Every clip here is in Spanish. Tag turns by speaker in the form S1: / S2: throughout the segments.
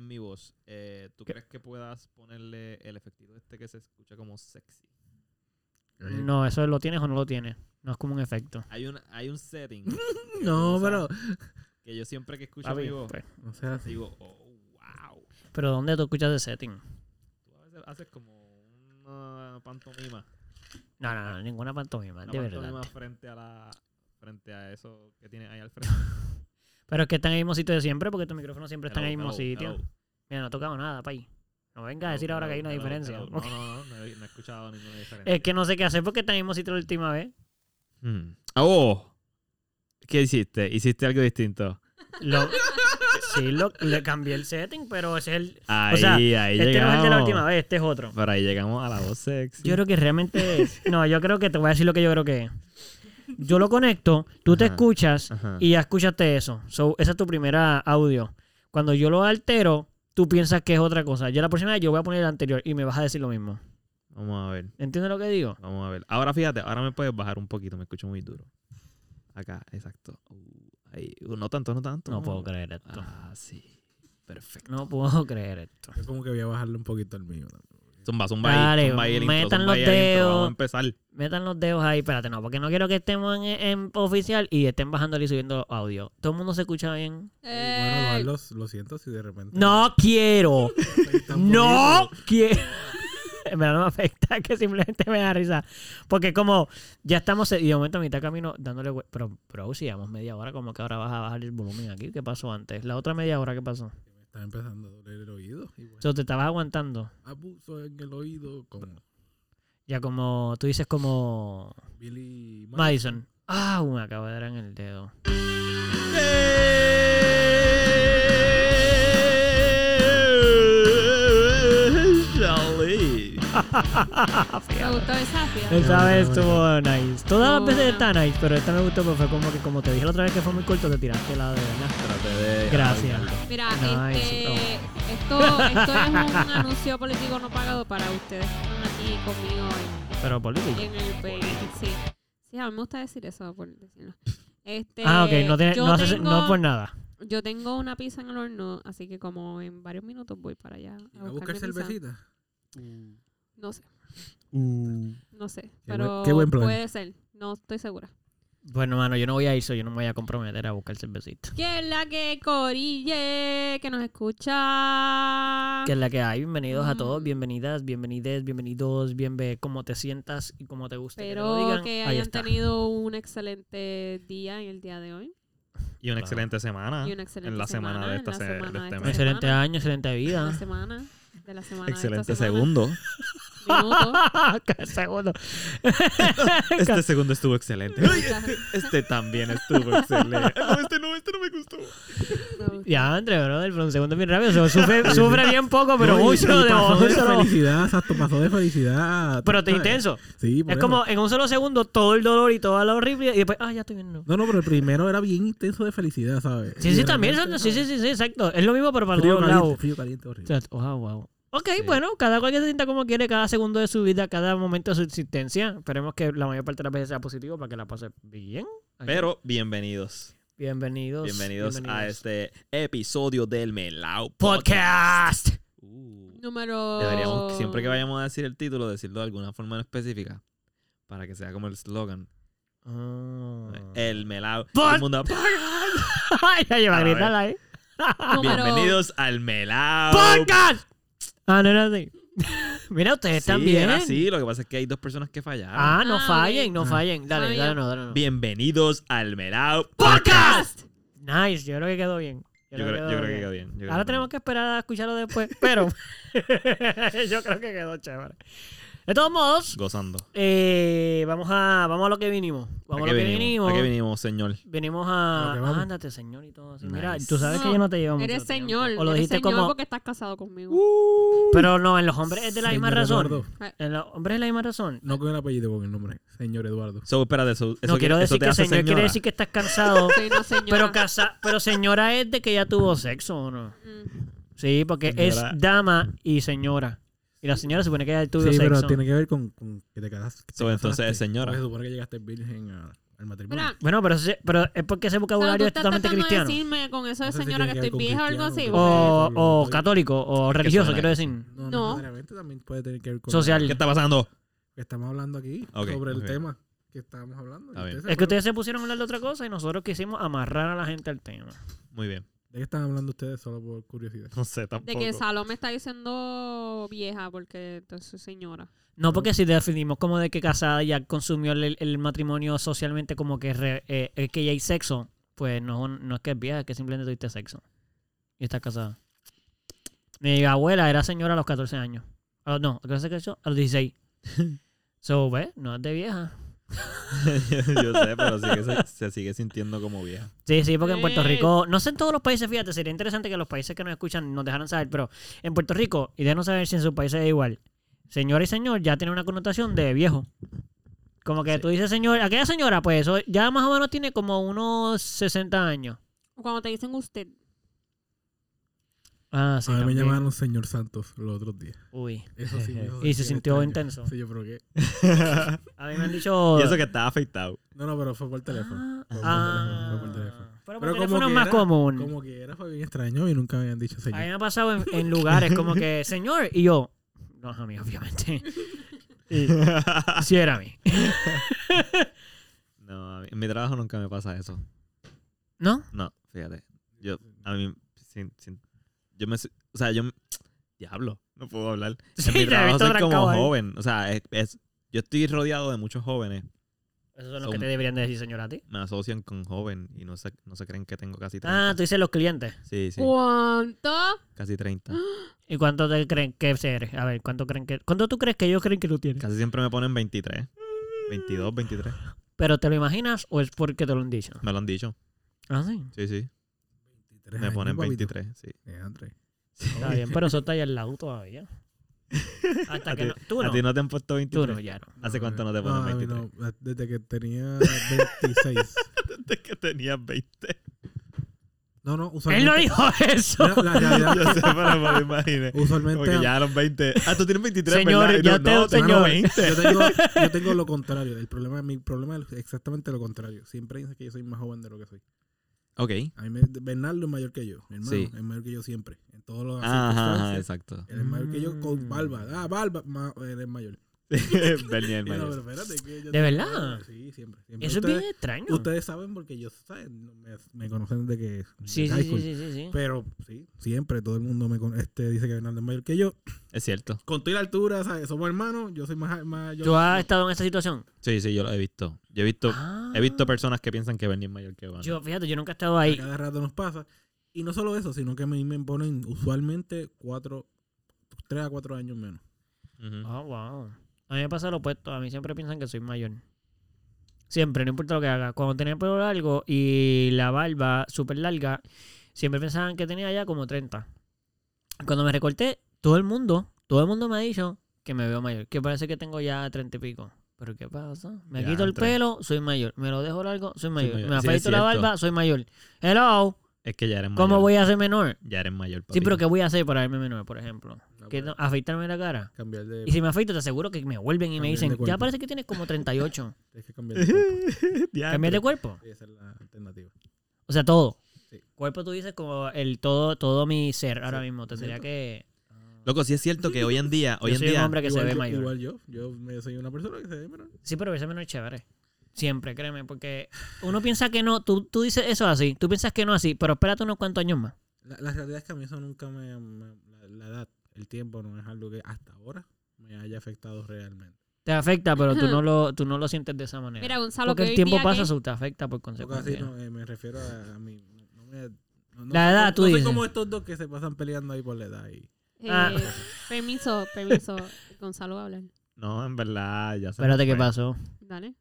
S1: mi voz, eh, ¿tú crees que puedas ponerle el efectito este que se escucha como sexy?
S2: No, eso lo tienes o no lo tienes. No es como un efecto.
S1: Hay un, hay un setting. que
S3: No,
S1: tú
S3: pero.
S1: usas Que yo siempre que escucho
S2: Papi,
S1: mi voz,
S2: pues.
S3: O sea,
S1: digo, oh, wow.
S2: Pero ¿dónde tú escuchas ese setting?
S1: Tú a veces haces como una pantomima.
S2: No, no, no, ninguna
S1: Una
S2: pantomima, Ah, de verdad.
S1: pantomima frente a la frente a eso que tiene ahí al frente.
S2: Pero es que están en el mismo sitio de siempre porque tus micrófonos siempre están en el
S1: Hello,
S2: mismo
S1: hello,
S2: sitio.
S1: hello,
S2: Mira, no tocamos nada, pay. No vengas a decir
S1: hello,
S2: ahora que hay una
S1: hello,
S2: diferencia.
S1: hello. No, no, no, no, he- no he escuchado ninguna diferencia.
S2: Es que no sé qué hacer porque está en el mismo sitio la última vez.
S1: Hmm. Oh, ¿qué hiciste? Hiciste algo distinto.
S2: Lo- sí, lo- le cambié el setting, pero ese es el.
S1: Ahí,
S2: sea,
S1: ahí
S2: este no es el de la
S1: llegamos.
S2: última vez, este es otro.
S1: Pero ahí llegamos a la voz sexy.
S2: Yo creo que realmente. No, yo creo que te voy a decir lo que yo creo que es. Yo lo conecto, tú te
S1: Ajá,
S2: escuchas
S1: ajá.
S2: y ya escuchaste eso. So, esa es tu primera audio. Cuando yo lo altero, tú piensas que es otra cosa. Ya la próxima vez yo voy a poner el anterior y me vas a decir lo mismo.
S1: Vamos a ver,
S2: ¿Entiendes lo que digo?
S1: vamos a ver. Ahora fíjate, ahora me puedes bajar un poquito, me escucho muy duro. Acá, exacto. Uh, ahí. Uh, no tanto, no tanto.
S2: No puedo creer esto.
S1: Ah, sí. Perfecto.
S2: No puedo creer esto.
S3: yo como que voy a bajarle un poquito al mío también.
S1: Zumba, zumba
S2: Dale,
S1: ahí, zumba ahí el intro,
S2: metan
S1: zumba
S2: los
S1: ahí el intro. Vamos
S2: dedos.
S1: a empezar.
S2: Metan los dedos ahí, espérate, no, porque no quiero que estemos en, en oficial y estén bajando y subiendo audio. ¿Todo el mundo se escucha bien?
S3: Bueno,
S4: Ey.
S3: Carlos, lo siento si de repente.
S2: Eh. No quiero.
S3: Tan
S2: No quiero. En verdad no me afecta, que simplemente me da risa. Porque como ya estamos, y de momento a mitad de camino dándole... hue- Pero, pero si llevamos media hora, como que ahora vas a bajar el volumen aquí. ¿Qué pasó antes? La otra media hora, ¿qué pasó?
S3: bonito. Me está empezando a doler el oído. Y bueno,
S2: Yo te estabas aguantando.
S3: abuso en el oído como
S2: Ya como, tú dices como...
S3: Billy
S2: Madison. Ah, me acabo de dar en el dedo.
S4: Me gustó esa fíjate.
S2: Esa
S3: Qué
S2: vez
S3: bonito,
S2: estuvo nice. Todas las
S4: Estuvo
S2: veces
S4: bueno.
S2: está nice, pero esta me gustó porque fue como que como te dije la otra vez que fue muy corto, te tiraste la de verdad. Gracias.
S4: Mira,
S2: Nice,
S4: este, esto, esto es un anuncio político no pagado para ustedes que están aquí conmigo
S2: Pero
S4: en,
S2: político.
S4: en el break. Sí. sí, a mí me gusta decir eso, por decirlo. Este,
S2: Ah, ok, no, tiene,
S4: yo
S2: no, hace-
S4: tengo-
S2: no por nada.
S4: Yo tengo una pizza en el horno, así que como en varios minutos voy para allá.
S3: a
S4: buscar
S3: buscar
S4: mi pizza.
S3: cervecita.
S4: No sé,
S2: Uh.
S4: no sé.
S3: buen-
S4: pero
S3: qué buen plan.
S4: puede ser, no estoy segura.
S2: Bueno, mano, yo no voy a ir, so yo no me voy a comprometer a buscar cervecita.
S4: ¿Qué es la que corille? Que nos escucha.
S2: Que es la que hay. Bienvenidos a todos,
S4: Mm.
S2: bienvenidas, bienvenides, bienvenidos, bienve, como te sientas y como te guste. que te lo
S4: Espero
S2: digan.
S4: que
S2: Ahí
S4: hayan
S2: está.
S4: tenido un excelente día en el día de hoy.
S1: Y una
S2: Claro.
S1: excelente semana.
S4: Y una excelente
S1: Ah, en la semana, de, esta
S4: en la
S1: se- de este
S4: semana de
S2: Un
S1: mes.
S4: esta
S2: Excelente
S4: semana.
S2: año, excelente
S4: La
S2: vida.
S4: semana de la semana. de esta
S1: Excelente
S4: semana,
S1: segundo.
S4: minuto.
S2: Qué segundo.
S1: Este segundo estuvo excelente. Este también estuvo excelente. No, este no, este no me gustó.
S2: Ya, André, brother, pero un segundo bien rápido. so, sufre, sufre bien poco, pero
S3: No, y-
S2: mucho
S3: y
S2: de
S3: pasó de
S2: un solo-
S3: felicidad, exacto, pasó de felicidad.
S2: Pero te
S3: ¿sabes?
S2: intenso.
S3: Sí, por
S2: Es
S3: eso.
S2: como en un solo segundo todo el dolor y toda la horrible y después, ah, ya estoy bien. no.
S3: No, no, pero el primero era bien intenso de felicidad, ¿sabes?
S2: Sí,
S3: Y
S2: sí,
S3: de
S2: también.
S3: repente, ah,
S2: son- sí, sí, sí, sí, exacto. Es lo mismo, pero para
S3: Frío
S2: todos lados.
S3: caliente, frío caliente,
S2: O
S3: horrible.
S2: sea, Wow, wow. Ok,
S1: Sí.
S2: bueno, cada cual que se sienta como quiere, cada segundo de su vida, cada momento de su existencia. Esperemos que la mayor parte de las veces sea positivo para que la pase bien. Aquí.
S1: Pero bienvenidos.
S2: bienvenidos,
S1: Bienvenidos a este episodio del Melao
S2: podcast.
S1: Uh,
S4: Número.
S1: Deberíamos, siempre que vayamos a decir el título, decirlo de alguna forma en específica. Para que sea como el slogan.
S2: Ah.
S1: El Melao.
S2: Pod-
S1: Todo el mundo-
S2: ya lleva a
S1: A ver.
S2: gritar ahí.
S4: Número-
S1: Bienvenidos al Melao.
S2: ¡Podcast! Ah, no era así. Mira, ustedes
S1: Sí,
S2: también.
S1: era así, lo que pasa es que hay dos personas que fallaron.
S2: Ah, no
S4: Ah, ok.
S2: fallen, no fallen.
S4: Ah,
S2: Dale,
S4: ya.
S2: dale, no, dale, no.
S1: Bienvenidos al Melao
S2: ¡Podcast! Nice, yo creo que quedó bien.
S1: Yo creo, yo creo que quedó bien. yo creo
S2: Ahora
S1: quedó
S2: tenemos que esperar a escucharlo después, pero yo creo que quedó chévere. De todos modos,
S1: bien. Gozando.
S2: eh, vamos, a, vamos a lo que vinimos. Vamos a,
S1: qué
S2: lo que vinimos.
S1: ¿A qué vinimos, señor?
S2: Vinimos a...
S3: A lo que vamos.
S2: ándate, señor, y todo así. Mira,
S1: Nice.
S2: tú sabes que
S4: No,
S2: yo no te llevo mucho
S4: Eres
S2: tiempo.
S4: señor.
S2: O lo dijiste
S4: eres señor
S2: como...
S4: porque estás casado conmigo.
S2: Pero no, en los hombres es de la misma
S3: Señor
S2: razón.
S3: Eduardo.
S2: En los hombres es la misma razón.
S3: No con el apellido, con el nombre. Señor Eduardo.
S1: So, espérate, eso, eso
S2: no
S1: que-
S2: quiero
S1: eso
S2: decir
S1: te
S2: que
S1: hace
S2: señor quiere
S1: señora.
S2: decir que estás cansado.
S4: Sí, no, señora.
S2: pero, casa, pero señora es de que ya tuvo sexo, ¿o no?
S4: Mm.
S2: Sí, porque
S1: Señora.
S2: es dama y señora. Y la señora se supone que ya tuvo
S3: Sí,
S2: sexo.
S3: pero tiene que ver con, con que te casas- te casaste.
S1: So, entonces es señora.
S3: Porque Se supone que llegaste virgen a al matrimonio.
S4: Mira,
S2: Bueno, pero, se- pero es porque ese
S4: pero tú
S2: vocabulario es
S4: estás
S2: totalmente
S4: tratando de
S2: cristiano.
S4: decirme con eso de
S3: No sé si
S4: señora
S3: tiene
S4: que
S3: que
S4: estoy
S3: ver con
S4: vieja o algo así.
S3: cristiano,
S4: porque-
S2: O,
S3: Sí,
S2: o
S3: sí.
S2: católico, o
S1: que
S2: religioso,
S1: suena
S2: quiero
S1: a
S2: decir.
S3: No,
S4: No.
S3: necesariamente también puede tener que ver con
S2: Social.
S1: ¿Qué está pasando?
S3: lo que estamos hablando aquí,
S1: Ok,
S3: sobre el
S1: ok.
S3: tema que estábamos hablando.
S1: Está
S3: ¿Y
S1: bien.
S2: Es
S3: ustedes se
S2: que
S3: acuerdan
S2: ustedes se pusieron a hablar de otra cosa y nosotros quisimos amarrar a la gente al tema.
S1: Muy bien.
S3: ¿De qué están hablando ustedes solo por curiosidad?
S1: No sé tampoco.
S4: De que Salome está diciendo vieja porque entonces señora.
S2: No, porque si definimos como de que casada ya consumió el, el matrimonio socialmente como que re- eh, eh, que ya hay sexo, pues no, no es que es vieja, es que simplemente tuviste sexo. Y estás casada. Mi abuela era señora a los 14 años. A los- no, ¿qué se casó? A los 16. So, ¿ves? No es de vieja.
S1: Yo sé, pero sigue- se, se sigue sintiendo como vieja.
S2: Sí, sí, porque en Puerto
S4: Sí.
S2: Rico, no sé en todos los países, fíjate, sería interesante que los países que nos escuchan nos dejaran saber, pero en Puerto Rico, y déjanos saber si en su país es igual, señor y señor ya tiene una connotación de viejo. Como que tú dices señor, aquella señora, pues eso ya más o menos tiene como unos 60 años.
S4: O cuando te dicen usted.
S2: Ah, sí.
S3: a mí me
S2: también.
S3: llamaron señor Santos los otros días.
S2: Uy.
S3: Eso sí. me hizo
S2: Y se
S3: sentir
S2: sintió
S3: extraño.
S2: intenso.
S3: Sí, yo creo que.
S2: A mí me han dicho...
S1: Y eso que está afeitado.
S3: No, no, pero fue por teléfono.
S2: Ah,
S3: Fue por
S2: ah,
S3: teléfono, fue por teléfono.
S2: pero por
S3: Pero como
S2: teléfono es
S3: que
S2: más
S3: era-
S2: común.
S3: Como que era, fue bien extraño y nunca me habían dicho
S2: A mí
S3: señor.
S2: me ha pasado en, en lugares como que, señor, y yo, no es a mí, obviamente. Y, sí, era a mí.
S1: No, a mí- en mi trabajo nunca me pasa eso.
S2: ¿No?
S1: No, fíjate. Yo, a mí, sin- sin- yo me, si- o sea, yo, me- diablo, no puedo hablar.
S2: Sí,
S1: en mi
S2: te
S1: trabajo
S2: ves todo
S1: soy como
S2: trancado ahí.
S1: joven, o sea, es- es- yo estoy rodeado de muchos jóvenes.
S2: Esos son los
S1: Son-
S2: que te deberían de decir, señor, a ti.
S1: Me asocian con joven y no se, no se creen que tengo casi 30.
S2: Ah, tú dices los clientes.
S1: Sí, sí,
S4: ¿Cuánto?
S1: casi 30.
S2: ¿Y cuánto te creen que eres? A ver, ¿cuánto creen que cuánto tú crees que ellos creen que tú tienes?
S1: Casi siempre me ponen 23. 22, 23.
S2: ¿Pero te lo imaginas o es porque te lo han dicho?
S1: Me lo han dicho.
S2: Ah, sí.
S1: Sí, sí.
S3: 23
S1: Me
S3: años,
S1: ponen
S3: papito.
S1: 23, sí.
S3: Eh, André.
S2: Está bien, pero eso está ahí al lado todavía. Hasta
S1: A
S2: que
S1: ti,
S2: no, tú
S1: a ti
S2: no.
S1: no te han puesto
S2: Tú
S1: 23.
S2: no, ya no.
S1: ¿Hace cuánto no te
S3: No,
S1: ponen
S3: a mí
S1: 23?
S3: no, desde que tenía 26.
S1: Desde que tenías 20.
S3: No, no,
S2: Él
S3: usualmente.
S2: no dijo eso.
S3: Mira, la realidad-
S1: Yo sé, pero me lo imaginé. Como
S3: usualmente.
S1: que ya a los 20. Ah, tú tienes 23,
S2: Señor,
S1: ¿verdad? Y
S2: ya
S1: tú,
S2: te-
S1: no, tengo
S2: señor.
S1: 20.
S3: Yo tengo, yo tengo lo contrario. El problema, mi problema es exactamente lo contrario. Siempre dicen que yo soy más joven de lo que soy.
S1: Ok.
S3: A mí me- Bernardo es mayor que yo. Mi hermano
S1: Sí.
S3: es mayor que yo siempre. En todos los
S1: Ah, Ajá, ajá,
S3: circunstancias,
S1: exacto.
S3: Él es mayor que yo con
S2: Mm.
S3: barba. Ah, barba. ma- él es mayor.
S1: Bernie el
S3: Y yo,
S1: mayor.
S3: pero espérate, que
S2: ¿De
S3: yo tengo
S2: verdad?
S3: barba. Sí, siempre. siempre.
S2: Eso es
S3: ustedes,
S2: bien extraño.
S3: ustedes saben porque yo saben, no me, me conocen desde que.
S2: Sí, sí,
S3: desde high
S2: sí,
S3: school.
S2: sí, sí, sí.
S3: Pero sí, siempre todo el mundo me con- este, dice que Bernardo es mayor que yo.
S1: Es cierto.
S3: Con toda la altura, ¿sabes? somos hermanos. Yo soy más. más yo-
S2: ¿Tú has estado en esa situación?
S1: Sí, sí, yo lo he visto. Yo he visto,
S2: Ah.
S1: he visto personas que piensan que Bernie es mayor que Van.
S2: Yo, fíjate, yo nunca he estado ahí.
S3: cada rato nos pasa. Y no solo eso, sino que a mí me ponen usualmente cuatro, tres a cuatro años menos.
S1: Ujú.
S2: Ah, wow. A mí me pasa lo opuesto. A mí siempre piensan que soy mayor. Siempre, no importa lo que haga. Cuando tenía el pelo largo y la barba súper larga, siempre pensaban que tenía ya como 30. Cuando me recorté, todo el mundo, todo el mundo me ha dicho que me veo mayor. Que parece que tengo ya 30 y pico. ¿Pero qué pasa? Me
S1: Ya,
S2: quito el
S1: entre.
S2: pelo, soy mayor. Me lo dejo largo, soy mayor.
S1: mayor.
S2: Me
S1: Sí, es
S2: afeito la
S1: cierto.
S2: barba, soy mayor. Hello,
S1: Es que ya eres mayor.
S2: ¿cómo voy a ser menor?
S1: Ya eres mayor,
S2: Sí,
S1: papito.
S2: pero ¿qué voy a hacer para verme menor, por ejemplo? ¿Que no- ¿Afeitarme la cara?
S3: Cambiar de.
S2: Y si me afeito, te aseguro que me vuelven y me
S3: Cambiar
S2: dicen,
S3: de
S2: ya
S3: cuerpo".
S2: parece que tienes como 38.
S3: Tienes que cambiar de. cuerpo.
S1: Ya,
S2: Cambiar de
S1: pero-
S2: cuerpo.
S3: Sí, Esa es la alternativa.
S2: O sea, todo.
S3: Sí.
S2: Cuerpo tú dices como el todo, todo mi ser ahora
S3: Sí,
S2: mismo. Tendría
S3: ¿cierto?
S2: que...
S1: Loco, sí es cierto que hoy en día, hoy
S2: yo
S1: en
S2: soy un
S1: día,
S2: hombre que
S3: Igual
S2: se ve
S3: yo-
S2: mayor.
S3: Igual yo. Yo me soy una persona que se ve menor.
S2: Sí, pero verse menor es chévere. Siempre, créeme, porque uno piensa que no, tú, tú dices eso así, tú piensas que no así, pero espérate unos cuantos años más.
S3: La, la realidad es que a mí eso nunca me. me- la, la edad, el tiempo no es algo que hasta ahora me haya afectado realmente.
S2: Te afecta, pero tú no lo, tú no lo sientes de esa manera.
S4: Mira, Gonzalo,
S2: porque
S4: que
S2: el
S4: hoy
S2: tiempo
S4: día
S2: pasa,
S4: que-
S2: eso te afecta por
S3: Porque así
S2: consecuencia.
S3: no, eh, me refiero a, a mi. No, no me, no- no
S2: La
S3: soy
S2: edad,
S3: como-
S2: tú
S3: no soy
S2: dices.
S3: como estos dos que se pasan peleando ahí por la edad. Y,
S4: Eh,
S2: Ah.
S4: Permiso, permiso. Gonzalo va a hablar.
S1: no, en verdad, ya se me
S2: Espérate, ¿qué
S1: fue.
S2: pasó?
S4: Dale.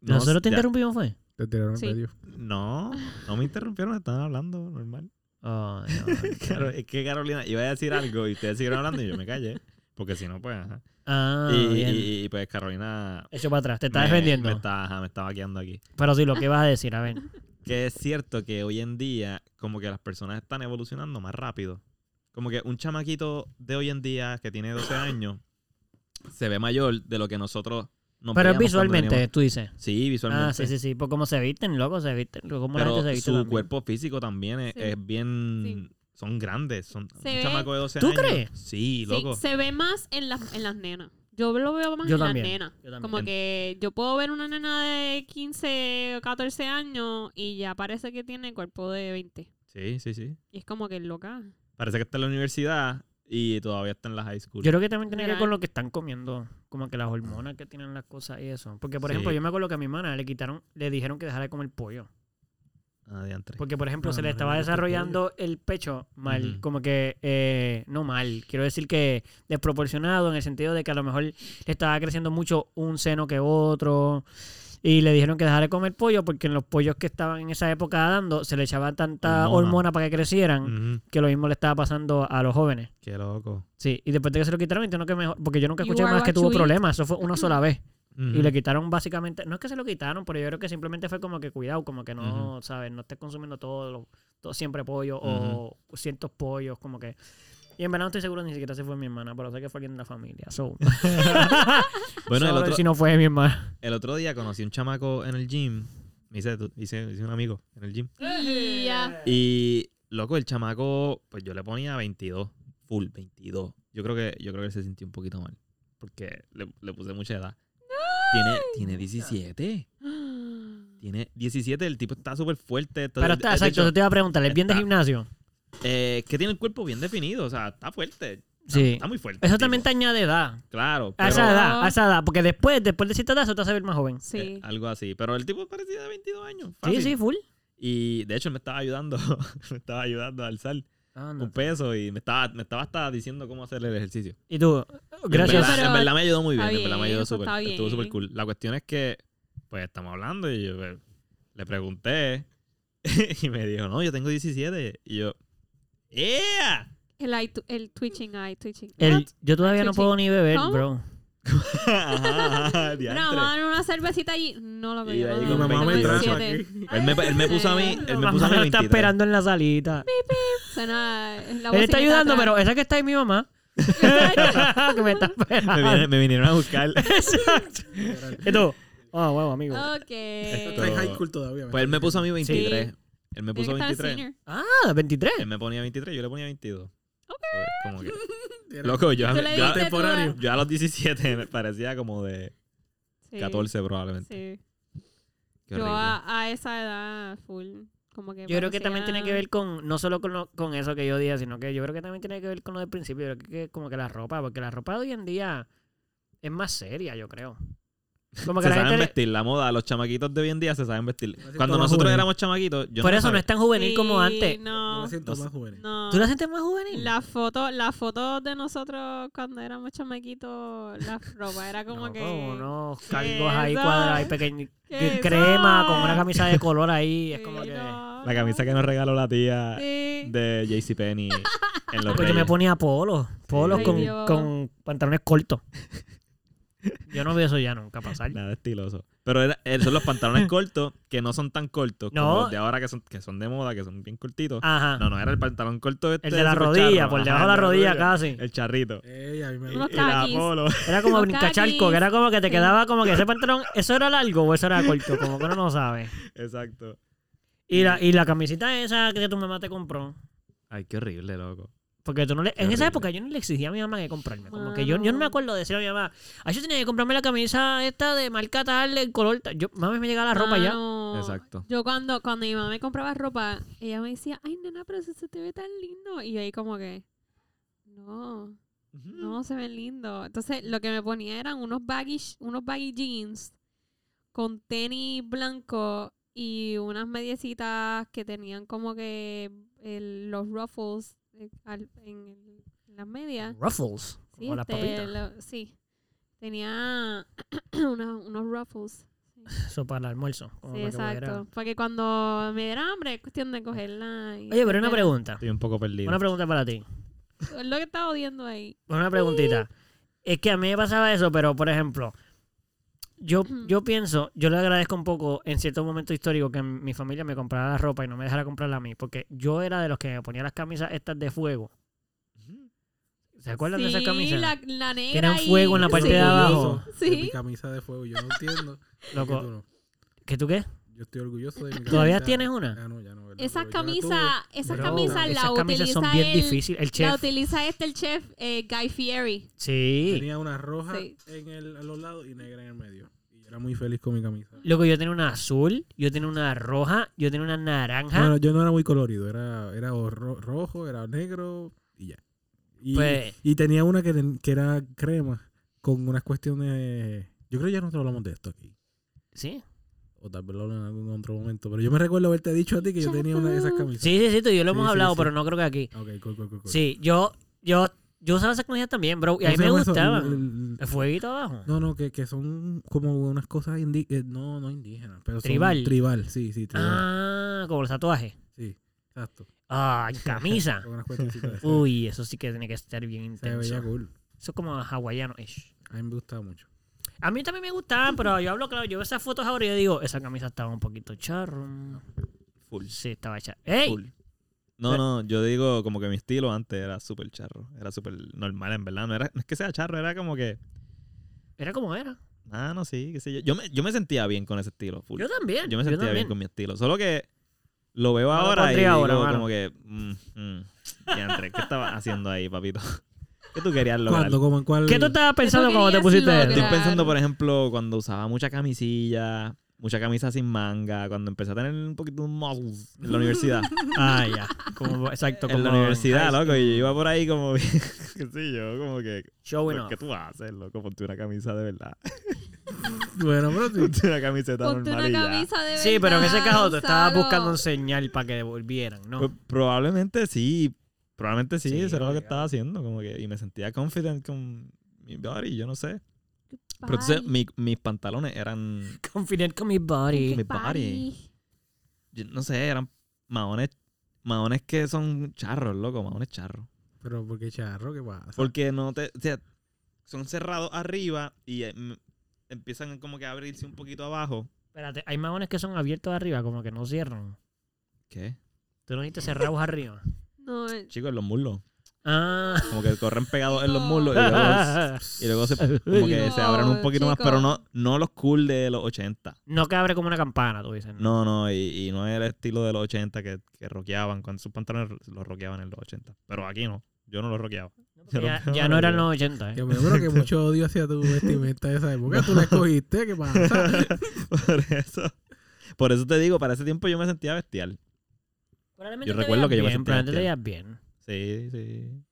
S1: No,
S2: ¿Nosotros te
S1: ya-
S2: interrumpimos, fue?
S3: te tiraron
S4: Sí. medio.
S1: No, no me interrumpieron, estaban hablando normal.
S2: Oh, no.
S1: Claro, es que Carolina, iba a decir algo y ustedes siguieron hablando y yo me callé. Porque si no, pues, ajá.
S2: Ah,
S1: y,
S2: bien.
S1: y- y, pues Carolina...
S2: Hecho para atrás, te
S1: está
S2: estás defendiendo.
S1: Me está, ajá, me está vaqueando aquí.
S2: Pero sí, lo que vas a decir, a ver.
S1: Que es cierto que hoy en día, como que las personas están evolucionando más rápido. Como que un chamaquito de hoy en día que tiene 12 años se ve mayor de lo que nosotros Nos
S2: Pero
S1: veíamos cuando
S2: es visualmente,
S1: veníamos.
S2: tú dices.
S1: Sí, visualmente.
S2: Ah, sí, sí, sí. Por cómo se visten, loco, se visten. Por cómo la
S1: Pero
S2: gente se viste
S1: su
S2: también.
S1: cuerpo físico también es,
S4: Sí.
S1: es bien. Son grandes. Son
S4: Se
S1: un
S4: ve-
S1: chamaco de 12
S2: ¿Tú
S1: años.
S2: crees?
S1: Sí,
S4: Sí,
S1: loco.
S4: se ve más en las, en las nenas. Yo lo veo más
S2: Yo
S4: en
S2: también,
S4: las nenas.
S2: yo también.
S4: Como que yo puedo ver una nena de 15 o 14 años y ya parece que tiene cuerpo de 20.
S1: Sí, sí, sí.
S4: Y es como que loca.
S1: Parece que está en la universidad y todavía está en la high school.
S2: Yo creo que también tiene que ver
S4: Real.
S2: con lo que están comiendo, como que las hormonas que tienen las cosas y eso. Porque, por
S1: Sí.
S2: ejemplo, yo me acuerdo que a mi hermana le quitaron, le dijeron que dejara de comer pollo.
S1: Ah, diantre.
S2: Porque, por ejemplo,
S3: Ah,
S2: se le
S3: no,
S2: estaba
S3: no, no, no, no, no.
S2: desarrollando el pecho mal,
S1: Ujú.
S2: como que, eh, no mal, quiero decir que desproporcionado en el sentido de que a lo mejor le estaba creciendo mucho un seno que otro. Y le dijeron que dejara de comer pollo porque en los pollos que estaban en esa época dando se le echaba
S1: Hormona.
S2: tanta
S1: Mm.
S2: hormona para que crecieran
S1: Ujú,
S2: que lo mismo le estaba pasando a los jóvenes.
S1: Qué loco.
S2: Sí, y después de que se lo quitaron, entiendo que mejor. Porque yo nunca
S4: You
S2: escuché
S4: are
S2: más que
S4: what
S2: tuvo
S4: you eat.
S2: problemas. Eso fue una sola vez. Y
S1: Ujú.
S2: le quitaron básicamente. No es que se lo quitaron, pero yo creo que simplemente fue como que cuidado, como que no, ¿sabes? No estés consumiendo todo, lo- todo siempre pollo o cientos pollos, como que. Y en verdad no estoy seguro ni siquiera si fue mi hermana, pero sé que fue alguien de la familia. So.
S1: Bueno, el
S2: Solo
S1: otro,
S2: si no fue mi hermana.
S1: el otro día conocí un chamaco en el gym. Me hice, tu- hice- hice un amigo en el gym. Eh.
S4: Y ya.
S1: Y, loco, el chamaco, pues yo le ponía 22. Full 22. Yo creo que, yo creo que él se sintió un poquito mal. Porque le, le puse mucha edad. Tiene, tiene 17. Tiene 17. El tipo está súper fuerte. está-
S2: Pero está,
S1: de
S2: exacto,
S1: hecho,
S2: yo te iba a preguntar, ¿es bien de
S1: está-
S2: gimnasio?
S1: eh, que tiene el cuerpo bien definido. O sea, está fuerte. Está,
S2: Sí.
S1: está muy fuerte.
S2: Eso
S1: el
S2: también te
S1: tipo.
S2: añade edad.
S1: Claro.
S2: A
S1: Pero,
S2: esa edad, a
S4: Pero-
S2: esa edad. Porque después, después de cierta edad, eso te hace ver más joven.
S1: eh,
S4: Sí.
S1: algo así. Pero el tipo parecía de 22 años.
S2: Sí,
S1: fácil.
S2: sí, full.
S1: Y de hecho él me estaba ayudando. me estaba ayudando a alzar
S2: Anda.
S1: un peso y me estaba, me estaba hasta diciendo cómo hacer el ejercicio.
S2: Y tú,
S1: En
S2: gracias.
S1: verdad,
S4: Pero
S1: en verdad me ayudó muy bien.
S4: está
S1: En verdad me
S4: bien,
S1: ayudó
S4: eso
S1: súper.
S4: está
S1: Estuvo
S4: bien.
S1: súper cool. La cuestión es que, pues estamos hablando y yo pues, le pregunté y me dijo, no, yo tengo 17. Y yo, ¡Ea!
S4: El, eye tu- el twitching eye, twitching.
S2: El-
S4: What?
S2: yo todavía no
S4: Chuchi.
S2: puedo ni beber,
S4: ¿Cómo?
S2: bro.
S1: Ajá, ajá,
S4: Mira, vamos a
S1: diantre.
S4: dar una cervecita allí. No la
S1: Y
S4: pedí.
S1: ahí
S4: no,
S1: con
S3: Mi
S4: no,
S3: mamá
S4: tengo
S3: me trajo
S4: 17.
S3: aquí.
S1: Él me, él me puso a mí, él me puso a mí
S2: Mamá está
S1: 23.
S2: esperando en la salita.
S4: Suena eh, la
S2: Él
S4: bocinita
S2: está ayudando,
S4: atrás.
S2: pero esa que está ahí mi mamá. que me está
S1: Me,
S2: esperando.
S1: vinieron- me vinieron a buscar.
S2: Exacto. Y tú, ah, huevo, amigo.
S4: Ok.
S3: Está en high school todavía.
S1: Pues él me puso a mí 23.
S4: Sí.
S1: Él me
S4: Tiene
S1: puso
S4: que estar
S1: 23.
S4: senior.
S2: Ah, 23.
S1: Él me ponía 23, yo le ponía 22. Como que-
S3: Era-
S1: loco, yo,
S4: Tú le
S1: yo-
S4: diste tu-
S3: temporario.
S1: yo a los 17 me parecía como de
S4: Sí,
S1: 14 probablemente.
S4: sí.
S1: Qué
S4: Yo
S1: horrible.
S4: a, a esa edad, full. Como que
S2: Yo creo que también tiene
S4: parecía-
S2: que ver con, no solo con, lo- con eso que yo dije, sino que yo creo que también tiene que ver con lo del principio. Yo creo que como que la ropa, porque la ropa de hoy en día es más seria, yo creo. Como que
S1: se
S2: la
S1: saben
S2: gente... le-
S1: vestir, la moda, los chamaquitos de hoy en día se saben vestir.
S3: Así
S1: Cuando
S3: todo
S1: nosotros
S3: juvenil.
S1: éramos chamaquitos, yo
S2: Por
S1: no
S2: eso no
S1: sabía-
S2: es tan juvenil como
S4: Sí,
S2: antes.
S3: Yo
S4: No,
S3: me siento
S1: No sé.
S3: más juvenil.
S4: no.
S2: ¿Tú la sientes más juvenil?
S4: Las fotos las fotos de nosotros cuando éramos chamaquitos, la ropa era como
S2: No,
S4: que.
S2: con unos cargos
S4: ¿Qué
S2: ahí
S4: son?
S2: cuadrados, ahí pequeños,
S4: ¿Qué
S2: que crema,
S4: son?
S2: con una camisa de color ahí, es
S4: Sí,
S2: como que...
S4: no.
S1: la camisa que nos regaló la tía
S4: Sí.
S1: de JCPenney en los
S2: Porque pues yo
S1: Reyes.
S2: me ponía polos, polos
S1: Ay,
S2: con,
S4: Dios.
S2: con pantalones cortos. Yo no veo eso ya nunca pasar.
S1: Nada estiloso. Pero era- eh, son los pantalones cortos que no son tan cortos
S2: No.
S1: como los de ahora que son, que son de moda, que son bien cortitos.
S2: Ajá.
S1: No, no, era el pantalón corto este.
S2: el de la
S1: supercharro.
S2: rodilla, por
S1: Ajá,
S2: debajo de
S1: el
S2: la rodilla
S1: rodilla.
S2: casi.
S1: El charrito.
S3: Ey, a mí me
S1: Y-
S4: Unos
S1: y la
S4: caquis.
S1: polo.
S2: Era como
S4: Los
S2: brincacharco, que era como que te
S4: sí.
S2: quedaba como que ese pantalón, ¿eso era largo o eso era corto? Como que uno no sabe.
S1: Exacto.
S2: Y la, y la camisita esa que tu mamá te compró.
S1: Ay, qué horrible, loco.
S2: Porque tú no le,
S1: Qué
S2: en esa
S1: horrible.
S2: época yo no le exigía a mi mamá que comprarme. Como que yo, yo no me
S4: Mano.
S2: acuerdo de decirle a mi mamá, ay, yo tenía que comprarme la camisa esta de marca tal, el color tal. Yo, mami, me llegaba la ropa ya.
S4: Mano,
S1: Exacto.
S4: Yo cuando, cuando mi mamá me compraba ropa, ella me decía, ay, nena, pero eso se te ve tan lindo. Y yo ahí como que, no, no se ven lindo. Entonces, lo que me ponía eran unos baggy, sh- unos baggy jeans con tenis blanco y unas mediecitas que tenían como que el- los ruffles eh, al- en, el- en las medias.
S2: Ruffles.
S4: Sí,
S2: Como las
S4: este,
S2: papitas.
S4: lo- sí. Tenía una- unos ruffles.
S2: Eso para el almuerzo. como
S4: Sí,
S2: Oh, para que pudiera-
S4: exacto. Porque cuando me diera hambre es cuestión de cogerla.
S2: Oye,
S4: y
S2: pero una
S4: comerla.
S2: pregunta.
S1: Estoy un poco perdido.
S2: Una pregunta para ti.
S4: Es lo que estaba odiando ahí.
S2: Una preguntita. Es que a mí me pasaba eso, pero por ejemplo, yo,
S4: Ujú.
S2: yo pienso, yo le agradezco un poco en cierto momento histórico que mi familia me comprara la ropa y no me dejara comprarla a mí, porque yo era de los que me ponía las camisas estas de fuego. ¿Se acuerdan de esa camisa?
S4: La, la negra.
S2: Tenían
S4: y-
S2: fuego en la parte
S4: sí.
S2: de abajo.
S4: Sí.
S3: Mi camisa de fuego, yo no entiendo. ¿por qué
S2: Loco.
S3: tú no?
S2: ¿Qué tú qué?
S3: Yo estoy orgulloso de mi camisa.
S2: ¿Todavía tienes una?
S3: Ya no, ya no. ¿verdad?
S4: Esas
S3: Yo la
S4: camisas, esas
S2: Bro,
S4: camisas
S2: esas
S4: la
S2: camisas
S4: utiliza
S2: son bien
S4: él-
S2: difíciles. El
S4: La
S2: chef.
S4: utiliza este el chef eh, Guy Fieri.
S3: tuve.
S2: Sí.
S3: Tenía una roja
S4: Sí.
S3: en el, a los lados y negra en el medio. Y yo era muy feliz con mi camisa.
S2: Loco, yo tenía una azul, yo tenía una roja, yo tenía una naranja.
S3: Bueno, yo no era muy colorido, era, era o ro- rojo, era negro y ya. Y,
S2: Pues-
S3: y tenía una que, ten- que era crema con unas cuestiones... Yo creo que ya nosotros hablamos de esto aquí.
S2: Sí.
S3: O tal vez lo hablamos en algún otro momento. Pero yo me recuerdo haberte dicho a ti que yo tenía una de esas camisas.
S2: Sí, sí, sí, tú y yo lo
S3: Sí,
S2: hemos
S3: sí,
S2: hablado,
S3: sí.
S2: pero no creo que aquí.
S3: Ok, cool, cool, cool, cool.
S2: Sí, yo, yo, yo usaba esas camisas también, bro. Y a
S3: ¿Cómo
S2: mí
S3: se
S2: me
S3: llama eso?
S2: gustaban.
S3: El- el-
S2: El fueguito abajo.
S3: No, no, que, que son como unas cosas indi- eh, no, no indígenas, pero son
S2: Tribal.
S3: Tribal, sí, sí, tribal.
S2: ah, como los tatuajes.
S3: Sí, exacto.
S2: Ah, en camisa.
S3: Con unas cuestioncitas de esas.
S2: Uy, eso sí que tiene que estar bien
S3: Se veía
S2: intenso.
S3: cool.
S2: Eso es como hawaiano. ish.
S3: A mí me gustaba mucho.
S2: A mí también me gustaban, pero yo hablo claro. Yo veo esas fotos ahora y yo digo, esa camisa estaba un poquito charro.
S1: Full.
S2: Sí, estaba hecha. ¡Ey!
S1: Full. No, no, yo digo como que mi estilo antes era súper charro. Era súper normal, en verdad. No, era, no es que sea charro, era como que.
S2: Era como era.
S1: Ah, no, sí, qué sé yo. Yo me, yo me sentía bien con ese estilo. full.
S2: Yo también.
S1: Yo me sentía
S2: también.
S1: bien con mi estilo. Solo que lo veo
S2: No lo
S1: ahora y
S2: pondría
S1: digo
S2: ahora, mano.
S1: como que. Mm, mm, diantre, ¿qué estabas haciendo ahí, papito? ¿Qué tú querías lograr?
S3: ¿Cuándo? ¿Cómo en cuál?
S2: ¿Qué tú estabas pensando cuando te
S4: querías
S2: pusiste
S4: lograr?
S2: esto?
S1: Estoy
S4: Claro.
S1: pensando, por ejemplo, cuando usaba mucha camisilla, mucha camisa sin manga, cuando empecé a tener un poquito de muscles en la universidad.
S2: Ah, ya. Como, exacto.
S1: en la
S2: como
S1: universidad,
S2: high
S1: loco, y yo iba por ahí como, qué sé yo, como que,
S2: Show
S1: "Pues,
S2: off.
S1: ¿qué tú haces, loco? Ponte una camisa de verdad.
S3: Bueno, pero sí.
S1: Ponte una camiseta
S4: Ponte
S1: normal
S4: una
S1: y ya".
S4: camisa de
S2: Sí, pero en ese
S4: verdad,
S2: caso tú estabas
S4: Gonzalo.
S2: buscando un señal para que devolvieran,
S1: Pues,
S2: ¿no?
S1: probablemente sí, probablemente sí,
S2: Sí,
S1: eso era lo que
S2: obligado.
S1: estaba haciendo, como que, y me sentía confident con mi body, yo no sé. Pero
S4: Bye.
S1: entonces mi- mis pantalones eran,
S2: Confident con mi body.
S1: mi body,
S4: Bye.
S1: yo no sé, eran maones, maones que son charros, loco, maones charros.
S3: Pero porque charro, ¿qué pasa?
S1: Porque no te. O sea, son cerrados arriba y eh, m- empiezan como que a abrirse un poquito abajo.
S2: Espérate, hay maones que son abiertos arriba, como que no cierran.
S1: ¿Qué?
S2: Tú no dijiste cerrados arriba.
S4: No, eh,
S1: Chicos, en los muslos.
S2: Ah.
S1: Como que corren pegados en los
S4: No.
S1: muslos y luego, y luego se, como que se abren un
S4: No,
S1: poquito más,
S4: chicos.
S1: pero no, no los cool de los 80.
S2: No que abre como una campana, tú dices.
S1: No, no, y, y no es el estilo de los 80 que, que rockeaban. Cuando sus pantalones los rockeaban en los 80. Pero aquí no. Yo no los rockeaba.
S2: Porque Ya, ya no eran los 80,
S3: Que
S2: ¿eh?
S3: me acuerdo que mucho odio hacia tu vestimenta de esa época. Tú la escogiste, ¿qué pasa?
S1: por eso. Por eso te digo, para ese tiempo yo me sentía bestial.
S2: Probablemente
S1: Yo
S2: te
S1: recuerdo
S2: veías
S1: que yo me
S2: bien,
S1: sentía
S2: probablemente te
S1: bestial.
S2: veías bien.
S1: Sí, sí.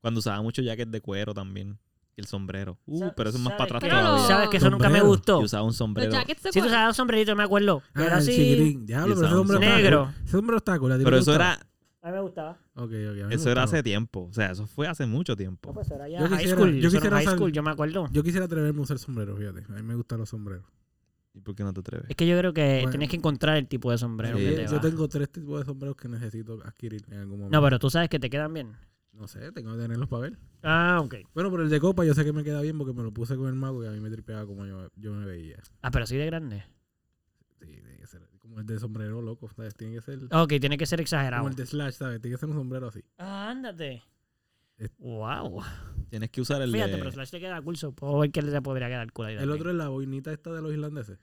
S1: Cuando usaba mucho jacket de cuero también. Y el sombrero. Uh,
S2: Sa-
S1: pero eso es más
S2: ¿sabes
S1: para atrás
S4: qué?
S2: qué?
S1: todavía.
S2: ¿Sabes que eso nunca me
S3: Sombrero.
S1: Yo Ah,
S2: gustó?
S1: usaba un
S4: Los
S1: sombrero.
S4: jackets se
S2: Sí, tú
S4: cuelgan.
S2: usabas un sombrerito, me acuerdo. Que era
S3: Ah, el
S2: así.
S3: chiquitín. Diablo, pero ese
S1: Yo
S3: hombre
S1: usaba
S3: está
S1: un
S2: negro.
S3: cool. Ese hombre está cool. ¿a ti te
S1: Pero eso
S3: gustaba?
S1: era,
S2: A mí me gustaba.
S3: Ok, ok, a mí me
S1: eso era
S3: gustaba.
S1: hace tiempo. O sea, eso fue hace mucho
S2: No,
S1: tiempo.
S2: pues era ya
S3: Yo
S2: high
S3: quisiera-
S2: school. Yo
S3: yo
S2: quisiera
S3: quisiera
S2: high
S3: usar-
S2: school, yo me acuerdo.
S3: Yo quisiera atreverme a usar sombrero, fíjate. A mí me gustan los sombreros.
S1: ¿Y por qué no te atreves?
S2: Es que yo creo que
S3: Bueno.
S2: tienes que encontrar el tipo de sombrero
S1: Sí,
S2: que
S3: Yo,
S2: te
S3: yo
S2: va.
S3: tengo tres tipos de sombreros que necesito adquirir en algún momento.
S2: No, pero tú sabes que te quedan bien.
S3: No sé, tengo que tenerlos para ver.
S2: Ah, ok.
S3: Bueno, pero el de copa yo sé que me queda bien porque me lo puse con el mago y a mí me tripeaba como yo, yo me veía.
S2: Ah, pero así de grande.
S3: Sí, tiene que ser como el de sombrero loco, ¿sabes? Tiene que ser
S2: Ah, Ok, tiene que ser
S3: como
S2: exagerado.
S3: el de slash, ¿sabes? Tiene que ser un sombrero así.
S2: Ah, ándate.
S3: Es-
S2: Wow.
S1: Tienes que usar el
S2: Fíjate,
S1: de-
S2: pero Slash le queda cool, so puedo ver que le podría quedar cool ahí
S3: El
S2: también.
S3: otro es la boinita esta de los irlandeses.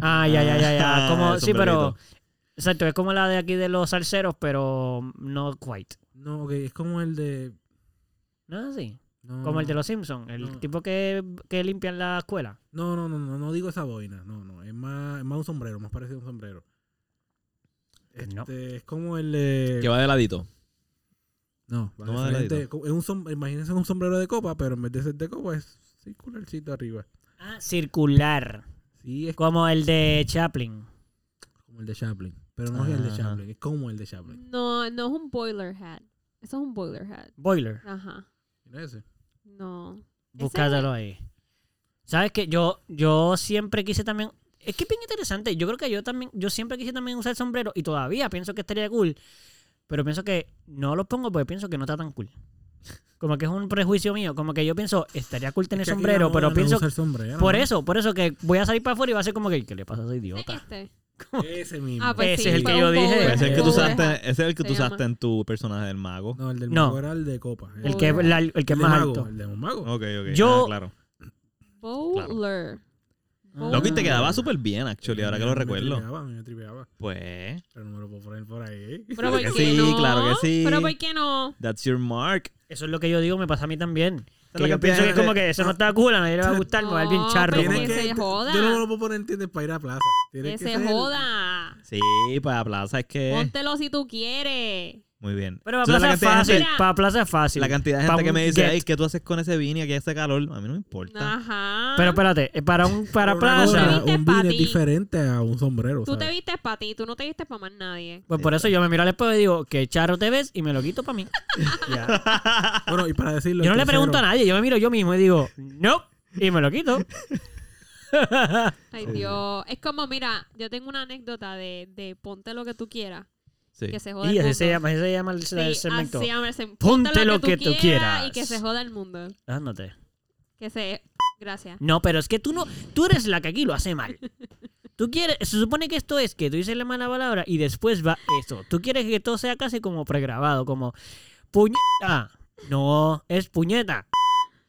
S2: Ah, ya, ya, ya, ya.
S1: Ah,
S2: Como,
S1: el
S2: sí, pero.
S1: sombrerito.
S2: Exacto, es como la de aquí de los salseros, pero no quite.
S3: No, ok, es como el de...
S2: No es así.
S3: No,
S2: Como el de
S3: no.
S2: los Simpsons, el
S3: No.
S2: tipo que, que limpia en la escuela.
S3: No, no, no, no, no digo esa boina. No, no, es más, es más un sombrero, más parecido a un sombrero. Este,
S1: Eh,
S2: No.
S3: Es como el de...
S1: Que va de ladito.
S3: No,
S1: No va de
S3: básicamente,
S1: ladito.
S3: co- es un som- imagínense un sombrero de copa, pero en vez de ser de copa es circularcito arriba.
S2: Ah, circular.
S3: Sí, es
S2: Como el de Chaplin.
S3: como el de Chaplin, pero no es el de
S1: Ajá.
S3: Chaplin, es como el de Chaplin.
S4: No, no es un boiler hat. Eso es un boiler hat.
S2: Boiler.
S4: Ajá.
S3: Mira ese.
S4: No.
S2: Búscatelo ahí. ¿Sabes qué? Yo, yo siempre quise también. Es que es bien interesante. Yo creo que yo también, yo siempre quise también usar sombrero y todavía pienso que estaría cool. Pero pienso que no los pongo porque pienso que no está tan cool. Como que es un prejuicio mío. Como que yo pienso, estaría cool tener
S3: Es que aquí la
S2: sombrero,
S3: moda
S2: pero
S3: no
S2: pienso.
S3: usa el sombrero, ya no
S2: Por
S3: más.
S2: eso, por eso que voy a salir para afuera y va a ser como que, ¿qué le pasa a ese
S4: Ese-
S2: idiota?
S4: Este.
S3: Ese mismo.
S4: Ah, pues
S2: Ese
S4: sí,
S2: es el
S4: fue
S2: que yo
S4: un
S2: dije.
S4: pobre.
S1: Ese es el que tú
S4: Pobre.
S1: usaste, ese es el que
S4: Se
S1: tú usaste
S4: llama.
S1: en tu personaje del mago.
S3: No, el del
S2: No.
S3: mago era el de copa.
S2: El que,
S4: Pobre.
S2: la- el que es
S3: de
S2: más
S3: mago,
S2: alto.
S3: El de un mago.
S1: Ok, ok.
S2: Yo-
S1: ah, claro.
S4: Bowler.
S3: Ah.
S1: Loco, y te
S4: Ah.
S1: quedaba súper bien, actually, ahora que lo
S3: Me
S1: recuerdo.
S3: tripeaba, me tripeaba.
S1: Pues,
S3: Pero no me lo puedo poner por ahí. ¿eh?
S4: Pero ¿por
S1: que
S4: qué
S1: sí,
S4: no?
S1: claro que sí.
S4: Pero ¿por qué no?
S1: that's your mark.
S2: Eso es lo que yo digo, me pasa a mí también.
S1: Esa es
S2: Que
S1: la
S2: yo pienso que es
S1: de-
S2: como que eso no está cool, a nadie le va a gustar, me va a dar bien
S4: No,
S2: charro.
S4: pero
S2: como
S4: que
S2: que-
S4: se joda.
S3: Yo no me lo puedo poner, ¿entiendes? Para ir a plaza. Tiene
S4: Que
S3: ser
S4: se
S3: el-
S4: joda.
S1: Sí, para plaza es que.
S4: Póntelo si tú quieres.
S1: Muy bien.
S2: Pero
S1: Entonces,
S2: para plaza
S1: la
S2: es
S1: cantidad de gente-
S2: fácil,
S4: Mira.
S2: para plaza es fácil.
S1: La cantidad de
S2: Pa'
S1: gente que
S2: un
S1: me dice,
S2: get.
S1: ay, ¿qué tú haces con ese vino y aquí hace calor? A mí no me importa.
S4: Ajá.
S2: Pero espérate, eh, para un para
S3: Pero una cosa,
S2: plaza,
S4: Tú te viste
S3: Un vino
S4: pa'
S3: es
S4: ti.
S3: diferente a un sombrero.
S4: Tú te
S3: ¿sabes?
S4: vistes para ti, tú no te vistes para más nadie.
S2: pues por eso yo me miro al espejo y digo, qué charro te ves y me lo quito para mí. Ya.
S3: Bueno, y para decirlo.
S2: Yo no
S3: el
S2: le
S3: tercero-
S2: pregunto a nadie, yo me miro yo mismo y digo, no, y me lo quito.
S4: Ay,
S1: Sí.
S4: Dios. Es como, mira, yo tengo una anécdota de, de ponte lo que tú quieras.
S1: Sí.
S4: Que se joda
S2: Y ese
S4: el mundo.
S2: se llama, ese se llama el,
S4: Sí,
S2: el segmento.
S4: así llama ese-
S2: Ponte
S4: ponte
S2: lo que tú quieras.
S4: Y que se joda el mundo.
S2: Ah, no te-
S4: Que se... Gracias.
S2: No, pero es que tú no, tú eres la que aquí lo hace mal. Tú quieres, se supone que esto es que tú dices la mala palabra y después va eso. Tú quieres que todo sea casi como pregrabado, como puñeta. No, es puñeta.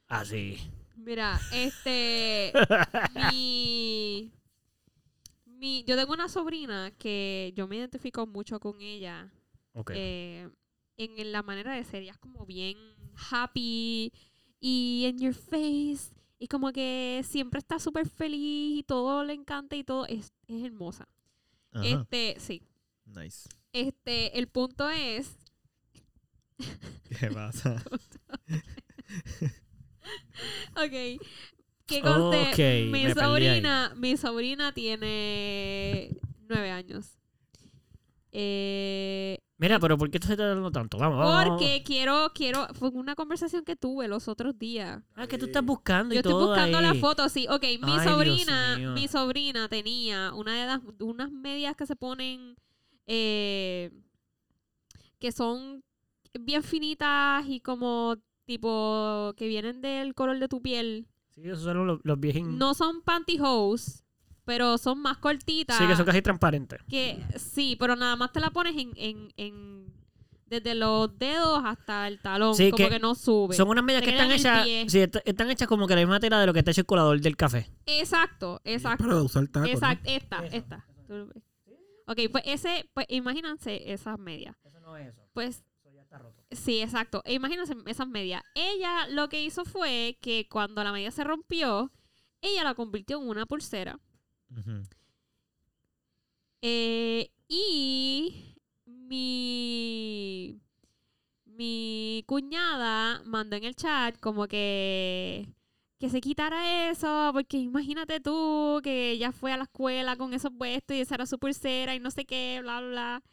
S2: Así.
S4: Mira, este. mi, mi. Yo tengo una sobrina que yo me identifico mucho con ella.
S2: Ok.
S4: eh, en, en la manera de ser. Ella es como bien happy y in your face. Y como que siempre está súper feliz y todo le encanta y todo. Es, es hermosa.
S1: Ajá.
S4: Este, sí.
S1: Nice.
S4: Este, el punto es
S1: ¿Qué pasa?
S4: Ok. Que conste,
S2: Ok,
S4: mi
S2: me perdí ahí.
S4: sobrina, mi sobrina tiene nueve años. Eh,
S2: Mira, pero ¿por qué esto se está dando tanto? Vamos, vamos. vamos.
S4: porque quiero, quiero, fue una conversación que tuve los otros días.
S2: Ah, que tú estás buscando y
S4: Yo estoy
S2: todo
S4: buscando
S2: ahí.
S4: la foto, sí. Ok, mi
S2: Ay, Dios mío.
S4: sobrina, mi sobrina tenía una de las, unas medias que se ponen eh, que son bien finitas y como tipo que vienen del color de tu piel.
S2: Sí, esos son los, los viejín-
S4: no son pantyhose, pero son más cortitas.
S2: Sí, que son casi transparentes.
S4: que- sí, pero nada más te la pones en, en- en- desde los dedos hasta el talón,
S2: Sí,
S4: como
S2: que
S4: que, no sube.
S2: Son unas medias
S4: Te
S2: que
S4: quedan
S2: están
S4: en el
S2: hechas,
S4: pie.
S2: sí, est- están hechas como que la misma tela de lo que está hecho el colador del café.
S4: Exacto, exacto.
S3: Para usar tacos. ¿no?
S4: exacto, esta,
S2: Eso.
S4: esta. Tú lo ves. Ok, pues ese, pues imagínense esas medias.
S2: Eso no es eso,
S4: Pues
S2: eso ya está roto.
S4: sí, exacto. E imagínense esas medias. Ella lo que hizo fue que cuando la media se rompió, ella la convirtió en una pulsera.
S1: Ujú.
S4: Eh, y mi, mi cuñada mandó en el chat como que, que se quitara eso, porque imagínate tú que ella fue a la escuela con eso puesto y esa era su pulsera y no sé qué, bla, bla, bla.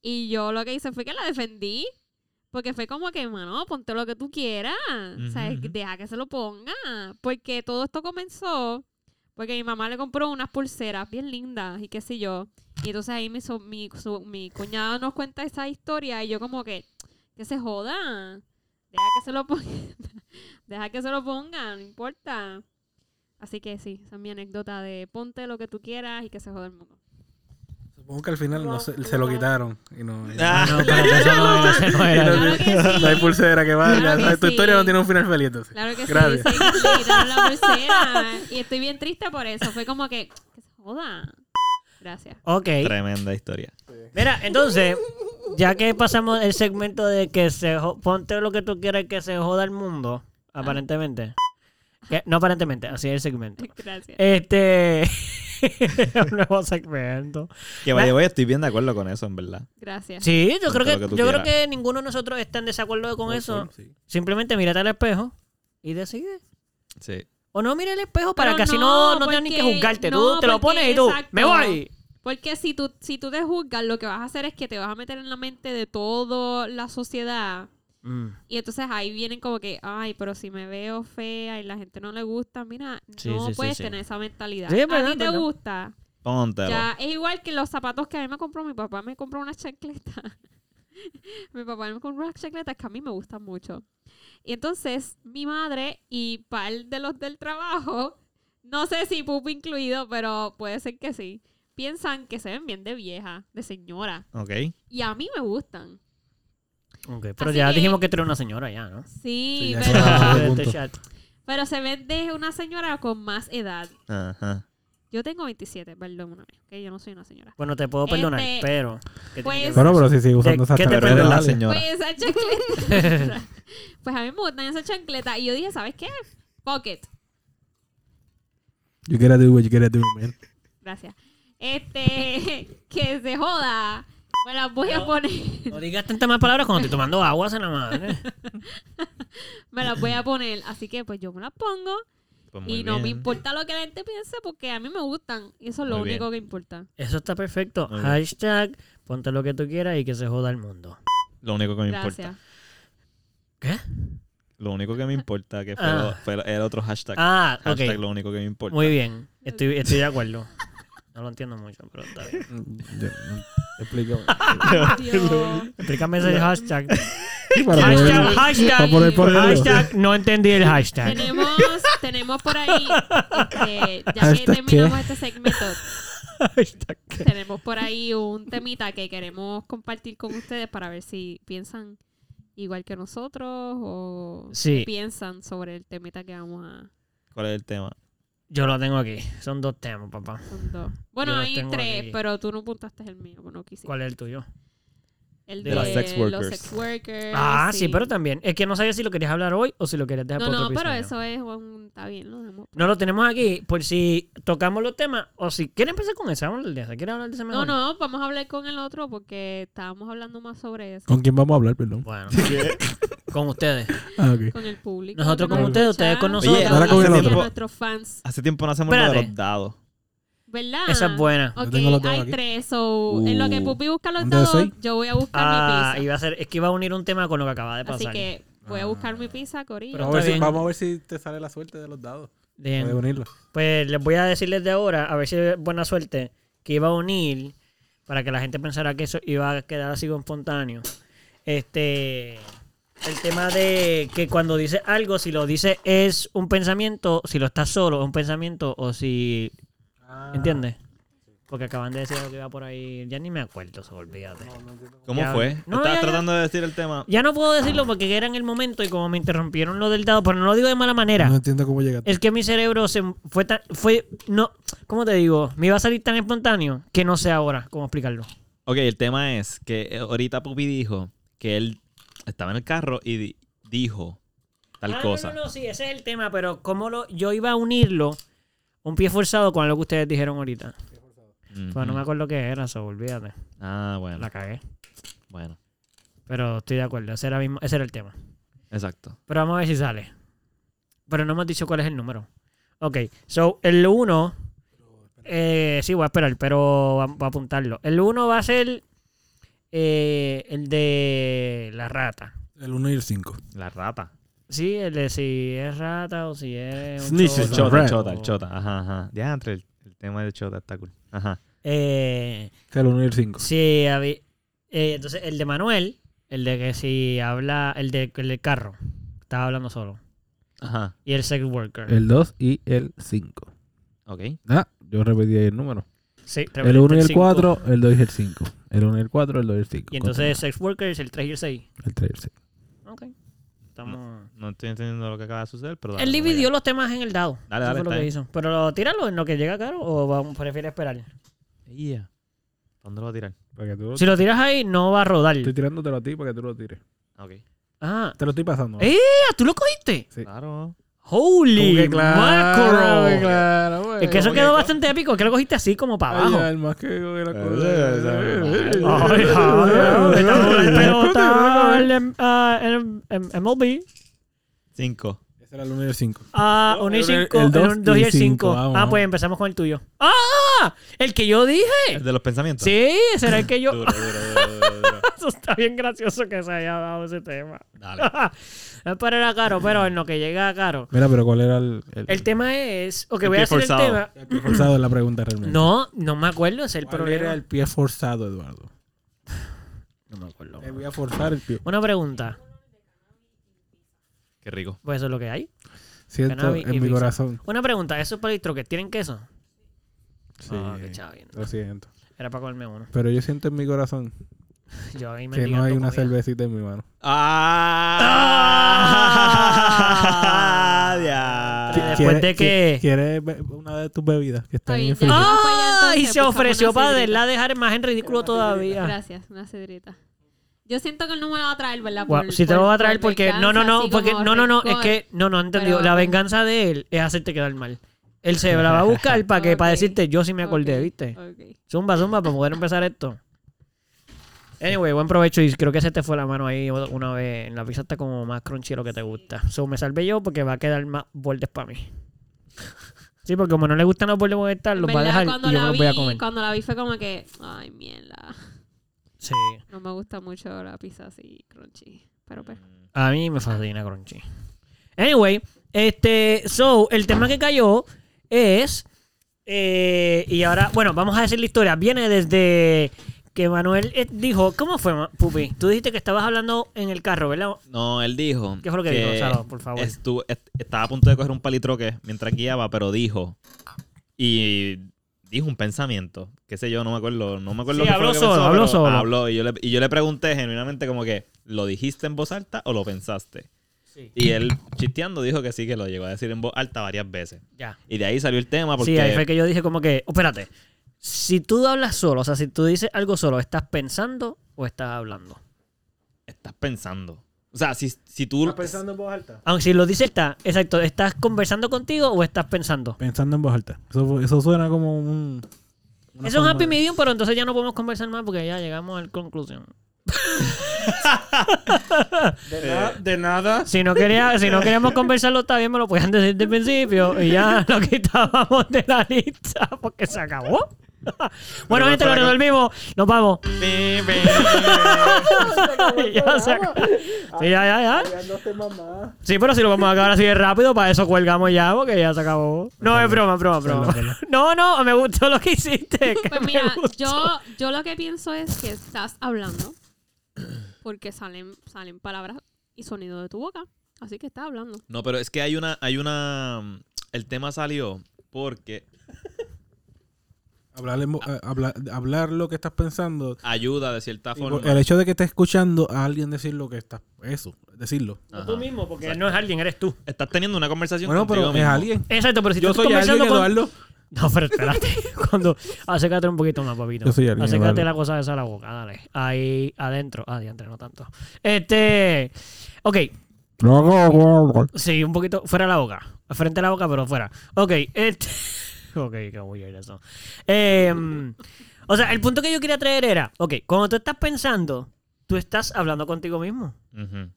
S4: Y yo lo que hice fue que la defendí. Porque fue como que, mano, ponte lo que tú quieras. o sea,
S1: Ujú, ujú.
S4: deja que se lo ponga. Porque todo esto comenzó porque mi mamá le compró unas pulseras bien lindas y qué sé yo. Y entonces ahí mi, so- mi, su- mi cuñado nos cuenta esa historia y yo como que, que se joda. Deja que se lo pongan. Deja que se lo pongan, no importa. Así que sí, esa es mi anécdota de ponte lo que tú quieras y que se joda el mundo.
S3: Supongo que al final no se, se lo quitaron. Y no,
S1: Ah,
S2: No, espérate, eso no, eso no era.
S4: Claro que sí.
S3: no hay pulsera que valga.
S4: Claro que
S3: O sea, tu
S4: sí.
S3: historia no tiene un final feliz. entonces.
S4: Claro que
S3: Gracias.
S4: sí, sí, le quitaron la pulsera. Y estoy bien triste por eso. Fue como que, que se joda. Gracias.
S2: Ok.
S1: Tremenda historia.
S2: Mira, entonces, ya que pasamos el segmento de que se jo- ponte lo que tú quieras que se joda el mundo, aparentemente. Que- no aparentemente, así es el segmento.
S4: Gracias.
S3: Eh,
S2: Este un nuevo segmento.
S1: Que vaya, voy, estoy bien de acuerdo con eso, en verdad.
S4: Gracias.
S2: Sí, yo
S1: Ponte
S2: creo que,
S1: lo que tú
S2: yo creo
S1: quieras.
S2: que ninguno de nosotros está en desacuerdo con
S3: Oh,
S2: eso.
S3: sí, sí.
S2: Simplemente mírate al espejo y decide.
S1: Sí.
S2: O no mire el espejo para
S4: Pero
S2: que así no,
S4: no,
S2: no tengas ni que
S4: porque-
S2: juzgarte. tú
S4: no,
S2: te lo
S4: porque-
S2: pones y tú,
S4: exacto.
S2: me voy.
S4: Porque si tú, si tú te juzgas, lo que vas a hacer es que te vas a meter en la mente de toda la sociedad.
S2: Mm.
S4: Y entonces ahí vienen como que, ay, pero si me veo fea y la gente no le gusta, mira,
S2: Sí,
S4: no
S2: sí, sí,
S4: puedes
S2: sí.
S4: tener esa mentalidad.
S2: Sí, es
S4: a
S2: verdad,
S4: ti te
S2: verdad.
S4: gusta.
S1: Póntelo.
S4: Ya, es igual que los zapatos que a mí me compró mi papá, me compró unas chancletas. mi papá me compró unas chancletas que a mí me gustan mucho. Y entonces mi madre y par de los del trabajo, no sé si Pupi incluido, pero puede ser que sí, piensan que se ven bien de vieja, de señora.
S1: Ok.
S4: Y a mí me gustan.
S2: Ok, pero
S4: Así
S2: ya
S4: que-
S2: dijimos que tú eres una señora ya, ¿no?
S4: Sí,
S3: Sí, ya
S1: Ah,
S3: está.
S4: pero,
S3: Buen
S2: Este
S3: punto.
S2: chat.
S4: pero se ven de una señora con más edad.
S1: Ajá.
S4: Yo tengo 27, perdón, una vez, que yo no soy una señora.
S2: Bueno, te puedo perdonar,
S4: Este,
S2: pero... ¿qué tiene
S4: pues-
S2: que ver?
S3: Bueno, pero si sigue usando
S2: ¿De
S3: esas
S2: qué te
S1: Pero
S2: Depende
S1: eres
S2: de
S1: la
S3: tareas,
S1: señora.
S4: Pues esa chancleta. pues a mí me gustan esas chancletas. Y yo dije, ¿sabes qué? Pocket.
S3: You gotta do what you gotta do, man.
S4: Gracias. Este, que se joda. Me las voy a poner.
S2: No digas tantas más palabras cuando estoy tomando agua, se la madre.
S4: Me las voy a poner. Así que pues yo me las pongo.
S1: Pues muy
S4: Y no me
S1: bien.
S4: importa lo que la gente piense porque a mí me gustan. Y eso es lo
S1: Muy
S4: único que importa.
S2: Eso está perfecto.
S1: Muy bien.
S2: Hashtag, ponte lo que tú quieras y que se joda el mundo.
S1: Lo único que me importa.
S4: Gracias.
S2: ¿Qué?
S1: Lo único que me importa que fue,
S2: Ah.
S1: lo- fue el otro hashtag.
S2: Ah, ok.
S1: hashtag lo único que me importa.
S2: Muy bien. Estoy, estoy de acuerdo. No lo entiendo mucho, pero está bien.
S3: Explícame.
S4: Dios.
S2: Explícame ese hashtag.
S3: Para
S2: Hashtag,
S3: poder- para
S2: hashtag.
S3: poder ponerlo.
S2: Hashtag, no entendí el hashtag.
S4: tenemos, tenemos por ahí, este, ya que
S3: Hashtag
S4: terminamos este segmento,
S2: Hashtag.
S4: tenemos por ahí un temita que queremos compartir con ustedes para ver si piensan igual que nosotros o
S2: Sí.
S4: qué piensan sobre el temita que vamos a...
S1: ¿Cuál es el tema?
S2: Yo lo tengo aquí. Son dos temas, papá.
S4: son dos. Bueno,
S2: Yo los
S4: hay
S2: tengo
S4: tres,
S2: aquí.
S4: pero tú no puntaste el mío, bueno, quisiste.
S2: ¿Cuál es el tuyo?
S4: El
S2: De
S4: de,
S2: las
S1: sex
S4: los
S1: workers.
S4: sex workers.
S2: Ah, sí, pero también. Es que no sabía si lo querías hablar hoy o si lo querías dejar
S4: No,
S2: para
S4: no,
S2: otro
S4: pero
S2: episodio.
S4: eso es un... Está bien, lo dejamos.
S2: No lo tenemos aquí por si tocamos los temas o si quieren empezar con ese. Vamos a hablar de ese. ¿Quieres hablar de ese
S4: No,
S2: mejor?
S4: no, vamos a hablar con el otro porque estábamos hablando más sobre eso.
S3: ¿Con quién vamos a hablar, perdón?
S2: Bueno. con ustedes.
S3: Ah, ok.
S4: Con el público.
S2: Nosotros
S4: que
S2: con
S4: nos
S2: ustedes,
S4: escucha,
S2: ustedes con
S4: la
S2: nosotros.
S1: Oye, ahora con el
S4: audiencia,
S1: otro.
S4: nuestros fans.
S1: Hace tiempo no hacemos lo de
S2: Espérate.
S1: los dados.
S4: ¿Verdad?
S2: Esa es buena.
S4: Ok,
S3: Yo tengo los dados
S4: hay
S3: aquí.
S4: tres. So, en lo que
S1: Uh,
S4: Pupi busca los
S3: ¿dónde
S4: dados,
S3: soy?
S4: yo voy a buscar
S2: Ah,
S4: mi pizza.
S2: iba a ser, es que iba a unir un tema con lo que acaba de
S4: Así
S2: pasar.
S4: que voy a buscar mi pizza, Corillo.
S2: Pero
S3: Vamos a, ver
S2: está
S3: si,
S2: bien.
S3: vamos a ver si te sale la suerte de los dados.
S2: Bien.
S3: Puedes unirlo.
S2: Pues les voy a decirles de ahora, a ver si es buena suerte, que iba a unir para que la gente pensara que eso iba a quedar así como espontáneo. Este. El tema de que cuando dices algo, si lo dices es un pensamiento, si lo estás solo es un pensamiento, o si. ¿Entiendes? Porque acaban de decir algo que iba por ahí. Ya ni me acuerdo, se olvídate.
S1: ¿Cómo
S2: Ya.
S1: fue?
S2: No,
S1: Estabas
S2: ya, ya.
S1: tratando de decir el tema.
S2: Ya no puedo decirlo porque era en el momento y como me interrumpieron lo del dado, pero no lo digo de mala manera.
S3: No entiendo cómo llegaste.
S2: Es que mi cerebro se fue tan, fue no, ¿cómo te digo? Me iba a salir tan espontáneo que no sé ahora cómo explicarlo.
S1: Ok, el tema es que eh, ahorita Pupi dijo que él estaba en el carro y di- dijo tal
S2: Ah, no,
S1: cosa.
S2: No, no, sí, ese es el tema, pero cómo lo yo iba a unirlo un pie forzado con algo que ustedes dijeron ahorita.
S1: Ujú.
S2: Pero no me acuerdo qué era, eso, olvídate.
S1: Ah, bueno.
S2: La cagué.
S1: Bueno,
S2: Pero estoy de acuerdo, ese era mismo, ese era el tema.
S1: exacto.
S2: Pero vamos a ver si sale. Pero no hemos dicho cuál es el número. Ok, so el 1. Eh, sí, voy a esperar, pero va- voy a apuntarlo. El 1 va a ser eh, el de la rata.
S3: El 1 y el 5.
S1: La rata.
S2: Sí, el de si es rata o si es. Un
S3: Snitch,
S1: El
S3: Chota.
S1: chota, el
S3: Right.
S1: chota, el chota. Ajá, ajá. Ya entre el, el tema del chota está cool. Ajá.
S2: Eh,
S3: El 1 y el 5.
S2: si habi- eh, entonces el de Manuel, el de que si habla, el de el del carro, estaba hablando solo.
S1: Ajá.
S2: Y el sex worker.
S3: El 2 y el 5.
S1: Ok.
S3: Ah, yo repetí ahí el número.
S2: Sí,
S3: El 1 y el
S2: cinco.
S3: 4, el 2 y el 5. El 1 y el 4, el 2 y el 5.
S2: Y entonces sex worker es el 3 y el 6.
S3: El 3 y el 6.
S2: Ok. Estamos...
S1: No estoy entendiendo lo que acaba de suceder, pero. dale,
S2: Él
S1: vamos
S2: dividió
S1: allá.
S2: los temas en el dado.
S1: Dale, dale,
S2: Eso fue lo
S1: está
S2: que
S1: bien.
S2: hizo. Pero lo- tíralo en lo que llega caro o vamos, prefiere esperar.
S1: Ella. ¿Dónde lo va a tirar?
S3: Para que tú lo-
S2: Si lo tiras ahí, no va a rodar.
S3: Estoy tirándotelo a ti para que tú lo tires.
S1: Ok.
S2: Ah,
S3: Te lo estoy pasando.
S2: ¡Eh! ¿tú lo cogiste?
S3: Sí.
S1: Claro.
S3: Como
S2: ¡Holy
S3: que claro,
S2: mackerel!
S3: claro, güey.
S2: Es que eso
S3: Como
S2: quedó bastante épico, que lo cogiste así como para
S3: Ay,
S2: abajo.
S3: ya, el más que coge la
S2: Ay,
S3: cosa.
S2: ay, estamos en pelota, el, em- ah, el em- em- MLB.
S1: Cinco.
S3: Ese era el 1 y el 5.
S2: Ah,
S3: No,
S2: un y
S3: el-
S2: 5,
S3: el dos
S2: el 2 y
S3: y
S2: el 5.
S3: cinco, vamos,
S2: Ah,
S3: vamos.
S2: pues empezamos con el tuyo. ¡Ah! El que yo dije.
S1: ¿El de los pensamientos?
S2: Sí, será el que yo.
S1: Duro, duro, duro, duro, duro.
S2: Eso está bien gracioso que se haya dado ese tema.
S1: Dale.
S2: pero era caro, pero en lo que llega caro.
S3: Mira, pero ¿cuál era el.
S2: El tema es. Ok,
S1: El
S2: voy a
S1: pie
S2: hacer
S1: forzado. Mm.
S2: el tema.
S3: el pie forzado es la pregunta realmente.
S2: No, no me acuerdo, es el
S3: ¿Cuál era
S2: problema.
S3: el pie forzado, Eduardo?
S2: No me acuerdo.
S3: Te voy a forzar el pie.
S2: Una pregunta.
S1: Qué rico.
S2: Pues eso es lo que hay.
S3: Siento
S2: Cannabis y
S3: en mi
S2: pizza.
S3: corazón.
S2: Una pregunta, ¿esos palistroques tienen queso?
S3: Sí.
S2: Ah, qué chavi, no.
S3: Lo siento.
S2: Era para comerme uno.
S3: Pero yo siento en mi corazón
S2: Yo ahí me
S3: que no hay una cervecita en mi mano.
S1: ¡Ah!
S2: Sí,
S1: ¡Diablo!
S2: después de que-
S3: qui- ¿Quieres be- una de tus bebidas que está
S4: Ay,
S3: en el
S4: ya.
S3: freezer?
S4: ¡Ah! Pues ya
S2: Y
S4: entonces,
S2: se
S4: buscamos
S2: ofreció
S4: una
S2: para
S4: sidrita.
S2: la dejar más en ridículo todavía.
S4: Gracias, una cedrita. Yo siento que él no me la va a traer, ¿verdad?
S2: Guau,
S4: Por-
S2: si te
S4: por-
S2: lo voy a traer
S4: por
S2: porque no, no,
S4: venganza,
S2: no,
S4: así
S2: porque
S4: como
S2: no, no, no, es
S4: rencor.
S2: que no, no entendió.
S4: Pero-
S2: La venganza de él es hacerte quedar mal. Él se la va a buscar para que para
S4: Ok.
S2: decirte yo sí me acordé,
S4: Ok,
S2: ¿viste?
S4: ok.
S2: Zumba, zumba, para poder empezar esto. Anyway, buen provecho. Y creo que se te fue la mano ahí una vez. En la pizza está como más crunchy de lo que te gusta. So, me salvé yo porque va a quedar más bordes para mí. Sí, porque como no le gustan los bordes porque están, los va a
S4: ¿Verdad?
S2: dejar
S4: Cuando
S2: y yo
S4: la
S2: me los voy a
S4: vi-
S2: comer.
S4: Cuando la vi fue como que, ay, mierda.
S2: Sí.
S4: No me gusta mucho la pizza así crunchy. Pero pues.
S2: A mí me fascina crunchy. Anyway, este, so, el tema que cayó es... eh, y ahora, bueno, vamos a decir la historia. Viene desde que Manuel eh, dijo... ¿Cómo fue, Ma- Pupi? Tú dijiste que estabas hablando en el carro, ¿verdad?
S1: No, él dijo.
S2: ¿Qué fue lo que, dijo, Salo? Por favor.
S1: estu- est- estaba a punto de coger un palitroque mientras guiaba, pero dijo. Y dijo un pensamiento. Qué sé yo, no me acuerdo. No me acuerdo
S2: Sí,
S1: qué fue
S2: habló
S1: lo que
S2: solo,
S1: pensó,
S2: habló
S1: pero
S2: solo.
S1: Habló. Y yo, le, y yo le pregunté genuinamente como que, ¿lo dijiste en voz alta o lo pensaste? Y él, chisteando, dijo que sí, que lo llegó a decir en voz alta varias veces.
S2: Ya.
S1: Y de ahí salió el tema Ah, porque...
S2: Sí, ahí fue que yo dije como que... oh, espérate. Si tú hablas solo, o sea, si tú dices algo solo, ¿estás pensando o estás hablando?
S1: estás pensando. O sea, si, si tú...
S3: Ah, en voz alta?
S2: Aunque si lo dices, está, exacto, ¿estás conversando contigo o estás pensando?
S3: Pensando en voz alta. Eso, eso suena como un...
S2: Eso
S3: una
S2: es un
S3: forma
S2: happy
S3: de-
S2: medium, pero entonces ya no podemos conversar más porque ya llegamos a la conclusión.
S3: De, nada- de nada.
S2: Si no, quería, si no queríamos conversarlo, está bien, me lo podían decir desde el principio y ya lo quitábamos de la lista porque se acabó. Bueno,
S1: no
S2: gente, lo
S1: para acá.
S2: resolvimos. Nos vamos. ya se acabó. Sí, ya, ya, ya. Sí, pero si lo vamos a acabar así de rápido, para eso cuelgamos ya porque ya se acabó. No, es broma, es broma, es broma.
S3: Perdón,
S2: No, no, me gustó lo que hiciste. que
S4: Pues
S2: me
S4: mira,
S2: gustó.
S4: yo, yo lo que pienso es que estás hablando porque salen, salen palabras y sonido de tu boca. Así que estás hablando.
S1: No, pero es que hay una, hay una. El tema salió porque
S3: Hablar, en vo- eh, hablar, hablar lo que estás pensando.
S1: ayuda de cierta
S3: Y
S1: forma.
S3: por- el hecho de que estés escuchando a alguien decir lo que estás... Eso, decirlo.
S2: No
S1: Ajá.
S2: tú mismo, porque no es alguien, eres tú.
S1: Estás teniendo una conversación.
S3: Bueno, pero
S1: contigo
S3: es
S1: mismo.
S3: alguien.
S2: Exacto, pero si
S3: Yo
S2: tú estás
S3: soy alguien,
S2: conversando con...
S3: Eduardo.
S2: No, pero espérate. Cuando... Acércate un poquito más, papito.
S3: Yo soy alguien,
S2: Acércate
S3: Eduardo.
S2: la cosa esa a la boca, dale. Ahí adentro. Ah, diantre, no tanto. Este... Ok, sí, un poquito fuera de la boca. Frente a la boca, pero fuera. Ok, este... Ok, qué voy a ir eso. Em, o sea, el punto que yo quería traer era... Ok, cuando tú estás pensando, tú estás hablando contigo mismo.
S1: Ujú.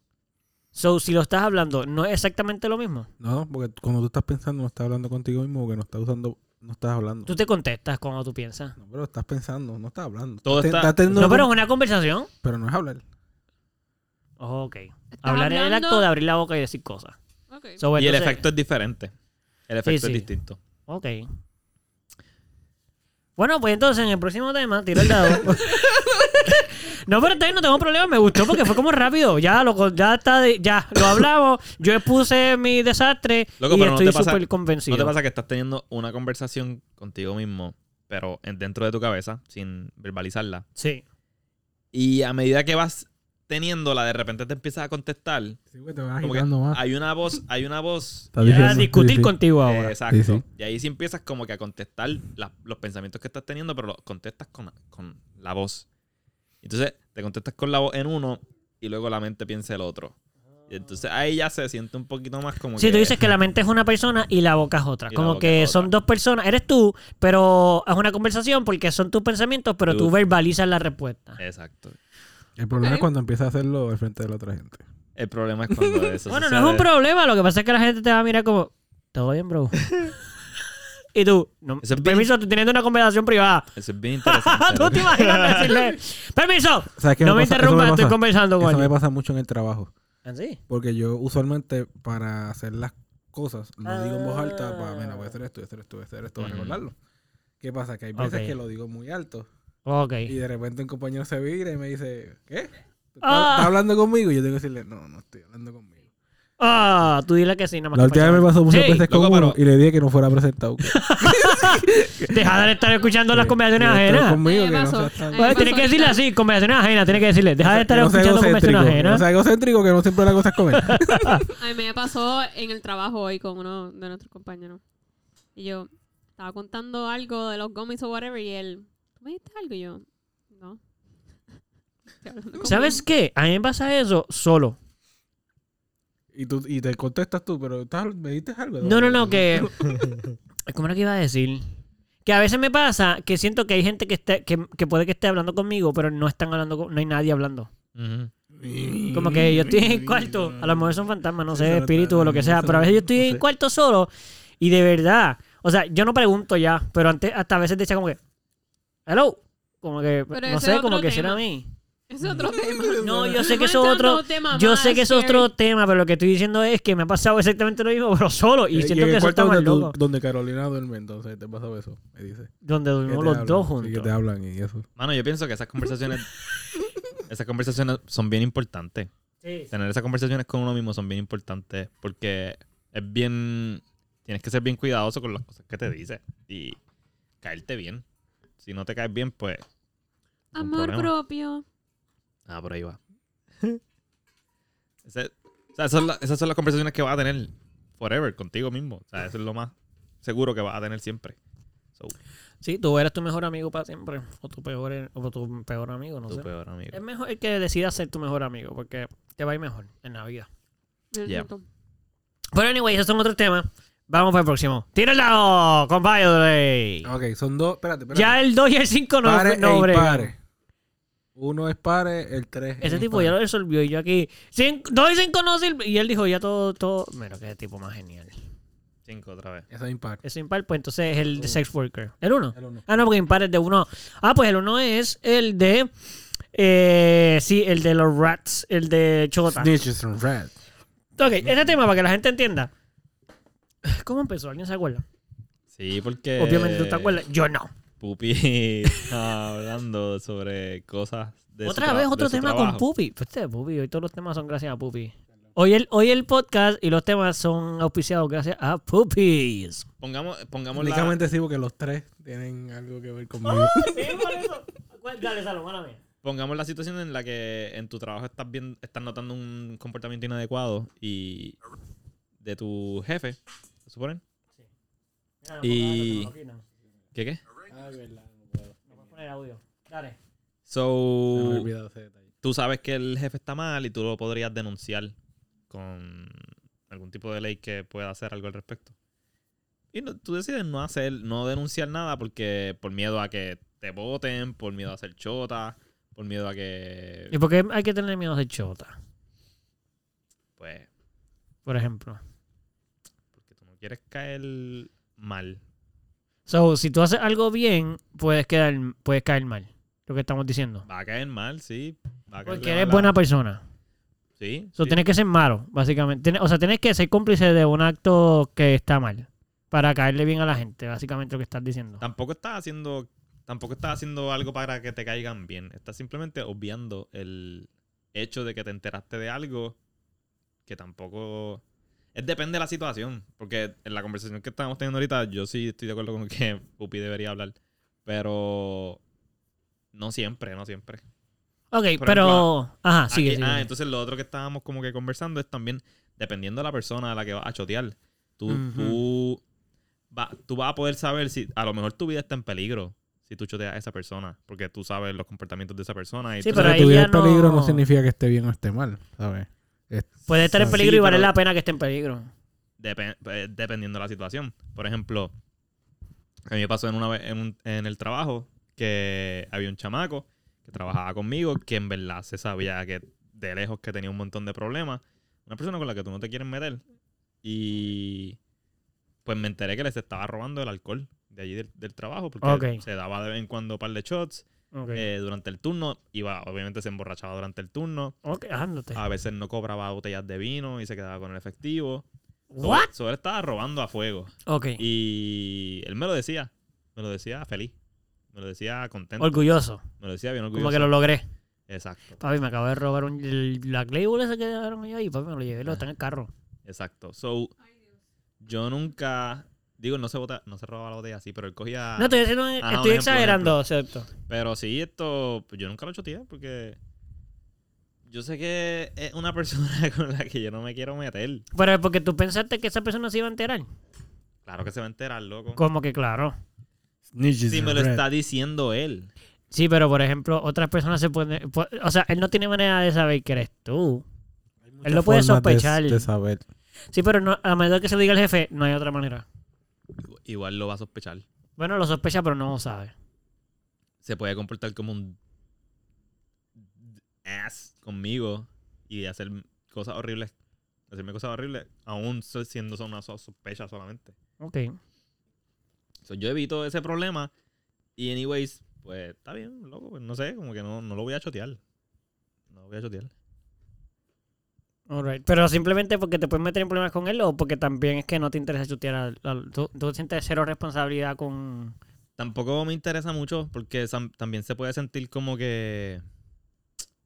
S2: So, si lo estás hablando, ¿no es exactamente lo mismo?
S3: No, porque cuando tú estás pensando no estás hablando contigo mismo porque no estás usando... No estás hablando.
S2: Tú te contestas cuando tú piensas.
S3: No, pero estás pensando, no estás hablando.
S1: Todo
S3: Te-
S1: está-
S3: estás teniendo
S2: No,
S3: una
S2: pero es una conversación.
S3: con- pero no es hablar.
S2: ok. Hablar es el
S4: hablando-
S2: acto de abrir la boca y decir cosas.
S4: Okay.
S2: So,
S1: Y el
S2: entonces-
S1: efecto es diferente. El efecto
S2: sí.
S1: es distinto.
S2: Ok. Bueno, pues entonces en el próximo tema, tiro el dado. no, pero está bien, no tengo problema. Me gustó porque fue como rápido. Ya lo, co- ya está de- ya, lo hablamos. Yo expuse mi desastre
S1: Loco,
S2: y
S1: pero no
S2: estoy
S1: te pasa-
S2: súper convencido.
S1: ¿No te pasa que estás teniendo una conversación contigo mismo, pero en- dentro de tu cabeza, sin verbalizarla?
S2: Sí.
S1: Y a medida que vas teniéndola, de repente te empiezas a contestar.
S3: Sí, güey, te vas
S1: Como que
S3: agitando
S2: Ah.
S3: más.
S1: hay una voz, hay una voz
S3: Estás
S2: Ya
S3: diciendo,
S2: discutir
S3: sí, sí.
S2: contigo ahora.
S1: Eh, Exacto.
S3: Sí, sí.
S1: Y ahí sí empiezas como que a contestar la- los pensamientos que estás teniendo, pero los contestas con, con la voz. Entonces, te contestas con la voz en uno y luego la mente piensa el otro. Y entonces ahí ya se siente un poquito más como
S2: Sí,
S1: que...
S2: tú dices que la mente es una persona y la boca es otra.
S1: Y la
S2: Como
S1: boca es
S2: que
S1: otra.
S2: son dos personas. Eres tú, pero es una conversación porque son tus pensamientos, pero tú
S1: Tú-
S2: verbalizas la respuesta.
S1: Exacto.
S3: El problema
S4: Ok.
S3: es cuando empiezas a hacerlo al frente de la otra gente.
S1: El problema es cuando eso
S2: Bueno, no
S1: sucede.
S2: es un problema. Lo que pasa es que la gente te va a mirar como, ¿todo bien, bro? y tú, no,
S1: Eso es
S2: permiso, tú tienes una conversación privada.
S1: Eso es bien interesante.
S2: ¿Tú te
S1: loco.
S2: imaginas decirle, permiso?
S3: ¿Sabes qué
S2: No me
S3: pasa? Eso
S2: interrumpas,
S3: pasa.
S2: estoy conversando con
S3: Eso me
S2: alguien.
S3: pasa mucho en el trabajo.
S2: ¿Ah, sí?
S3: Porque yo usualmente para hacer las cosas lo digo en voz alta para, mira, voy a hacer esto, voy a hacer esto, voy a hacer esto, voy a
S1: Ujú.
S3: recordarlo. ¿Qué pasa? Que hay veces
S2: Ok.
S3: que lo digo muy alto
S2: ¿Ah, Ok.
S3: y de repente un compañero se vira y me dice, ¿qué? ¿Estás
S2: Ah.
S3: estás hablando conmigo? Y yo tengo que decirle, no, no estoy hablando conmigo.
S2: Ah, tú dile que sí, nada más.
S3: La
S2: que
S3: última vez me
S2: pasa.
S3: pasó muchas
S2: Sí.
S3: veces con
S1: Loco,
S3: uno
S1: pero-
S3: y le dije que no fuera presentado.
S2: Deja de estar escuchando las conversaciones ajenas.
S4: Me pasó. Me
S2: Bueno,
S4: pasó
S2: Tienes que decirle
S4: ahorita.
S2: así, conversaciones ajenas. Tienes que decirle, deja de estar escuchando conversaciones
S3: O
S2: ajenas.
S3: sea, egocéntrico que no siempre la cosa es comer.
S4: A mí me pasó en el trabajo hoy con uno de nuestros compañeros. Y yo estaba contando algo de los gummies o whatever y él, ¿tú me diste algo? Y yo, no. Estoy hablando con
S2: ¿Sabes qué? A mí me pasa eso solo.
S3: Y, tú, y te contestas tú, pero ¿estás- ¿me diste algo?
S2: No, no, no, que. ¿Cómo era que iba a decir? Que a veces me pasa que siento que hay gente que, esté, que, que puede que esté hablando conmigo, pero no están hablando, con- no hay nadie hablando.
S1: Ujú.
S2: Como que yo estoy en el cuarto, a lo mejor son fantasmas, no sé, espíritus o lo que sea, pero a veces yo estoy en el cuarto solo y de verdad, o sea, yo no pregunto ya, pero antes hasta a veces decía como que, hello, como que,
S4: Pero
S2: no
S4: ese
S2: sé,
S4: es
S2: como
S4: otro
S2: que será a
S4: tema.
S2: mí.
S4: Ese es otro tema.
S2: No, yo sé
S4: Estamos
S2: que eso es
S4: entrando a
S2: otro,
S4: un tema
S2: yo
S4: más
S2: sé que eso es
S4: scary.
S2: otro tema, pero lo que estoy diciendo es que me ha pasado exactamente lo mismo, pero solo, y siento
S3: Eh, en
S2: que
S3: el
S2: eso está
S3: cuarto
S2: mal
S3: donde, tú-
S2: loco,
S3: donde Carolina duerme, entonces te pasó eso, me dice.
S2: donde
S3: Que
S2: dormimos
S3: te
S2: los
S3: hablan,
S2: dos
S3: sí, que te
S2: juntos.
S3: hablan y eso.
S1: Mano, yo pienso que esas conversaciones, esas conversaciones son bien importantes.
S2: Sí.
S1: Tener esas conversaciones con uno mismo son bien importantes porque es bien, tienes que ser bien cuidadoso con las cosas que te dice y caerte bien. Si no te caes bien, pues... es un
S4: Amor
S1: problema.
S4: propio.
S1: Ah, por ahí va. Ese- o sea, esas, son la- esas son las conversaciones que vas a tener forever contigo mismo. O sea, eso es lo más seguro que vas a tener siempre. So,
S2: Sí, tú eres tu mejor amigo para siempre, o tu peor, o tu peor amigo, no
S1: tu
S2: sé.
S1: peor amigo.
S2: Es mejor el que decida ser tu mejor amigo, porque te va a ir mejor en la vida.
S4: Mira,
S1: Yeah.
S4: punto.
S2: Pero anyway, esos son otros temas. Vamos para el próximo. ¡Tíralo, compadre!
S3: Ok, son dos. Espérate, espérate.
S2: Ya el 2 y el 5 no,
S3: Pares
S2: no
S3: e
S2: bregan.
S3: impares. Uno es pare, el tres.
S2: Ese tipo ya lo resolvió y yo aquí... 2 y 5 no sirve. Y él dijo ya todo... todo... Mira, qué tipo más genial.
S1: Cinco otra vez.
S3: Eso es impar.
S2: Ese impar, pues entonces es
S1: Oh.
S2: el de Sex Worker. ¿El 1?
S3: El uno.
S2: Ah, no, porque impar es de 1. Ah, pues el 1 es el de... Eh, sí, el de los rats, el de Chota.
S3: Snitches and rat.
S2: Ok, este tema para que la gente entienda. ¿Cómo empezó? ¿Alguien se acuerda?
S1: Sí, porque...
S2: Obviamente
S1: Eh,
S2: tú te acuerdas. Yo no.
S1: Pupi estaba hablando sobre cosas de su
S2: Otra
S1: tra-
S2: vez
S1: de
S2: otro
S1: su
S2: tema con
S1: trabajo.
S2: Pupi. Pues este, Pupi, hoy todos los temas son gracias a Pupi. Hoy el, hoy el podcast y los temas son auspiciados gracias a Pupis.
S1: Pongamos, pongamos la-
S3: Únicamente sí, porque los tres tienen algo que ver conmigo.
S2: Dale, Salomón, a mí.
S1: Pongamos la situación en la que en tu trabajo estás bien, estás notando un comportamiento inadecuado y de tu jefe, ¿se suponen? Y- ¿Qué qué?
S3: Ay, verdad.
S2: Dale.
S3: No me he
S1: So,
S3: olvidado ese detalle.
S1: tú sabes que el jefe está mal y tú lo podrías denunciar con algún tipo de ley que pueda hacer algo al respecto. Y no- tú decides no hacer, no denunciar nada porque por miedo a que te voten, por miedo a ser chota, por miedo a que
S2: ¿Y por qué hay que tener miedo de chota?
S1: pues
S2: Por ejemplo.
S1: porque tú no quieres caer mal.
S2: So, si tú haces algo bien, puedes, quedar, puedes caer mal. Lo que estamos diciendo.
S1: Va a caer mal, sí. Va a caer
S2: Porque
S1: mal
S2: eres
S1: a-
S2: buena persona.
S1: Sí.
S2: So,
S1: sí.
S2: tienes que ser malo, básicamente. Tienes- o sea, tienes que ser cómplice de un acto que está mal. Para caerle bien a la gente, básicamente lo que estás diciendo.
S1: Tampoco estás haciendo tampoco estás haciendo algo para que te caigan bien. Estás simplemente obviando el hecho de que te enteraste de algo que tampoco es depende de la situación, porque en la conversación que estábamos teniendo ahorita yo sí estoy de acuerdo con que Pupi debería hablar, pero no siempre, no siempre.
S2: Ok,
S1: Por
S2: pero. Ajá, sigue,
S1: Aquí-
S2: sigue,
S1: ah,
S2: sigue.
S1: entonces lo otro que estábamos como que conversando es también, dependiendo de la persona a la que vas a chotear, tú,
S2: Ujú.
S1: tú, va- tú vas a poder saber si a lo mejor tu vida está en peligro si tú choteas a esa persona, porque tú sabes los comportamientos de esa persona. Y
S2: Sí,
S1: tú
S2: pero
S1: sabes-
S3: Pero
S2: ahí
S3: tu vida
S2: ya
S3: en peligro no...
S2: no
S3: significa que esté bien o esté mal, ¿sabes? Es-
S2: Puede estar en
S3: Sí,
S2: peligro y vale
S1: pero-
S2: la pena que esté en peligro.
S1: depen- eh, dependiendo de la situación. Por ejemplo, a mí me pasó en una vez en, un- en el trabajo que había un chamaco que trabajaba conmigo que en verdad se sabía que de lejos que tenía un montón de problemas. Una persona con la que tú no te quieres meter. Y pues me enteré que les estaba robando el alcohol de allí del, del trabajo porque
S2: Ok.
S1: se daba de vez en cuando un par de shots
S2: Ok.
S1: eh, durante el turno. Iba, obviamente se emborrachaba durante el turno.
S2: ok, ándate.
S1: A veces no cobraba botellas de vino y se quedaba con el efectivo. So-
S2: ¿What?
S1: so él estaba robando a fuego.
S2: Ok.
S1: Y él me lo decía. Me lo decía feliz. Me lo decía contento.
S2: Orgulloso.
S1: me lo decía bien orgulloso.
S2: Como que lo logré.
S1: Exacto,
S2: Papi, me acabo de robar un, el, la Playboy esa que
S1: Ah.
S2: dejaron yo ahí. Papi, me lo llevé. Lo está en el carro.
S1: exacto. So, yo nunca... di- Digo, no se, bota- no se robaba la botella así, pero él cogía.
S2: No, estoy, haciendo-
S1: ejemplo,
S2: estoy
S1: un ejemplo.
S2: exagerando, ¿cierto?
S1: Pero sí, esto. pues, Yo nunca lo choteé porque. Yo sé que es una persona con la que yo no me quiero meter.
S2: Pero es porque tú pensaste que esa persona se iba a enterar.
S1: Claro que se va a enterar, loco.
S2: Como que claro.
S1: Si me lo está diciendo él.
S2: Sí, pero por ejemplo, otras personas se pueden... pu- O sea, él no tiene manera de saber que eres tú. Él lo puede sospechar.
S3: De, saber.
S2: Sí, pero no, a medida que se lo diga el jefe, no hay otra manera.
S1: Igual lo va a sospechar.
S2: Bueno, lo sospecha, pero no lo sabe.
S1: Se puede comportar como un. ass conmigo y hacer cosas horribles. Hacerme cosas horribles, aún so- siendo so- una so- sospecha solamente.
S2: Ok.
S1: So, yo evito ese problema. Y, anyways, pues está bien, loco. Pues, no sé, como que no, no lo voy a chotear. No lo voy a chotear.
S2: Alright. Pero simplemente porque te puedes meter en problemas con él o porque también es que no te interesa chutear al- al- tú, tú sientes cero responsabilidad con...
S1: Tampoco me interesa mucho porque sam- también se puede sentir como que.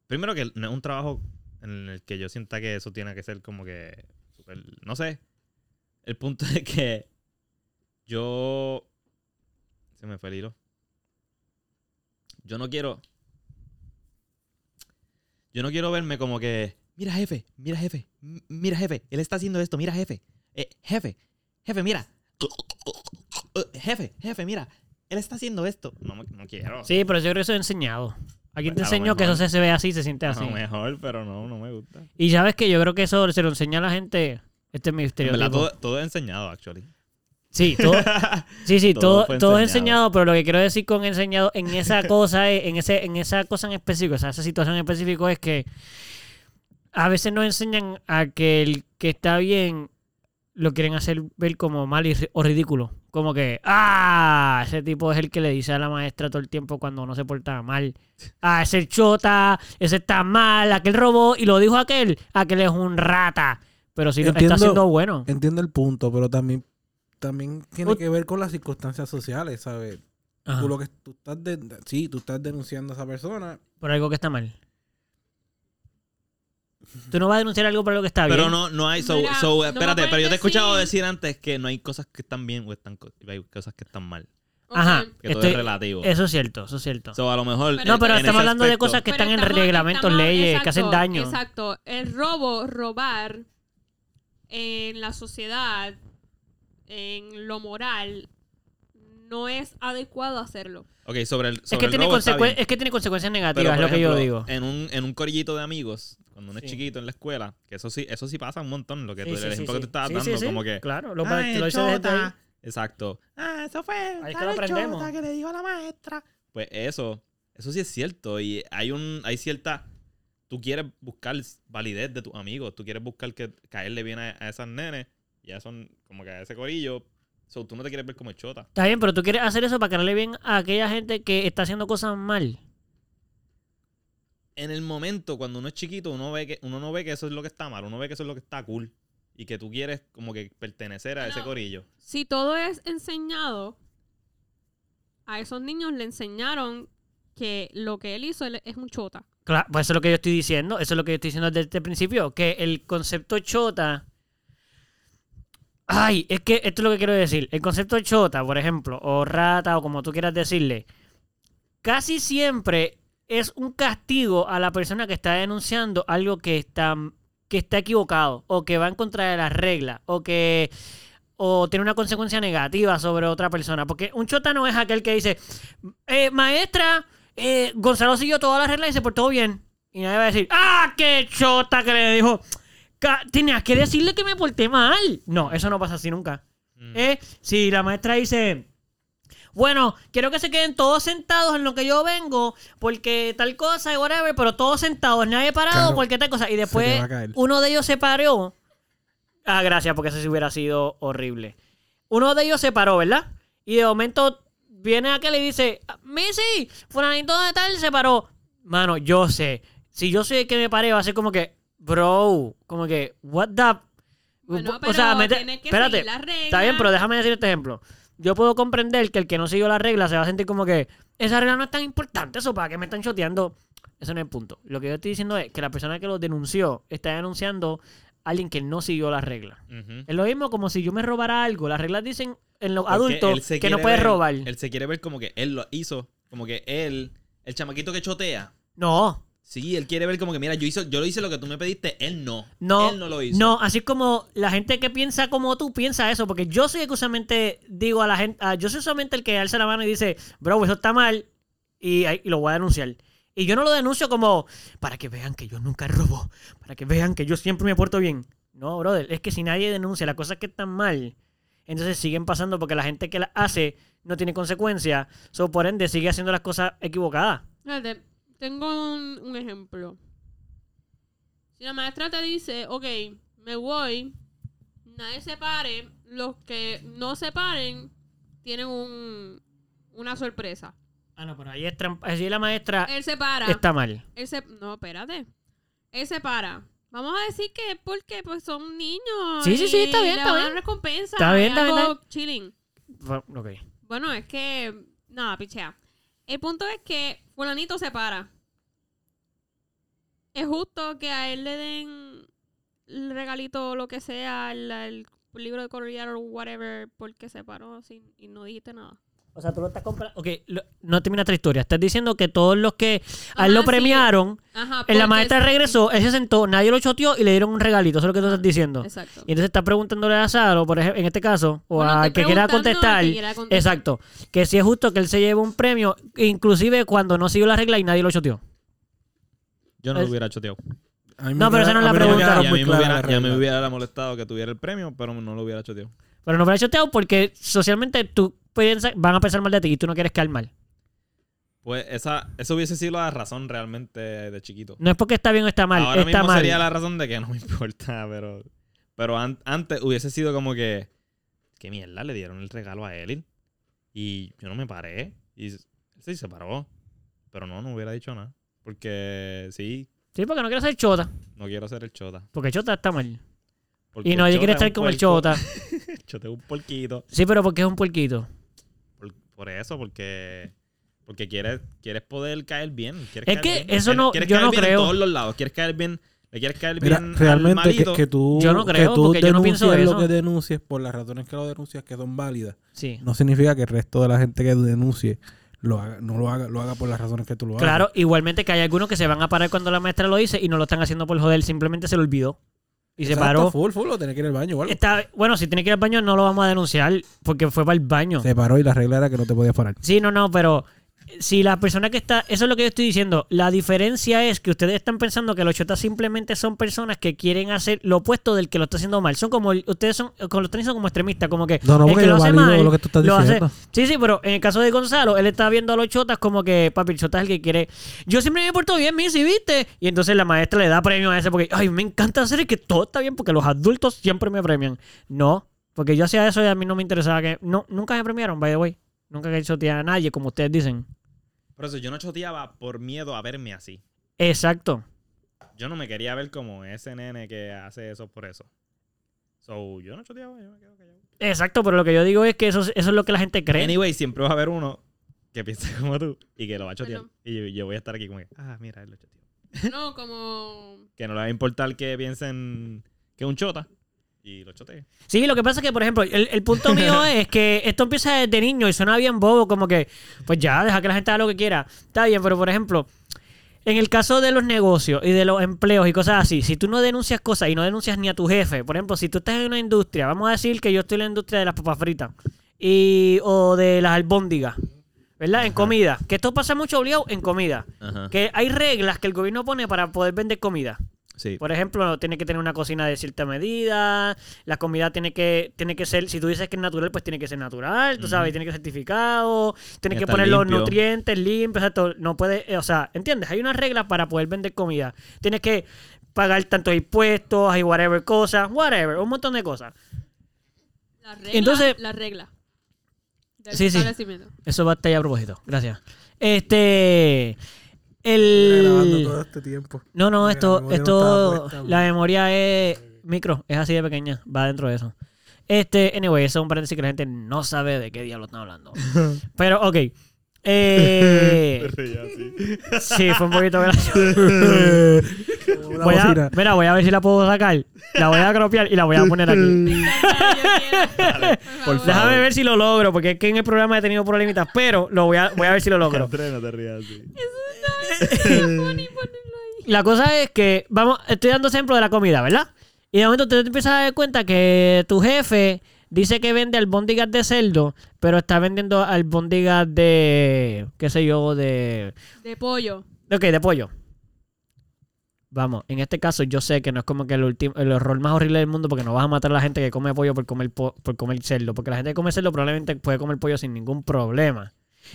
S1: Primero que no es un trabajo en el que yo sienta que eso tiene que ser como que. súper- no sé. El punto es que yo. Se me fue el hilo. Yo no quiero. Yo no quiero verme como que. Mira, jefe, mira, jefe, m- mira, jefe, él está haciendo esto, mira, jefe, eh, jefe, jefe, mira, Eh, jefe, jefe, mira, él está haciendo esto. No, me- no quiero.
S2: Sí, pero yo creo que eso es enseñado. Aquí te
S1: Pues, a lo
S2: enseñó que eso
S1: mejor.
S2: se, se ve así, se siente
S1: A
S2: así.
S1: lo mejor, pero no, no me gusta.
S2: Y sabes que yo creo que eso se lo enseña a la gente. Este es mi
S1: En verdad,
S2: estereotipo.
S1: todo, todo es enseñado, actually.
S2: Sí, todo, sí, sí, todo,
S1: Todo fue
S2: todo es
S1: enseñado.
S2: enseñado, pero lo que quiero decir con enseñado en esa cosa, es- en ese, en esa cosa en específico, o sea, esa situación en específico es que a veces nos enseñan a que el que está bien lo quieren hacer ver como mal y ri- o ridículo. Como que, ah, ese tipo es el que le dice a la maestra todo el tiempo cuando no se portaba mal. Ah, ese chota, ese está mal, aquel robó y lo dijo aquel, aquel es un rata. Pero si lo está
S3: Entiendo.
S2: haciendo bueno.
S3: Entiendo el punto, pero también, también tiene
S2: Ut- Ah.
S3: que ver con las circunstancias sociales, ¿sabes?
S2: Ajá,
S3: Tú lo que tú estás de- sí, tú estás denunciando a esa persona.
S2: por algo que está mal. Tú no vas a denunciar algo por algo que está bien.
S1: Pero no, no hay. So,
S4: Mira,
S1: so,
S4: no me
S1: espérate, pero yo te he
S4: puedes
S1: escuchado
S4: decir-
S1: decir antes que no hay cosas que están bien o están, co- hay cosas que están mal.
S2: Ajá.
S1: Que todo
S2: estoy- eh,
S1: es relativo.
S2: eso es cierto, eso es cierto.
S1: So, a lo mejor.
S4: Pero
S2: no, pero
S1: en
S4: en
S1: ese
S2: estamos hablando de
S1: aspecto-
S2: cosas que
S4: Pero
S2: están en
S4: estamos-
S2: reglamentos,
S4: estamos-
S2: leyes, que
S4: exacto,
S2: hacen daño.
S4: Exacto. El robo, robar en la sociedad, en lo moral, no es adecuado hacerlo.
S1: Ok, sobre el.
S2: Es
S1: sobre
S2: que,
S1: el
S2: tiene
S1: robo está
S2: consecuen-
S1: bien.
S2: es que tiene consecuencias
S1: Pero,
S2: negativas,
S1: por
S2: es lo que yo
S1: ejemplo, eh,
S2: digo.
S1: En un, en un corillito de amigos, cuando uno es
S2: Sí.
S1: chiquito en la escuela, que eso sí, eso sí pasa un montón, lo que
S2: Sí,
S1: tú,
S2: sí,
S1: el
S2: sí,
S1: ejemplo
S2: sí.
S1: que tú estabas
S2: Sí, sí,
S1: dando,
S2: sí,
S1: como que.
S2: Claro, lo,
S1: "Ay,
S2: lo hice desde
S1: Ah, chota".
S2: ahí.
S1: Exacto. Ah, eso fue.
S2: Ahí es que
S1: tal
S2: lo aprendemos.
S1: chota que le dijo a la maestra. Pues eso, eso sí es cierto. Y hay un, hay cierta. Tú quieres buscar validez de tus amigos. Tú quieres buscar que caerle bien a, a esas nenes. Y a son como que a ese corillo. So, tú no te quieres ver como chota.
S2: Está bien, pero tú quieres hacer eso para cargarle bien a aquella gente que está haciendo cosas mal.
S1: en el momento, cuando uno es chiquito, uno ve que uno no ve que eso es lo que está mal, uno ve que eso es lo que está cool. Y que tú quieres como que pertenecer a ese
S4: No.
S1: corillo.
S4: Si todo es enseñado, a esos niños le enseñaron que lo que él hizo él es un chota.
S2: Claro, pues eso es lo que yo estoy diciendo. Eso es lo que yo estoy diciendo desde el principio. Que el concepto chota. Ay, es que esto es lo que quiero decir. El concepto chota, por ejemplo, o rata, o como tú quieras decirle, casi siempre es un castigo a la persona que está denunciando algo que está, que está equivocado, o que va en contra de las reglas, o que o tiene una consecuencia negativa sobre otra persona. Porque un chota no es aquel que dice, eh, maestra, eh, Gonzalo siguió todas las reglas y se portó bien. Y nadie va a decir, ¡ah, qué chota que le dijo! Ca- Tenías que decirle que me porté mal. No, eso no pasa así nunca.
S1: Mm.
S2: Eh, si la maestra dice, bueno, quiero que se queden todos sentados en lo que yo vengo, porque tal cosa y whatever, pero todos sentados, nadie parado,
S3: Claro.
S2: porque tal cosa. Y
S3: Se te
S2: después
S3: va a caer.
S2: uno de ellos se paró. Ah, gracias, porque eso sí hubiera sido horrible. Uno de ellos se paró, ¿verdad? Y de momento viene aquel y dice, Messi, fulanito de tal se paró. Mano, yo sé. Si yo soy el que me paré, va a ser como que, bro, como que, what the...
S4: Bueno, pero
S2: mete-
S4: tiene que seguir las reglas.
S2: está bien, pero déjame decir este ejemplo. Yo puedo comprender que el que no siguió la regla se va a sentir como que esa regla no es tan importante, eso para que me están choteando. Eso no es el punto. Lo que yo estoy diciendo es que la persona que lo denunció está denunciando a alguien que no siguió la regla.
S1: Ujú.
S2: Es lo mismo como si yo me robara algo. Las reglas dicen en los
S1: Porque
S2: adultos
S1: él se
S2: que no
S1: quiere
S2: puedes
S1: ver-
S2: robar.
S1: Él se quiere ver como que él lo hizo. Como que él, el chamaquito que chotea.
S2: No,
S1: Sí, él quiere ver como que, mira, yo, hizo, yo lo hice lo que tú me pediste, él no.
S2: No,
S1: Él no lo hizo.
S2: no, así como la gente que piensa como tú piensa eso, porque yo soy el que usualmente digo a la gente, ah, yo soy usualmente el que alza la mano y dice, bro, eso está mal y, ahí- y lo voy a denunciar. Y yo no lo denuncio como para que vean que yo nunca robo, para que vean que yo siempre me porto bien. No, brother, es que si nadie denuncia las cosas que están mal, entonces siguen pasando porque la gente que las hace no tiene consecuencias, so, por ende sigue haciendo las cosas equivocadas.
S4: Fíjate, tengo un, un ejemplo. Si la maestra te dice, ok, me voy, nadie se pare, los que no se paren tienen un, una sorpresa.
S2: Ah, no, pero ahí es trampa, ahí la maestra
S4: Él se para.
S2: Ah, está mal.
S4: Él se, no, espérate. Él se para. Vamos a decir que es porque pues son niños.
S2: Sí, sí, sí,
S4: y
S2: está bien,
S4: le
S2: está
S4: van a
S2: bien.
S4: dar recompensa.
S2: Está bien,
S4: y
S2: está bien,
S4: algo
S2: está
S4: Chilling.
S2: Bueno, ok.
S4: Bueno, es que. Nada, pichea. El punto es que Fulanito se para. Es justo que a él le den el regalito o lo que sea, el, el libro de colorear o whatever, porque se paró sin, y no dijiste nada.
S2: O sea, tú lo estás comprando. Ok, lo- no termina la historia. Estás diciendo que todos los que a él
S4: Ajá,
S2: lo
S4: Ah, sí.
S2: premiaron,
S4: Ajá.
S2: en la
S4: porque
S2: maestra
S4: se-
S2: regresó, él se sentó, nadie lo choteó y le dieron un regalito. Eso es lo que tú estás diciendo.
S4: Exacto.
S2: Y entonces estás preguntándole a Saro, por ejemplo, en este caso, o
S4: Bueno,
S2: al
S4: estoy
S2: que quiera
S4: preguntando
S2: contestar.
S4: al que quiera contestar.
S2: Exacto. Que si es justo que él se lleve un premio, inclusive cuando no siguió la regla y nadie lo choteó.
S1: Yo no
S2: Es-
S1: lo hubiera choteado.
S3: A mí me
S2: No, pero esa no es la
S3: a mí
S2: pregunta.
S1: Ya,
S3: quedaron
S1: ya
S3: muy
S1: me
S3: claras
S1: hubiera,
S3: las
S1: ya me
S3: reglas.
S1: hubiera molestado que tuviera el premio, pero no lo hubiera choteado.
S2: Pero no fue choteado porque socialmente tú piensas, van a pensar mal de ti y tú no quieres quedar mal.
S1: Pues esa, eso hubiese sido la razón realmente de chiquito.
S2: No es porque está bien o está mal,
S1: Ahora
S2: está
S1: mismo
S2: mal.
S1: sería la razón de que no me importa, pero, pero an- antes hubiese sido como que, qué mierda, le dieron el regalo a él y yo no me paré. Y s- sí, se paró, pero no, no hubiera dicho nada. Porque sí,
S2: Sí, porque no quiero ser chota.
S1: no quiero ser el chota.
S2: Porque chota está mal.
S1: porque
S2: Y
S1: el
S2: no, yo
S1: chota
S2: quiero
S1: es
S2: estar
S1: un
S2: como el
S1: puerco.
S2: chota.
S1: El chota es un porquito.
S2: Sí, pero porque es un puerquito.
S1: Por, por eso, porque... Porque quieres, quieres poder caer bien. quieres caer
S2: Es que
S1: bien.
S2: eso no-
S1: Quieres
S2: yo
S1: caer
S2: no
S1: bien
S2: creo.
S1: En todos los lados. Quieres caer bien. Le quieres caer
S3: Mira,
S1: bien. al
S3: realmente que,
S1: malito.
S3: que tú
S2: Yo no creo,
S3: que tú
S2: porque yo no pienso
S3: denuncies
S2: eso.
S3: lo que denuncies por las razones que lo denuncias que son válidas
S2: Sí.
S3: no significa que el resto de la gente que denuncie lo haga, no lo haga lo haga por las razones que tú lo hagas
S2: Claro, igualmente que hay algunos que se van a parar cuando la maestra lo dice y no lo están haciendo por joder, simplemente se lo olvidó. Y se
S3: Exacto,
S2: paró.
S3: full full o tenés que ir al baño o algo.
S2: Está, bueno, si tiene que ir al baño no lo vamos a denunciar porque fue para el baño.
S3: se paró y la regla era que no te podías parar
S2: Sí, no, no, pero eh, si la persona que está, eso es lo que yo estoy diciendo, la diferencia es que ustedes están pensando que los chotas simplemente son personas que quieren hacer lo opuesto del que lo está haciendo mal. Son como, el- ustedes son, eh, como lo están diciendo como extremistas, como que...
S3: no no
S2: el
S3: porque
S2: que lo
S3: yo
S2: hace
S3: valido
S2: mal,
S3: lo que tú estás
S2: lo hace-
S3: diciendo
S2: Sí, sí, pero en el caso de Gonzalo, él está viendo a los chotas como que, papi, el chota es el que quiere. Yo siempre me porto bien, Missy, ¿viste? Y entonces la maestra le da premio a ese porque, ay, me encanta hacer el que todo está bien porque los adultos siempre me premian. No, porque yo hacía eso y a mí no me interesaba que. No, nunca me premiaron, by the way. Nunca que chotear a nadie, como ustedes dicen.
S1: Por eso yo no choteaba por miedo a verme así.
S2: Exacto.
S1: Yo no me quería ver como ese nene que hace eso por eso. So, yo no choteaba, yo me quedo callado.
S2: Exacto, pero lo que yo digo es que eso, es- eso es lo que la gente cree.
S1: Anyway, siempre va a haber uno que piensa como tú y que lo va a chotear.
S4: Bueno.
S1: Y yo, yo voy a estar aquí como que, ah, mira, él lo choteó.
S4: No, como.
S1: Que no le va a importar que piensen que es un chota y lo chotee.
S2: Sí, lo que pasa es que, por ejemplo, el, el punto mío es que esto empieza desde niño y suena bien bobo, como que, pues ya, deja que la gente haga lo que quiera. Está bien, pero por ejemplo, en el caso de los negocios y de los empleos y cosas así, si tú no denuncias cosas y no denuncias ni a tu jefe, por ejemplo, si tú estás en una industria, vamos a decir que yo estoy en la industria de las papas fritas y, o de las albóndigas, ¿verdad? En comida. Que esto pasa mucho obligado en comida.
S1: Ajá.
S2: Que hay reglas que el gobierno pone para poder vender comida.
S1: Sí.
S2: Por ejemplo, tiene que tener una cocina de cierta medida, la comida tiene que, tiene que ser, si tú dices que es natural, pues tiene que ser natural, tú sabes,
S1: Ujú.
S2: tiene que ser certificado, tiene
S1: Tiene
S2: que
S1: que
S2: poner
S1: estar
S2: los
S1: limpio.
S2: nutrientes limpios, exacto, no puede, eh, o sea, ¿entiendes? Hay una regla para poder vender comida. Tienes que pagar tantos impuestos y whatever cosas, whatever, un montón de cosas.
S4: La regla.
S2: Entonces-
S4: La regla. Del
S2: Sí, sí.
S4: establecimiento.
S2: Eso va a estar ya a propósito, gracias. Este,
S3: grabando
S2: el...
S3: todo este tiempo
S2: No, no,
S3: Mira,
S2: esto,
S3: la memoria
S2: esto,
S3: no estaba puesta,
S2: la
S3: bro.
S2: memoria es micro, es así de pequeña, va dentro de eso. Este, anyway, eso es un paréntesis que la gente no sabe de qué diablo están hablando. Pero, ok, Eh, sí, fue un poquito gracioso.
S5: Una
S2: Voy a-
S5: bocina.
S2: mira, voy a ver si la puedo sacar. La voy a cropear y la voy a poner aquí.
S1: Por favor.
S2: Déjame ver si lo logro, porque es que en el programa he tenido problemitas, pero lo voy a, voy a ver si lo logro.
S1: Andrés, no te rías así.
S2: La cosa es que, vamos, estoy dando ejemplo de la comida, ¿verdad? Y de momento te empiezas a dar cuenta que tu jefe dice que vende albóndigas de cerdo, pero está vendiendo albóndigas de, qué sé yo, de...
S4: De pollo.
S2: Ok, de pollo. Vamos, en este caso yo sé que no es como que el, ultim- el error más horrible del mundo porque no vas a matar a la gente que come pollo por comer, po- por comer cerdo. Porque la gente que come cerdo probablemente puede comer pollo sin ningún problema.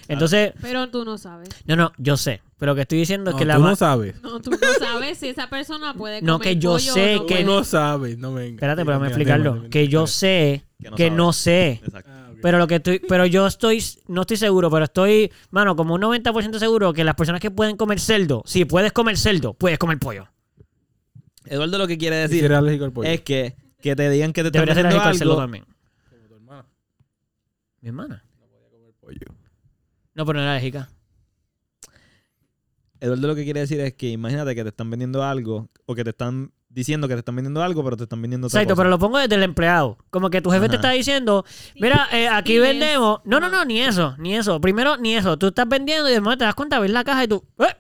S2: Entonces,
S4: Pero tú no sabes.
S2: no, no, yo sé. Pero lo que estoy diciendo es
S3: No,
S2: que la...
S3: tú
S2: ma-
S3: no sabes.
S4: No, tú no sabes si esa persona puede comer
S2: No, que yo
S4: pollo o
S2: sé
S4: no
S2: que-
S3: Tú
S4: puede.
S3: no sabes, no venga.
S2: Espérate, pero déjame
S3: Mira, mira,
S2: explicarlo.
S3: mira,
S2: Que yo
S3: mira.
S2: sé
S1: Que no
S2: que
S1: sabe.
S2: no sé.
S1: Exacto.
S3: Ah, ok.
S2: Pero lo que estoy, pero yo estoy, no estoy seguro, pero estoy, mano, como un 90% seguro que las personas que pueden comer cerdo, si puedes comer cerdo, puedes comer pollo.
S1: Eduardo lo que quiere
S3: Si
S1: decir
S3: eres alérgico al pollo.
S1: es que, que te digan que te están
S2: Debería ser
S1: haciendo
S2: alérgico al cerdo
S1: algo.
S2: también.
S3: Como tu hermana.
S2: Mi hermana.
S3: Pollo.
S2: No, pero no era alérgica.
S1: Eduardo lo que quiere decir es que imagínate que te están vendiendo algo o que te están diciendo que te están vendiendo algo, pero te están vendiendo otra
S2: Exacto,
S1: cosa.
S2: pero lo pongo desde el empleado. Como que tu jefe
S1: Ajá.
S2: te está diciendo, mira, eh, aquí
S4: Tienes-
S2: vendemos. No, no, no, ni eso, ni eso. Primero, ni eso. Tú estás vendiendo y de momento te das cuenta, ves la caja y tú, "Eh,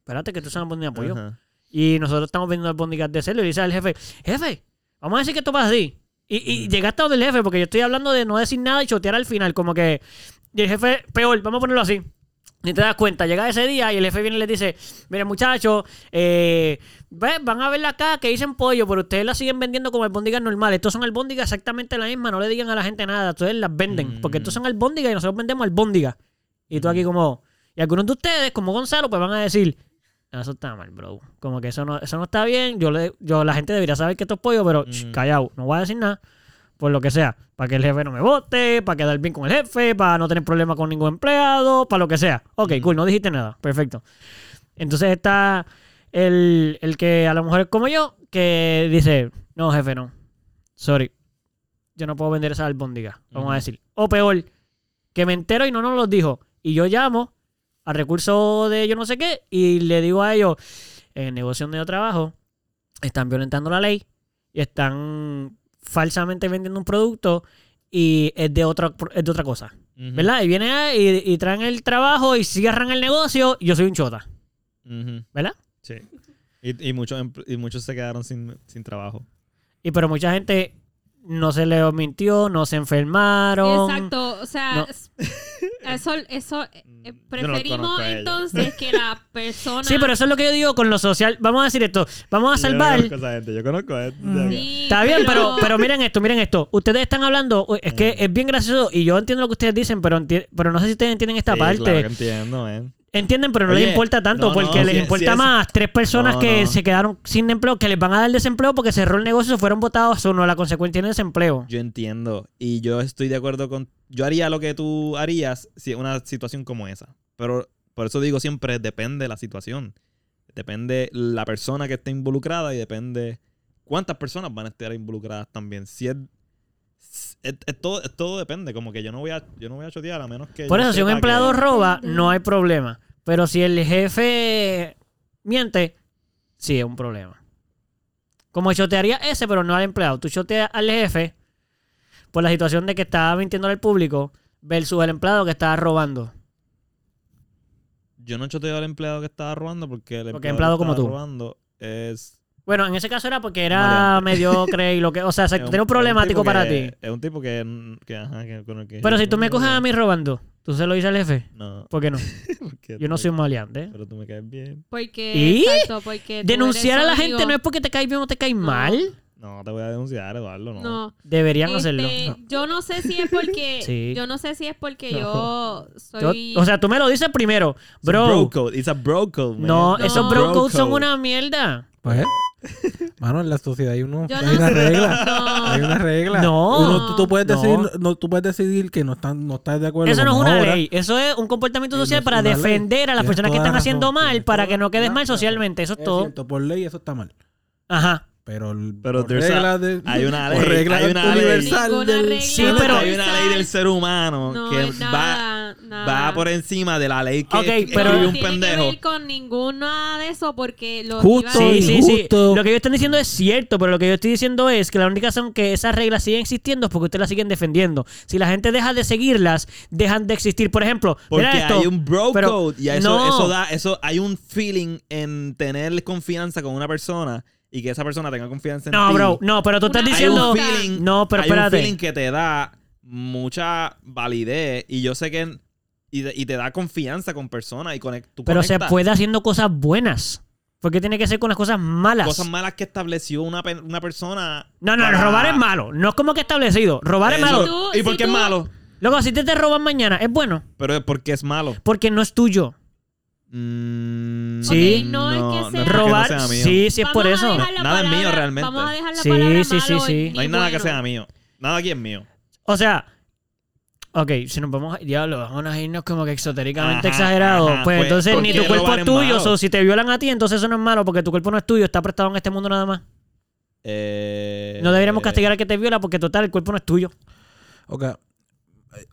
S2: espérate que tú estás poniendo pollo.
S1: Ajá.
S2: Y nosotros estamos vendiendo albóndigas de cerdo. Y dice al jefe, jefe, vamos a decir que esto pasa así. Y, y llegaste donde el jefe, porque yo estoy hablando de no decir nada y chotear al final. Como que y el jefe, peor, vamos a ponerlo así. Ni te das cuenta, llega ese día y el jefe viene y les dice, mire muchachos, eh, ve, van a verla acá que dicen pollo, pero ustedes la siguen vendiendo como albóndigas normales. Estos son albóndigas exactamente la misma, no le digan a la gente nada, ustedes las venden, porque estos son albóndigas y nosotros vendemos albóndigas. Y tú aquí como, y algunos de ustedes, como Gonzalo, pues van a decir, "No, eso está mal, bro. Como que eso no, eso no está bien, yo le, yo, la gente debería saber que esto es pollo, pero sh,
S1: Mm.
S2: callado, no voy a decir nada por lo que sea, para que el jefe no me vote, para quedar bien con el jefe, para no tener problemas con ningún empleado, para lo que sea. Ok,
S1: Ujú.
S2: cool, no dijiste nada, perfecto. Entonces está el, el que a lo mejor es como yo, que dice, no, jefe, no, sorry, yo no puedo vender esa albóndiga, vamos
S1: Ujú.
S2: a decir. O peor, que me entero y no nos lo dijo, y yo llamo al recurso de yo no sé qué y le digo a ellos, en el negocio donde yo trabajo, están violentando la ley y están falsamente vendiendo un producto y es de otra, es de otra cosa.
S1: Ujú.
S2: ¿Verdad? Y vienen ahí y, y traen el trabajo y cierran el negocio y yo soy un chota.
S1: Ujú.
S2: ¿Verdad?
S1: Sí. Y, y muchos, empl- y muchos se quedaron sin, sin trabajo.
S2: Y pero mucha gente no se les mintió, no se enfermaron.
S4: Exacto, o sea,
S2: No.
S4: es- eso, eso eh,
S1: Mm, yo no los
S4: preferimos
S1: conozco a ellos.
S4: entonces que la persona
S2: Sí, pero eso es lo que yo digo con lo social. Vamos a decir esto. Vamos a
S1: Yo no
S2: salvar.
S1: conozco a esa gente, Yo conozco a gente.
S4: Sí,
S2: Está bien, pero, pero miren esto, miren esto. Ustedes están hablando, es que es bien gracioso y yo entiendo lo que ustedes dicen, pero, enti- pero no sé si ustedes entienden esta
S1: Sí,
S2: parte.
S1: claro que entiendo, man.
S2: Entienden, pero no
S1: Oye,
S2: les importa tanto
S1: no,
S2: porque
S1: no,
S2: les
S1: sí,
S2: importa
S1: sí es-
S2: más tres personas
S1: No,
S2: que
S1: no.
S2: se quedaron sin empleo, que les van a dar desempleo porque cerró el negocio y fueron votados o no. La consecuencia es desempleo.
S1: Yo entiendo. Y yo estoy de acuerdo con. Yo haría lo que tú harías si una situación como esa. Pero por eso digo siempre: depende la situación. Depende la persona que esté involucrada y depende cuántas personas van a estar involucradas también. Si es. es- es todo, es todo depende. Como que yo no voy a, yo no voy a chotear a menos que.
S2: Por
S1: yo
S2: eso, si un
S1: sepa que-
S2: empleado roba, no hay problema. Pero si el jefe miente, sí es un problema. Como chotearía ese, pero no al empleado. Tú choteas al jefe por la situación de que estaba mintiendo al público versus el empleado que estaba robando.
S1: Yo no choteo al empleado que estaba robando porque el
S2: Porque
S1: empleado,
S2: empleado como
S1: que estaba
S2: tú.
S1: robando es.
S2: Bueno, en ese caso era porque era
S1: Maleante.
S2: mediocre y lo que... O sea, se-
S1: es un-
S2: tenía
S1: es un
S2: un
S1: tipo
S2: problemático para
S1: que-
S2: ti.
S1: Es un tipo que. que, ajá, que- con el que-
S2: Pero si tú me coges a mí robando, tú se lo dices al jefe.
S1: No.
S2: ¿Por qué no?
S1: porque
S2: Yo no
S1: tú-
S2: soy un maleante.
S1: Pero tú me caes bien.
S4: porque
S2: ¿Y?
S4: exacto, porque tú
S2: Denunciar a
S4: eres
S2: la
S4: amigo.
S2: gente no es porque te caes bien o te caes mal.
S1: No, te voy a denunciar, Eduardo, no.
S4: no.
S2: Deberían
S4: Este,
S2: hacerlo.
S4: Yo no sé si es porque
S2: Sí.
S4: yo no sé si es porque
S2: No.
S4: yo
S2: Yo-
S4: soy
S2: o sea, tú me lo dices primero.
S1: It's a
S2: Bro,
S1: code. It's a bro code, man.
S2: no,
S4: No.
S2: esos bro,
S1: Bro
S2: codes son
S1: code.
S2: una mierda.
S3: Pues, mano, en la sociedad hay, uno,
S4: Yo
S3: hay
S4: no
S3: una
S4: sé.
S3: regla.
S4: no.
S3: Hay una regla.
S2: No.
S3: Uno- tú, tú puedes
S2: No.
S3: decidir, no. tú puedes decidir que no, están, no estás de acuerdo
S2: Eso no
S3: con
S2: es una
S3: ahora.
S2: ley, eso es un comportamiento
S3: Sí, no
S2: social
S3: es
S2: para
S3: una ley.
S2: defender a las
S3: Tienes
S2: personas que
S3: toda
S2: están
S3: la
S2: haciendo
S3: razón,
S2: mal
S3: tienes
S2: para
S3: toda
S2: que no quedes
S3: la
S2: mal
S3: razón.
S2: socialmente, eso es
S3: Es
S2: todo.
S3: cierto, por ley eso está mal.
S2: Ajá.
S3: Pero, el-
S1: Pero
S3: por
S1: there's a-
S3: regla de-
S1: hay una
S3: por
S1: ley,
S3: regla
S1: hay una ley.
S3: universal
S4: Ninguna
S3: del-
S4: regla
S2: Sí, pero-
S1: Hay una ley del
S4: universal.
S1: ser humano
S4: No,
S1: que
S4: es
S1: va
S4: nada, nada.
S1: va por encima de la ley que
S2: Ok,
S1: escribió
S2: pero-
S4: no,
S1: un
S4: tiene que
S1: pendejo.
S4: ver con ninguna de eso porque los
S5: Justo
S4: iban-
S2: Sí, sí, sí.
S5: Injusto.
S2: Lo que ellos están diciendo es cierto, pero lo que yo estoy diciendo es que la única razón que esas reglas siguen existiendo es porque ustedes las siguen defendiendo. Si la gente deja de seguirlas, dejan de existir. Por ejemplo,
S1: Porque
S2: mira esto.
S1: hay un bro
S2: pero-
S1: code y a eso,
S2: no.
S1: eso da, eso hay un feeling en tener confianza con una persona y que esa persona tenga confianza en
S2: No,
S1: ti.
S2: bro, no, pero tú estás
S4: Una-
S1: Hay
S2: diciendo.
S1: un
S4: Diciendo-
S1: feeling,
S2: No, pero
S1: hay un feeling
S2: espérate.
S1: que te da mucha validez y yo sé que y, de- y te da confianza con personas y conect, tú
S2: Pero se
S1: conectas.
S2: puede haciendo cosas buenas. Porque tiene que ser con las cosas malas.
S1: cosas malas que estableció una, pe- una persona.
S2: No, no,
S1: para-
S2: robar es malo. No es como que establecido. Robar es
S1: Eso-
S2: malo.
S4: Tú-
S1: ¿Y
S4: si
S1: por qué es
S4: tú-
S1: malo?
S2: Luego, si te, te roban mañana, es bueno.
S1: Pero es porque es malo.
S2: Porque no es tuyo.
S1: Mm,
S2: Sí.
S4: Ok, no es que sea-
S1: es porque no
S2: Robar,
S1: sea mío.
S2: sí, sí es por
S4: Vamos a
S2: eso.
S4: dejar la
S1: Nada es mío
S4: palabra-
S1: realmente.
S4: Vamos a dejar la
S2: Sí,
S4: palabra
S2: sí, sí,
S4: malo
S2: sí.
S4: y
S1: No hay nada que
S4: bueno.
S1: sea mío. Nada aquí es mío.
S2: O sea, ok, si nos vamos a, diablo, vamos a irnos como que
S1: Ajá,
S2: exotéricamente exagerado.
S1: ajá,
S2: pues,
S1: pues,
S2: entonces
S1: ¿por
S2: ni
S1: qué
S2: tu cuerpo
S1: robar
S2: es
S1: es
S2: tuyo.
S1: malo?
S2: O si te violan a ti, entonces eso no es malo porque tu cuerpo no es tuyo, está prestado en este mundo nada más.
S1: Eh,
S2: No deberíamos castigar al que te viola porque total, el cuerpo no es tuyo.
S3: Ok.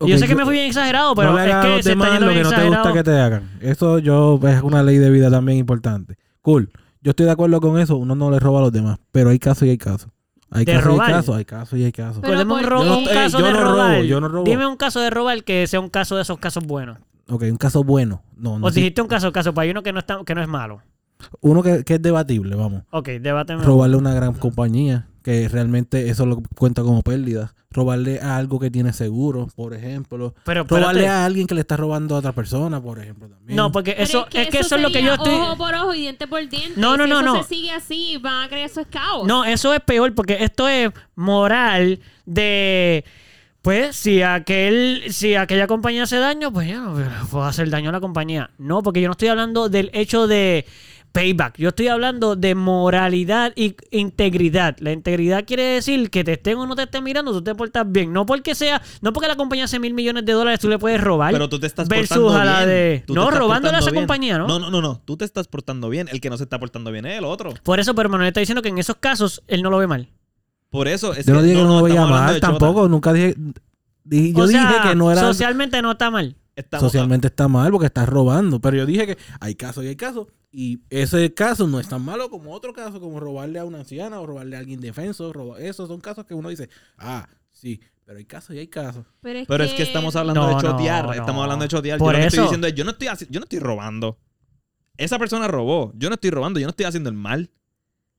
S2: Y yo sé que me fui bien exagerado, pero
S3: no le hagas
S2: es
S3: a
S2: que
S3: los
S2: se está
S3: demás
S2: yendo
S3: lo que
S2: bien
S3: no te
S2: exagerado.
S3: gusta que te hagan. Eso yo es una ley de vida también importante. Cool. Yo estoy de acuerdo con eso. Uno no le roba a los demás. Pero hay casos y hay casos. Hay
S2: ¿De
S3: casos
S2: robar?
S3: y hay casos. Hay casos y hay casos.
S4: Pero
S2: Podemos
S4: ¿por
S2: ro-
S4: qué?
S2: un
S4: Yo no-
S2: caso
S3: ey, yo
S2: de
S3: no robo,
S2: robar.
S3: yo no robo.
S2: Dime un caso de robar que sea un caso de esos casos buenos.
S3: Ok, un caso bueno. No, no.
S2: o
S3: sí.
S2: dijiste un caso, caso, para hay uno que no, está, que no es malo.
S3: Uno que, que es debatible, vamos.
S2: Ok, debáteme.
S3: Robarle a una gran compañía, que realmente eso lo cuenta como pérdida. Robarle a algo que tiene seguro, por ejemplo.
S2: Pero
S3: Robarle
S2: espérate.
S3: a alguien que le está robando a otra persona, por ejemplo, también.
S2: No, porque
S4: Pero
S2: eso, es que eso es lo que
S4: sería
S2: yo estoy...
S4: Ojo por ojo y diente por diente.
S2: No, no,
S4: Si
S2: no,
S4: eso
S2: no.
S4: se sigue así, van a creer eso es caos.
S2: No, eso es peor porque esto es moral de... Pues si aquel, si aquella compañía hace daño, pues yo puedo hacer daño a la compañía. No, porque yo no estoy hablando del hecho de payback. Yo estoy hablando de moralidad e integridad. La integridad quiere decir que te estén o no te estén mirando, tú te portas bien. No porque sea, no porque la compañía hace mil millones de dólares, tú le puedes robar.
S1: Pero tú te estás
S2: versus
S1: portando
S2: a la
S1: bien.
S2: de-
S1: Tú te
S2: no,
S1: estás
S2: robándole
S1: portando
S2: a esa
S1: bien.
S2: compañía, ¿no?
S1: No, no, no, no. Tú te estás portando bien. El que no se está portando bien es el otro.
S2: Por eso, pero Manuel está diciendo que en esos casos él no lo ve mal.
S1: Por eso es
S3: yo no
S1: que
S3: dije que no lo
S1: estamos
S3: veía
S1: hablando
S3: mal
S1: de chota.
S3: tampoco. Nunca dije. dije- yo
S2: o
S3: dije
S2: sea,
S3: que no era.
S2: socialmente no está mal.
S1: Estamos-
S3: socialmente está mal porque estás robando. Pero yo dije que hay casos y hay casos. Y ese caso no es tan malo como otro caso, como robarle a una anciana o robarle a alguien defenso. roba- Esos son casos que uno dice, ah, sí, pero hay casos y hay casos.
S4: Pero es,
S1: Pero
S4: que,
S1: es que estamos hablando
S2: No,
S1: de chotear.
S2: no, no.
S1: Estamos hablando de chotear. yo
S2: Por
S1: lo que
S2: eso.
S1: estoy diciendo es, yo no estoy, haci- yo no estoy robando. Esa persona robó. Yo no estoy robando. Yo no estoy haciendo el mal.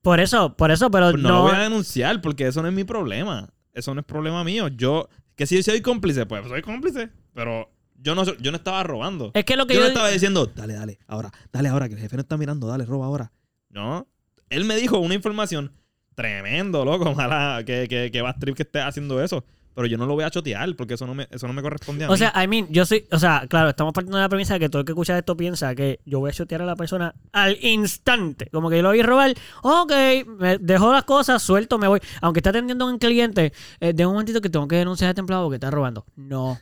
S2: Por eso, por eso, pero
S1: Pues no, lo
S2: no.
S1: voy a denunciar porque eso no es mi problema. Eso no es problema mío. Yo, que si yo soy cómplice, pues soy cómplice. Pero yo no, so- yo no estaba robando.
S2: Es que lo que
S1: Yo
S2: yo.
S1: no estaba diciendo, dale, dale, ahora, dale ahora, que el jefe no está mirando, dale, roba ahora. No. Él me dijo una información tremendo, loco, mala, que, que, que va a trip que esté haciendo eso. Pero yo no lo voy a chotear porque eso no me, eso no me corresponde a
S2: O
S1: mí.
S2: sea, I mean, yo soy. O sea, claro, estamos partiendo de la premisa de que todo el que escucha esto piensa que yo voy a chotear a la persona al instante. Como que yo lo voy a robar. Ok, me dejo las cosas, suelto, me voy. Aunque esté atendiendo a un cliente, eh, de un momentito que tengo que denunciar a templado porque está robando. No.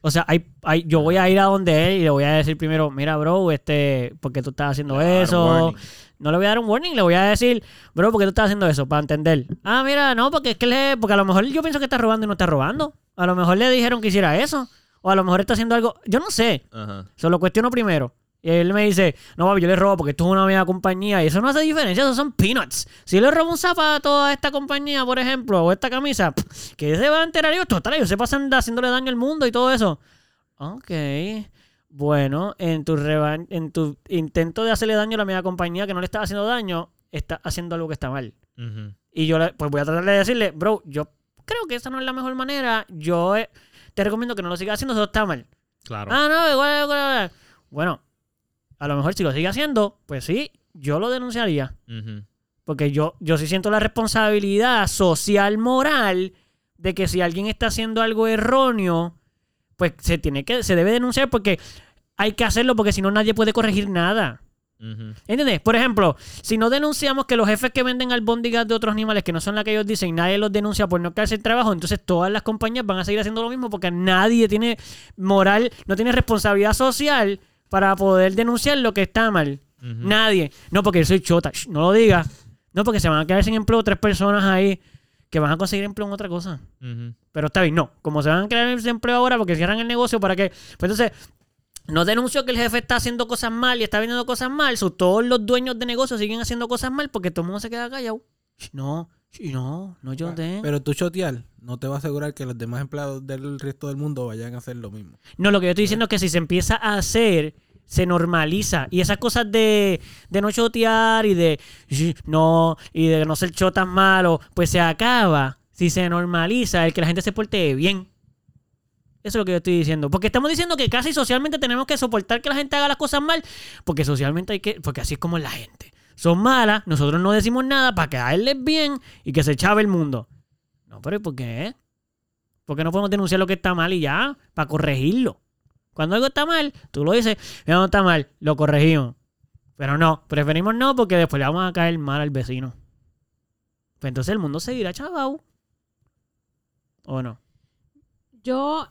S2: O sea, hay, hay, yo voy a ir a donde él y le voy a decir primero, mira, bro, este, ¿por qué tú estás haciendo
S1: Dar
S2: eso?
S1: warning.
S2: No le voy a dar un warning, le voy a decir, bro, ¿por qué tú estás haciendo eso? Para entender. Ah, mira, no, porque es que le, porque a lo mejor yo pienso que está robando y no está robando. A lo mejor le dijeron que hiciera eso. O a lo mejor está haciendo algo. Yo no sé.
S1: Ajá.
S2: Se lo cuestiono primero. Y él me dice, no, papi, yo le robo porque esto es una media compañía. Y eso no hace diferencia, esos son peanuts. Si le robo un zapato a esta compañía, por ejemplo, o esta camisa, pff, que se va a enterar ellos, total, ellos se pasan haciéndole daño al mundo y todo eso. Ok. Bueno, en tu, revan- en tu intento de hacerle daño a la media compañía que no le está haciendo daño, está haciendo algo que está mal.
S1: Ujú.
S2: Y yo le- pues voy a tratar de decirle, bro, yo creo que esa no es la mejor manera. Yo eh, te recomiendo que no lo sigas haciendo, eso está mal.
S1: Claro.
S2: Ah, no, igual, igual, igual. Bueno, a lo mejor si lo sigue haciendo, pues sí, yo lo denunciaría.
S1: Ujú.
S2: Porque yo, yo sí siento la responsabilidad social, moral, de que si alguien está haciendo algo erróneo, pues se tiene que, se debe denunciar porque hay que hacerlo, porque si no nadie puede corregir nada.
S1: Ujú.
S2: ¿Entiendes? Por ejemplo, si no denunciamos que los jefes que venden albóndigas de otros animales que no son las que ellos dicen, nadie los denuncia por no quedarse sin trabajo, entonces todas las compañías van a seguir haciendo lo mismo porque nadie tiene moral, no tiene responsabilidad social para poder denunciar lo que está mal.
S1: Ujú.
S2: Nadie. No, porque yo soy chota. Shh, no lo digas. No, porque se van a quedar sin empleo tres personas ahí que van a conseguir empleo en otra cosa.
S1: Ujú.
S2: Pero está bien, no. Como se van a crear empleo ahora porque cierran el negocio para que. Pues entonces, no denunció que el jefe está haciendo cosas mal y está vendiendo cosas mal, so todos los dueños de negocios siguen haciendo cosas mal porque todo el mundo se queda callado. Sh, No, sh, no, no
S1: Ah,
S2: yo te.
S3: Pero tú chotear no te va a asegurar que los demás empleados del resto del mundo vayan a hacer lo mismo.
S2: No, lo que yo estoy diciendo es que si se empieza a hacer, se normaliza. Y esas cosas de, de no chotear y de "Sh, no, y de no ser chotas malo, pues se acaba. Si se normaliza el que la gente se porte bien. Eso es lo que yo estoy diciendo. Porque estamos diciendo que casi socialmente tenemos que soportar que la gente haga las cosas mal. Porque socialmente hay que. Porque así es como es la gente. Son malas, nosotros no decimos nada para caerles bien y que se chave el mundo. No, pero ¿y por qué? ¿Por qué no podemos denunciar lo que está mal y ya? Para corregirlo. Cuando algo está mal, tú lo dices, mira, no está mal, lo corregimos. Pero no, preferimos no porque después le vamos a caer mal al vecino. Pues entonces el mundo seguirá chavau. ¿O no?
S4: Yo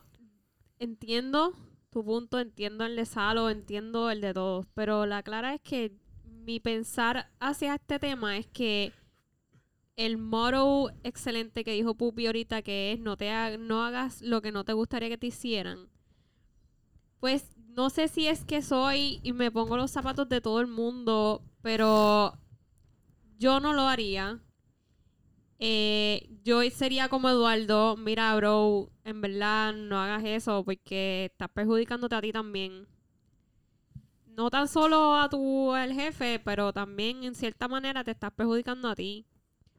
S4: entiendo tu punto, entiendo el de Salo, entiendo el de todos, pero la clara es que mi pensar hacia este tema es que el motto excelente que dijo Pupi ahorita, que es no, te ha- no hagas lo que no te gustaría que te hicieran, pues no sé si es que soy y me pongo los zapatos de todo el mundo, pero yo no lo haría. Eh, yo sería como Eduardo, mira, bro, en verdad no hagas eso porque estás perjudicándote a ti también. No tan solo a tu al jefe, pero también en cierta manera te estás perjudicando a ti.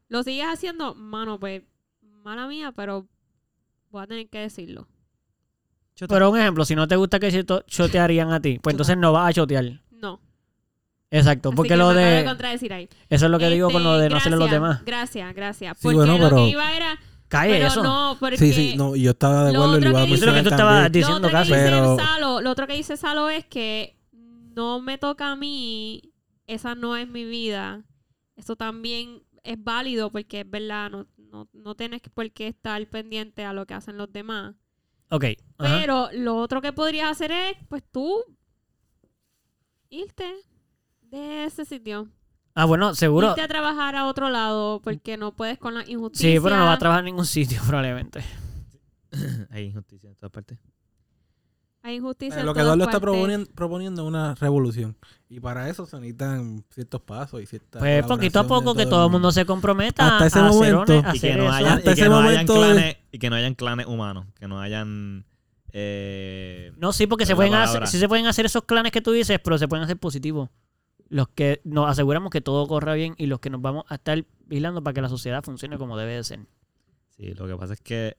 S4: Lo sigues haciendo, mano, pues, mala mía, pero voy a tener que decirlo.
S2: Pero un ejemplo, si no te gusta que choto- chotearían a ti, pues entonces no vas a chotear.
S4: No.
S2: Exacto,
S4: Así
S2: porque
S4: que
S2: lo
S4: me acabo
S2: de...
S4: contradecir ahí.
S2: Eso es lo que digo con lo de no
S4: Este,
S2: hacerle a los
S4: gracias,
S2: demás.
S4: Gracias, gracias.
S3: Sí,
S4: Porque
S3: bueno,
S4: lo
S3: pero-
S4: que iba era.
S2: Cae
S4: pero
S2: eso.
S4: no, porque.
S3: Sí, sí, no, y yo estaba de
S4: Lo
S3: acuerdo y
S4: otro
S3: lo iba a
S4: que dice-
S2: eso es lo que
S3: mencionar
S2: tú estabas
S3: también.
S4: Lo
S2: diciendo
S4: otro,
S2: casi.
S4: que dice
S3: Pero-
S4: Salo, lo otro que dice Salo es que no me toca a mí, esa no es mi vida. Eso también es válido porque es verdad, no, no, no tienes por qué estar pendiente a lo que hacen los demás.
S2: Ok. ajá.
S4: Pero lo otro que podrías hacer es, pues tú, irte de ese sitio.
S2: Ah, bueno, seguro.
S4: Irte a trabajar a otro lado porque no puedes con la injusticia.
S2: Sí, pero no va a trabajar en ningún sitio probablemente.
S1: Hay injusticia en todas partes.
S4: Hay injusticia.
S3: Eh,
S4: en
S3: Lo que
S4: todas
S3: Eduardo está
S4: partes.
S3: proponiendo, proponiendo es una revolución. Y para eso se necesitan ciertos pasos y ciertas.
S2: Pues poquito a
S3: colaboraciones
S2: poco
S3: de
S2: que todo el mundo se comprometa
S3: Hasta ese
S2: a hacer,
S3: momento.
S2: a
S1: Y
S2: hacer
S1: que no
S2: eso.
S1: hayan,
S3: Hasta
S1: y que
S3: ese
S1: no hayan
S3: momento de-
S1: clanes, y que no hayan clanes humanos. Que no hayan. eh,
S2: No, sí, porque se
S1: Esa
S2: pueden
S1: palabra.
S2: hacer, sí se pueden hacer esos clanes que tú dices, pero se pueden hacer positivos. Los que nos aseguramos que todo corra bien y los que nos vamos a estar vigilando para que la sociedad funcione como debe de ser.
S1: Sí, lo que pasa es que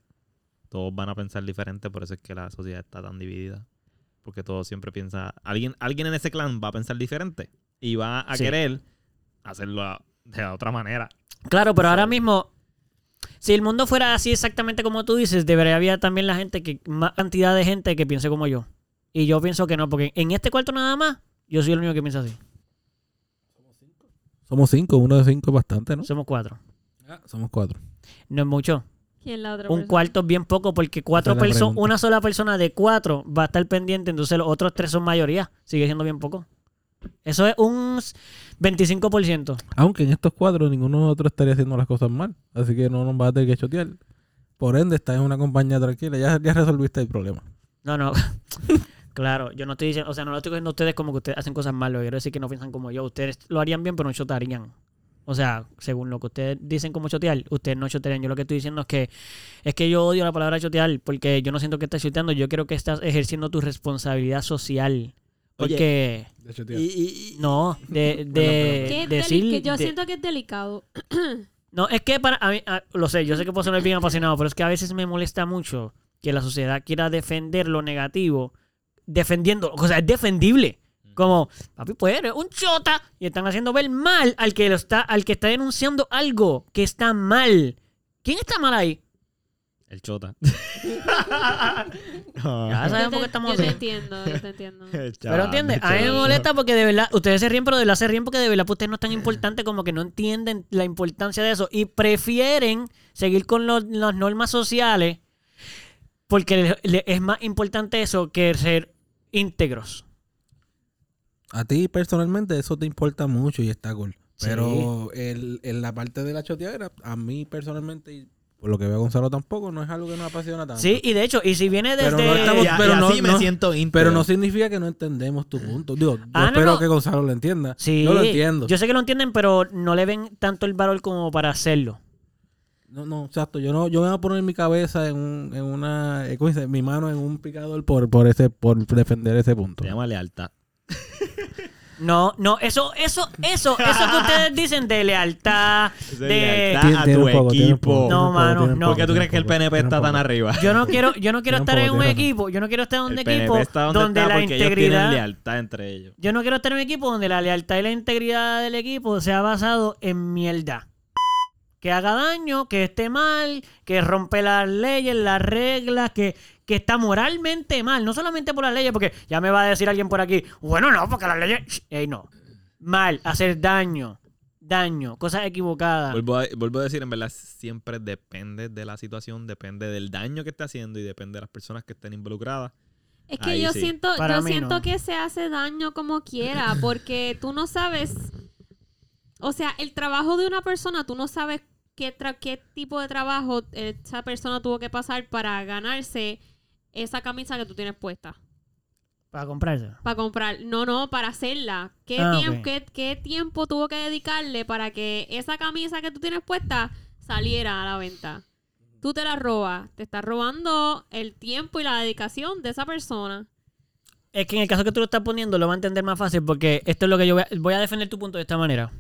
S1: todos van a pensar diferente, por eso es que la sociedad está tan dividida. Porque todos siempre piensa, alguien, alguien en ese clan va a pensar diferente y va a
S2: Sí.
S1: querer hacerlo a- de la otra manera.
S2: Claro, pero ahora
S1: Sí.
S2: mismo, si el mundo fuera así exactamente como tú dices, debería haber también la gente que, más cantidad de gente que piense como yo. Y yo pienso que no, porque en este cuarto nada más, yo soy el único que piensa así.
S3: Somos cinco, uno de cinco es bastante, ¿no?
S2: Somos cuatro.
S3: Ah, Somos cuatro.
S2: No es mucho.
S4: ¿Quién la otra
S2: Un
S4: persona?
S2: cuarto es bien poco porque cuatro
S3: Esa es la
S2: personas,
S3: pregunta.
S2: una sola persona de cuatro va a estar pendiente, entonces los otros tres son mayoría. Sigue siendo bien poco. Eso es un 25%.
S3: Aunque en estos cuatro ninguno de nosotros estaría haciendo las cosas mal. Así que no nos va a tener que chotear. Por ende, estás en una compañía tranquila. Ya, ya resolviste el problema.
S2: No, no. claro, yo no estoy diciendo, o sea, no lo estoy diciendo a ustedes como que ustedes hacen cosas mal, lo que quiero decir que no piensan como yo. Ustedes lo harían bien, pero no chotarían. O sea, según lo que ustedes dicen como chotear, ustedes no chotearían. Yo lo que estoy diciendo es que es que yo odio la palabra chotear porque yo no siento que estás choteando, yo creo que estás ejerciendo tu responsabilidad social.
S1: Oye,
S2: Porque
S3: De chotear.
S2: Y- y- y- no, de,
S4: Que
S2: de
S4: es
S2: eh, decir.
S4: deli- que yo
S2: de-
S4: siento que es delicado.
S2: No, es que para. A mí, a- lo sé, yo sé que puedo sonar bien apasionado, pero es que a veces me molesta mucho que la sociedad quiera defender lo negativo defendiendo. O sea, es defendible. Como, papi, pues eres un chota. Y están haciendo ver mal al que, lo está, al que está denunciando algo que está mal. ¿Quién está mal ahí?
S1: El chota.
S2: Ya
S4: Yo
S2: sabemos Ah, por
S4: te,
S2: qué estamos
S4: yo te
S2: haciendo.
S4: entiendo, yo te entiendo.
S2: Pero entiende, a mí me molesta porque de verdad, ustedes se ríen, pero de verdad se ríen porque de verdad pues, ustedes no es tan importante como que no entienden la importancia de eso y prefieren seguir con los- las normas sociales porque le- le- es más importante eso que ser íntegros.
S3: A ti personalmente eso te importa mucho y está cool.
S2: Sí.
S3: Pero el, en la parte de la choteadera, a mí personalmente y Por lo que veo a Gonzalo tampoco, no es algo que nos apasiona tanto.
S2: Sí, y de hecho, y si viene desde.
S3: Pero no estamos-
S1: Y a-
S3: pero
S1: y
S3: no-
S1: así me
S3: no-
S1: siento íntimo.
S3: Pero no significa que no entendemos tu punto. Digo, yo
S2: Ah, no,
S3: espero
S2: no.
S3: que Gonzalo lo entienda.
S2: Sí,
S3: Yo lo entiendo.
S2: Yo sé que lo entienden, pero no le ven tanto el valor como para hacerlo.
S3: No, no, exacto. Yo no, yo me voy a poner mi cabeza en, un, en una, eh, ¿cómo dice? mi mano en un picador por, por ese, por defender ese punto.
S1: Se llama lealtad.
S2: No, no, eso, eso, eso, eso que ustedes dicen de lealtad, de...
S1: lealtad. a
S3: Tiene- tiene
S1: tu
S3: un poco, tiene un
S1: equipo.
S3: poco, tiene un
S2: No,
S3: poco,
S2: mano,
S3: tiene
S1: ¿Por
S2: no.
S3: un poco,
S1: qué tú
S3: tiene
S1: crees
S3: un
S1: que el
S3: poco,
S1: PNP
S3: tiene un
S1: está tan
S3: poco.
S1: arriba?
S2: Yo no quiero, yo no quiero
S3: Tiene un
S2: estar en
S3: poco,
S2: un
S3: tiene razón.
S2: equipo, yo no quiero estar en un
S1: El
S2: equipo
S1: PNP está donde,
S2: donde
S1: está
S2: la
S1: porque ellos tienen
S2: integridad...
S1: lealtad entre ellos.
S2: Yo no quiero estar en un equipo donde la lealtad y la integridad del equipo se ha basado en mierda. Que haga daño, que esté mal, que rompe las leyes, las reglas, que, que está moralmente mal. No solamente por las leyes, porque ya me va a decir alguien por aquí, bueno, no, porque las leyes... Shh, Ey, no. Mal, hacer daño, daño, cosas equivocadas.
S1: Vuelvo a, vuelvo a decir, en verdad, siempre depende de la situación, depende del daño que esté haciendo y depende de las personas que estén involucradas.
S4: Es que
S1: Ahí
S4: yo
S1: sí.
S4: siento,
S2: Para
S4: yo
S2: mí
S4: siento
S2: no.
S4: que se hace daño como quiera, porque tú no sabes, o sea, el trabajo de una persona, tú no sabes qué, tra- qué tipo de trabajo esa persona tuvo que pasar para ganarse esa camisa que tú tienes puesta.
S2: Para comprarse.
S4: Para comprar, no, no, para hacerla. ¿Qué,
S2: Ah,
S4: tiemp-
S2: ok.
S4: qué- qué tiempo tuvo que dedicarle para que esa camisa que tú tienes puesta saliera a la venta? Tú te la robas, te estás robando el tiempo y la dedicación de esa persona.
S2: Es que en el caso que tú lo estás poniendo lo va a entender más fácil porque esto es lo que yo voy a, voy a defender tu punto de esta manera.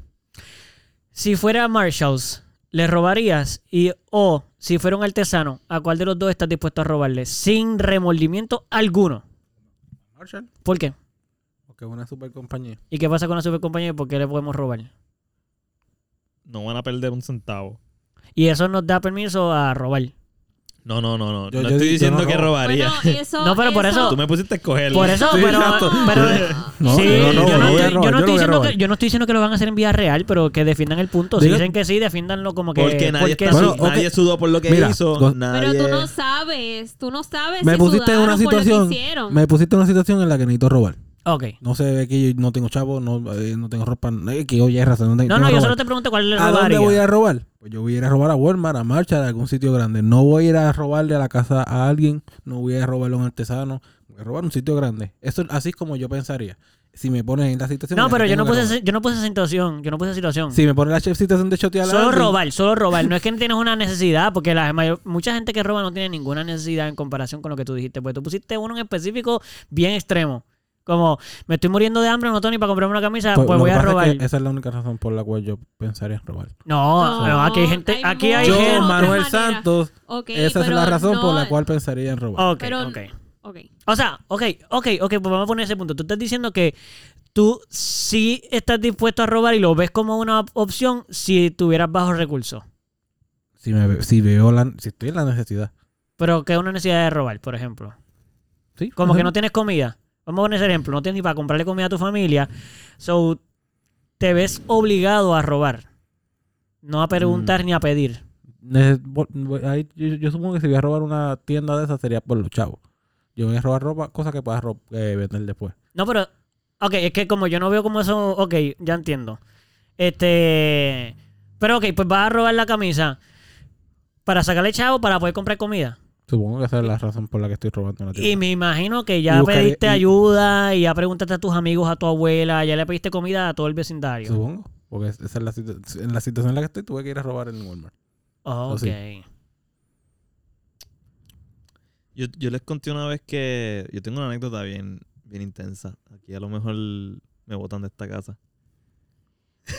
S2: Si fuera Marshalls, ¿le robarías? Y o si fuera un artesano, ¿a cuál de los dos estás dispuesto a robarle? Sin remordimiento alguno.
S3: Marshall,
S2: ¿Por qué?
S3: porque es una super compañía.
S2: ¿Y qué pasa con la supercompañía y por qué le podemos robar?
S1: No van a perder un centavo.
S2: Y eso nos da permiso a robar.
S1: No, no, no, no.
S3: Yo-
S1: no
S3: yo
S1: estoy
S3: di- yo
S1: diciendo
S3: no
S1: que
S3: robo.
S1: robaría.
S4: Bueno, eso,
S2: No, pero por eso-
S1: Tú me pusiste a escoger.
S2: Por eso,
S3: Sí,
S2: pero...
S3: exacto.
S2: pero-
S3: No,
S2: sí,
S3: yo no robo,
S2: yo no
S3: yo lo voy a
S2: estoy- yo
S3: robar,
S2: no
S3: yo lo
S2: estoy
S3: voy a
S2: diciendo
S3: robar.
S2: que- yo no estoy diciendo que lo van a hacer en vía real, pero que defiendan el punto. Si
S3: Diga-
S2: dicen que sí, defiéndanlo como que...
S1: Porque nadie, está,
S3: Bueno, ok.
S1: nadie sudó por lo que
S3: Mira,
S1: hizo.
S3: Gon-
S1: nadie...
S4: Pero tú no sabes, tú no sabes
S3: Me
S4: si
S3: pusiste en una
S4: sudaron por lo que
S3: situación,
S4: hicieron.
S3: me pusiste en una situación en la que necesito robar.
S2: Ok.
S3: No sé ve que yo no tengo chavo, no, eh, no tengo ropa, no, eh, que oye, hay razón, no, tengo-
S2: No,
S3: tengo
S2: no, yo
S3: robar.
S2: solo te pregunto cuál le
S3: ¿A
S2: robaría.
S3: dónde voy a robar? Pues yo voy a ir a robar a Walmart, a Marshall, a algún sitio grande. No voy a ir a robarle a la casa a alguien, no voy a ir a robarle a un artesano, voy a robar a un sitio grande. Eso así es como yo pensaría. Si me pones en la situación... en
S2: No,
S3: la que
S2: pero yo no
S3: tengo que
S2: puse,
S3: robar.
S2: esa- yo no puse esa situación, yo no puse esa situación.
S3: Si me pones la situación de chotear a
S2: solo
S3: alguien,
S2: robar, solo robar. No es que tienes una necesidad, porque la mayor- mucha gente que roba no tiene ninguna necesidad en comparación con lo que tú dijiste. Pues tú pusiste uno en específico bien extremo. Como, me estoy muriendo de hambre, no tengo ni para comprarme una camisa, pues,
S3: pues lo
S2: voy
S3: que
S2: a
S3: pasa es
S2: robar.
S3: que esa es la única razón por la cual yo pensaría en robar.
S2: No,
S4: No,
S2: no, aquí hay gente,
S4: hay
S2: aquí hay
S3: Yo,
S4: muchas
S2: gente.
S4: otras
S3: Manuel
S4: maneras.
S3: Santos,
S4: Ok,
S3: esa es
S4: pero
S3: la razón por la
S4: no-
S3: cual pensaría en robar.
S2: Ok,
S4: Pero-
S2: ok.
S4: ok.
S2: O sea, ok, ok, ok, pues vamos a poner ese punto. Tú estás diciendo que tú sí estás dispuesto a robar y lo ves como una op- opción si tuvieras bajos recursos.
S3: Si, me, si veo la... Si estoy en la necesidad.
S2: Pero que es una necesidad de robar, por ejemplo.
S3: ¿Sí?
S2: Como que no
S3: Ujú.
S2: tienes comida. Vamos a poner ese ejemplo. No tienes ni para comprarle comida a tu familia. So, te ves obligado a robar. No a
S3: Mm.
S2: preguntar ni a pedir.
S3: Nece- bo- bo- ahí yo, yo supongo que si voy a robar una tienda de esas sería por los chavos. Yo voy a robar ropa, cosas que puedas ro- eh, vender después.
S2: No, pero... Ok, es que como yo no veo como eso... Ok, ya entiendo. Este... Pero ok, pues vas a robar la camisa para sacarle chavo para poder comprar comida.
S3: Supongo que esa es la razón por la que estoy robando una
S2: Y
S3: tienda.
S2: me imagino que ya
S3: Y buscaré-
S2: pediste
S3: y-
S2: ayuda y ya preguntaste a tus amigos, a tu abuela, ya le pediste comida a todo el vecindario.
S3: Supongo. Porque es- esa es la, situ- en la situación en la que estoy, tuve que ir a robar en Walmart.
S2: Ok.
S3: sí.
S1: Yo, yo les conté una vez que yo tengo una anécdota bien, bien intensa. Aquí a lo mejor me botan de esta casa.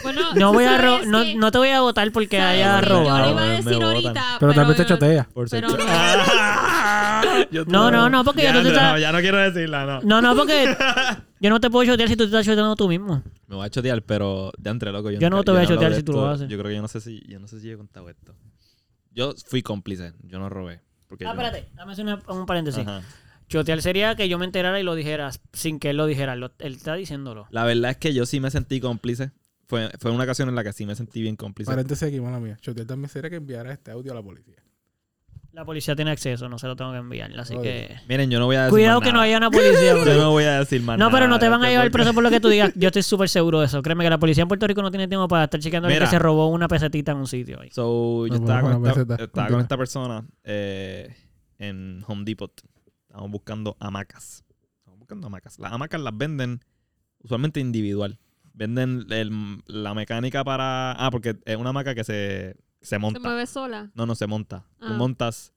S4: Bueno,
S2: No
S4: tú
S2: voy a
S4: sabes
S2: ro- no,
S4: que-
S2: no te voy a votar porque
S4: sabes
S2: haya
S4: que Yo
S2: robado.
S4: lo iba a
S1: Me
S4: decir
S1: botan.
S4: ahorita,
S3: Pero también te chotea.
S1: Por
S4: Ah, Pero-
S1: sexo. Yo te-
S2: No, no, no, porque
S1: ya,
S2: ya tú te
S1: no,
S2: estás-
S1: ya no quiero decirla, no.
S2: No, no, porque yo no te puedo chotear si tú te estás choteando tú mismo.
S1: Me voy a chotear, pero de entre loco. Yo,
S2: Yo no
S1: nunca-
S2: te voy a
S1: he hablado
S2: chotear
S1: de
S2: si tú
S1: esto.
S2: lo haces.
S1: Yo creo que yo no sé si, yo no sé si he contado esto. Yo fui cómplice, yo no robé. Porque
S2: Ah,
S1: yo-
S2: espérate, dame hacer una- un paréntesis.
S1: Ajá.
S2: Chotear sería que yo me enterara y lo dijeras sin que él lo dijera. Lo- él está diciéndolo.
S1: La verdad es que yo sí me sentí cómplice. Fue, fue una ocasión en la que sí me sentí bien cómplice.
S3: Paréntesis aquí, mala mía. Chotear también sería que enviara este audio a la policía.
S2: La policía tiene acceso, no se lo tengo que enviar. Así
S5: Oye.
S2: que.
S1: Miren, yo no voy a decir
S2: Cuidado
S1: más
S2: que no
S1: nada.
S2: haya una policía, bro.
S1: Yo no voy a decir más
S2: No, pero no
S1: nada
S2: te van a
S1: de
S2: llevar
S1: este
S2: preso por lo que tú digas. Yo estoy súper seguro de eso. Créeme que la policía en Puerto Rico no tiene tiempo para estar chequeando el que
S1: Mira.
S2: se robó una pesetita en un sitio. ahí.
S1: So, yo
S5: No,
S1: estaba,
S5: bueno,
S1: con
S5: bueno,
S1: esta,
S5: peseta,
S1: estaba con
S5: continúa.
S1: esta persona eh, en Home Depot. Estábamos buscando hamacas. Estamos buscando hamacas. Las hamacas las venden usualmente individual. Venden el- la mecánica para. Ah, porque es una hamaca que se, se
S4: Se
S1: monta.
S4: mueve sola.
S1: No, no se monta. Tú
S4: Ah.
S1: montas.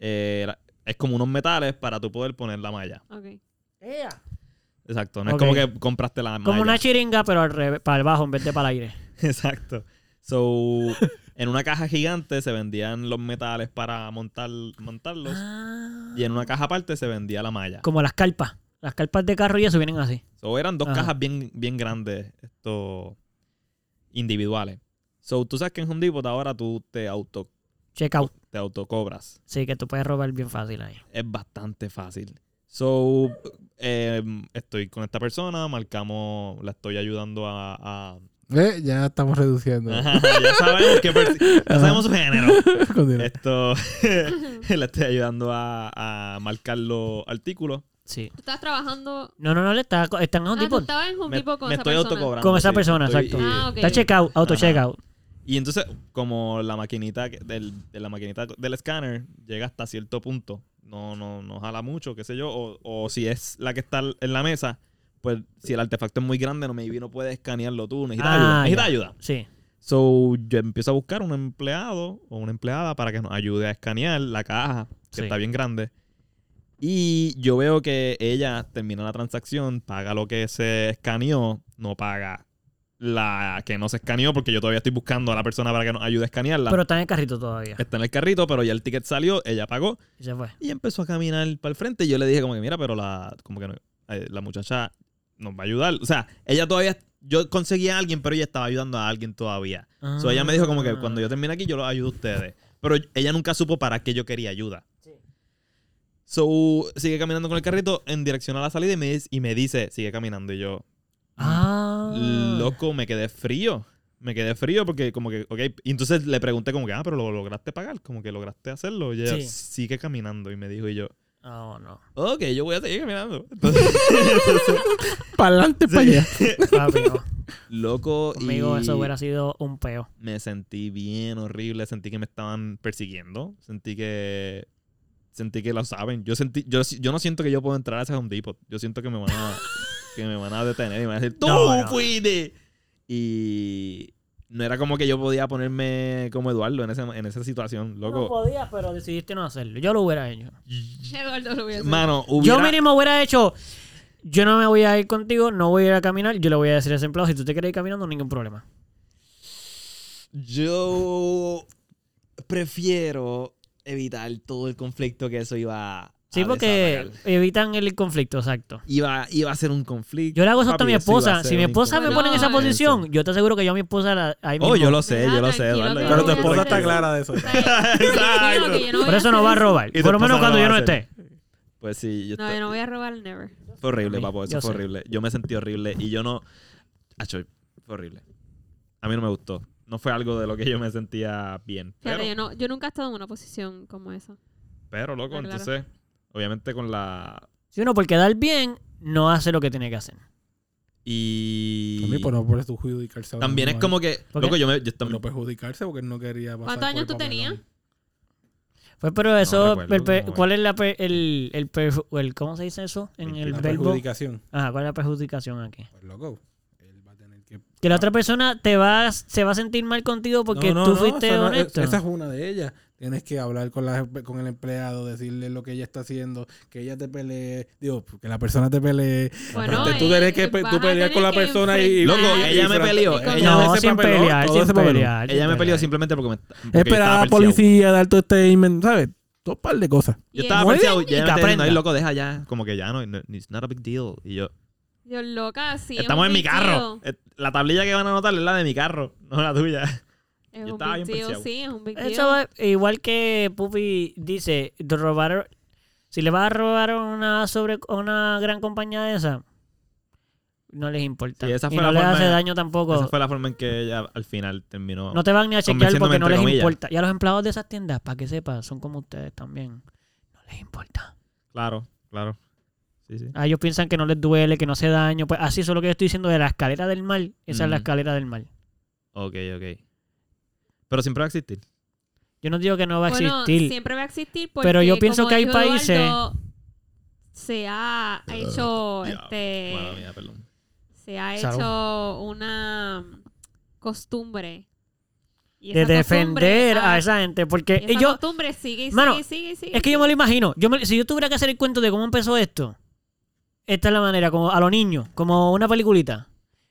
S1: eh, la- es como unos metales para tú poder poner la malla.
S4: Ok.
S1: Exacto. No es
S2: Ok.
S1: como que compraste la malla.
S2: Como una chiringa, pero al revés, para el bajo en vez de para el aire.
S1: Exacto. So, en una caja gigante se vendían los metales para montar, montarlos.
S2: Ah.
S1: Y en una caja aparte se vendía la malla.
S2: Como las carpas. Las carpas de carro y eso vienen así.
S1: So, eran dos
S2: Ajá.
S1: cajas bien, bien grandes, estos individuales. So, tú sabes que en Home Depot ahora tú te auto
S2: Check out.
S1: te autocobras.
S2: Sí, que tú puedes robar bien fácil ahí.
S1: Es bastante fácil. So, eh, estoy con esta persona, marcamos, la estoy ayudando a... a-
S5: Eh, ya estamos reduciendo.
S1: Ajá, ya sabemos que ya sabemos su género.
S5: Continúa.
S1: Esto le estoy ayudando a, a marcar los artículos.
S2: Sí.
S4: Tú estás trabajando.
S2: No, no, no, le está, están en un
S4: Ah, tú
S2: tipo.
S4: estabas en un
S1: Me,
S4: tipo con
S1: me
S4: esa
S1: estoy
S4: persona.
S1: autocobrando.
S2: Con esa
S1: sí.
S2: persona,
S1: Estoy-
S2: exacto.
S4: Ah, ok.
S2: Está check out, auto check out.
S1: Y entonces, como la maquinita que- del, de la maquinita del escáner llega hasta cierto punto, no, no, no jala mucho, qué sé yo, o, o si es la que está en la mesa, pues si el artefacto es muy grande, no maybe no puedes escanearlo tú, necesitas
S2: Ah,
S1: ayuda, necesitas
S2: ya.
S1: ayuda.
S2: Sí.
S1: So, yo empiezo a buscar un empleado o una empleada para que nos ayude a escanear la caja, que
S2: Sí.
S1: está bien grande. Y yo veo que ella termina la transacción, paga lo que se escaneó, no paga la que no se escaneó, porque yo todavía estoy buscando a la persona para que nos ayude a escanearla.
S2: Pero está en el carrito todavía.
S1: Está en el carrito, pero ya el ticket salió, ella pagó
S2: Y se fue.
S1: y empezó a caminar para el frente. Y yo le dije como que, mira, pero la, como que no- eh, la muchacha nos va a ayudar. O sea, ella todavía, yo conseguí a alguien, pero ella estaba ayudando a alguien todavía. So, ella me dijo como que
S2: Ah.
S1: cuando yo termine aquí yo los ayudo a ustedes. Pero ella nunca supo para qué yo quería ayuda. So, sigue caminando con el carrito en dirección a la salida y me, dice- y me dice, sigue caminando. Y yo,
S2: Ah.
S1: loco, me quedé frío. Me quedé frío porque como que, ok. Y entonces le pregunté como que, ah, pero lo lograste pagar, como que lograste hacerlo. Y ella
S2: Sí.
S1: sigue caminando y me dijo y yo,
S2: Oh, no.
S1: ok, yo voy a seguir caminando. Entonces,
S5: Para adelante, para allá.
S2: Papi, no.
S1: loco,
S2: Conmigo
S1: y
S2: eso hubiera sido un peo.
S1: me sentí bien horrible, sentí que me estaban persiguiendo, sentí que sentí que lo saben. Yo sentí yo, yo no siento que yo puedo entrar a ese Home Depot. Yo siento que me van a que me van a detener y me van a decir, "Tú
S2: No, no.
S1: fuiste". Y no era como que yo podía ponerme como Eduardo en esa en esa situación,
S2: No
S1: loco.
S2: podías, pero decidiste no hacerlo. Yo lo hubiera hecho.
S4: Eduardo lo voy a hacer.
S1: Mano, hubiera
S2: Yo mínimo hubiera hecho. Yo no me voy a ir contigo, no voy a ir a caminar. Yo le voy a decir a ese empleado, si tú te quieres ir caminando, ningún problema.
S1: yo prefiero evitar todo el conflicto que eso iba a
S2: Sí, porque
S1: desatar.
S2: evitan el conflicto, exacto.
S1: Iba, iba a ser un conflicto.
S2: Yo le hago eso hasta a mi
S1: Papi, iba
S2: esposa.
S1: ser
S2: Si mi
S1: un
S2: esposa me
S1: conflicto.
S2: pone en esa
S4: No,
S2: posición, yo te aseguro que yo a mi esposa la... ahí
S1: Oh,
S2: mismo-
S1: yo lo sé, yo lo sé,
S4: Tranquilo,
S1: Eduardo.
S4: que
S1: yo
S3: Pero
S1: lo
S3: tu
S1: sé.
S3: esposa
S4: Exacto.
S3: está clara de eso.
S4: O sea, yo digo que yo no voy
S2: Por
S4: a
S2: eso no
S4: hacer
S2: va a robar.
S1: Y tu
S2: Por lo menos
S1: esposa no
S2: cuando
S1: lo
S2: yo
S1: va
S2: no
S1: a hacer.
S2: esté.
S1: Pues sí, yo
S4: No,
S1: estoy-
S4: yo no voy a robar never.
S1: fue horrible,
S2: A mí,
S1: papo. Eso
S2: yo
S1: fue
S2: sé.
S1: horrible. Yo me sentí horrible y yo no. Acho, fue horrible. A mí no me gustó. No fue algo de lo que yo me sentía bien. Pero,
S4: Fíjate, yo, no, yo nunca he estado en una posición como esa.
S1: pero loco,
S4: Ah, claro.
S1: entonces, obviamente con la.
S2: Si uno por quedar bien, no hace lo que tiene que hacer.
S1: Y.
S5: También por no poner tu juicio y calzado.
S1: También es como que.
S2: ¿Por qué?
S1: Loco, yo me. yo
S5: Por
S1: también-
S5: no perjudicarse porque no quería pasar
S4: ¿Cuántos
S5: por el
S4: años tú
S5: papelón.
S4: tenías?
S2: Pues, pero eso...
S1: recuerdo
S2: per- per-
S1: cómo es.
S2: ¿Cuál es la... per- el, el perju- el- ¿Cómo se dice eso? En el
S5: La
S2: verbo...
S5: perjudicación.
S2: Ajá, ¿cuál es la perjudicación aquí?
S5: Pues loco, él va a tener que...
S2: Que la otra persona te va, se va a sentir mal contigo porque
S5: No, no,
S2: tú
S5: no,
S2: fuiste
S5: esa no-
S2: honesto.
S5: esa es una de ellas. Tienes que hablar con, la, con el empleado, decirle lo que ella está haciendo, que ella te pelee. Digo, que la persona te pelee.
S4: Bueno,
S5: Este, tú
S4: eh,
S5: tenés que
S4: vas
S5: pe-
S4: a
S5: tú pelear
S4: tener
S5: con la
S4: que
S5: persona y-
S1: Loco,
S4: enfrentar-
S1: ella me peleó.
S4: Con-
S1: Ella
S2: no,
S1: me- ese
S2: sin
S1: papelón,
S2: pelear,
S5: todo
S2: sin
S5: ese papelón.
S2: pelear.
S1: ella me
S2: sin
S1: peleó
S2: pelear.
S1: simplemente porque me. porque
S5: Esperaba
S1: estaba
S5: a
S1: perseado.
S5: policía, dar tu statement, ¿sabes? Dos par de cosas.
S1: Yo
S4: y
S1: estaba
S2: Muy
S1: pensando,
S2: bien, y
S1: ya
S2: que
S1: me diciendo, ay,
S2: aprenda.
S1: loco, deja ya. Como que ya no, no- it's not a big deal. Y yo,
S4: Yo loca, sí. es
S1: estamos
S4: un
S1: en mi
S4: big
S1: carro.
S4: deal.
S1: Eh, La tablilla que van a anotar es la de mi carro, no la tuya.
S4: Es
S1: Yo
S4: un
S1: estaba
S4: big
S1: bien
S4: deal,
S1: preciado.
S4: sí, es un big deal.
S2: Eso es igual que Pupi dice, de robar, si le vas a robar a una sobre a una gran compañía de esa, no les importa.
S1: Sí, esa
S2: y
S1: fue
S2: no
S1: la
S2: les hace
S1: forma-
S2: daño tampoco.
S1: Esa fue la forma en que ella al final terminó.
S2: No te van ni a chequear
S1: Convenciéndome,
S2: porque no
S1: entre
S2: les
S1: comillas.
S2: importa. Y a los empleados de esas tiendas, para que sepas, son como ustedes también. No les importa.
S1: Claro, claro. Sí, sí.
S2: Ah, ellos piensan que no les duele, que no hace daño. Pues así eso es lo que yo estoy diciendo de la escalera del mal. Esa es
S1: Mm.
S2: la escalera del mal.
S1: Ok, ok. Pero siempre va a existir.
S2: Yo no digo que no va a
S4: Bueno,
S2: existir.
S4: siempre va a existir porque,
S2: Pero yo pienso
S4: como
S2: que hay
S4: dijo
S2: países-
S4: Eduardo, se ha hecho
S1: Diablo.
S2: Eh.
S4: este
S1: Mala mía, perdón.
S4: se ha
S2: Salud.
S4: hecho una costumbre Y
S2: de
S4: esa
S2: defender
S4: costumbre,
S2: a
S4: ah,
S2: esa gente. Porque
S4: y esa
S2: yo,
S4: costumbre sigue y sigue,
S2: Mano,
S4: y sigue y sigue.
S2: es que yo me lo imagino. Yo me- si yo tuviera que hacer el cuento de cómo empezó esto, esta es la manera, como a los niños, como una peliculita.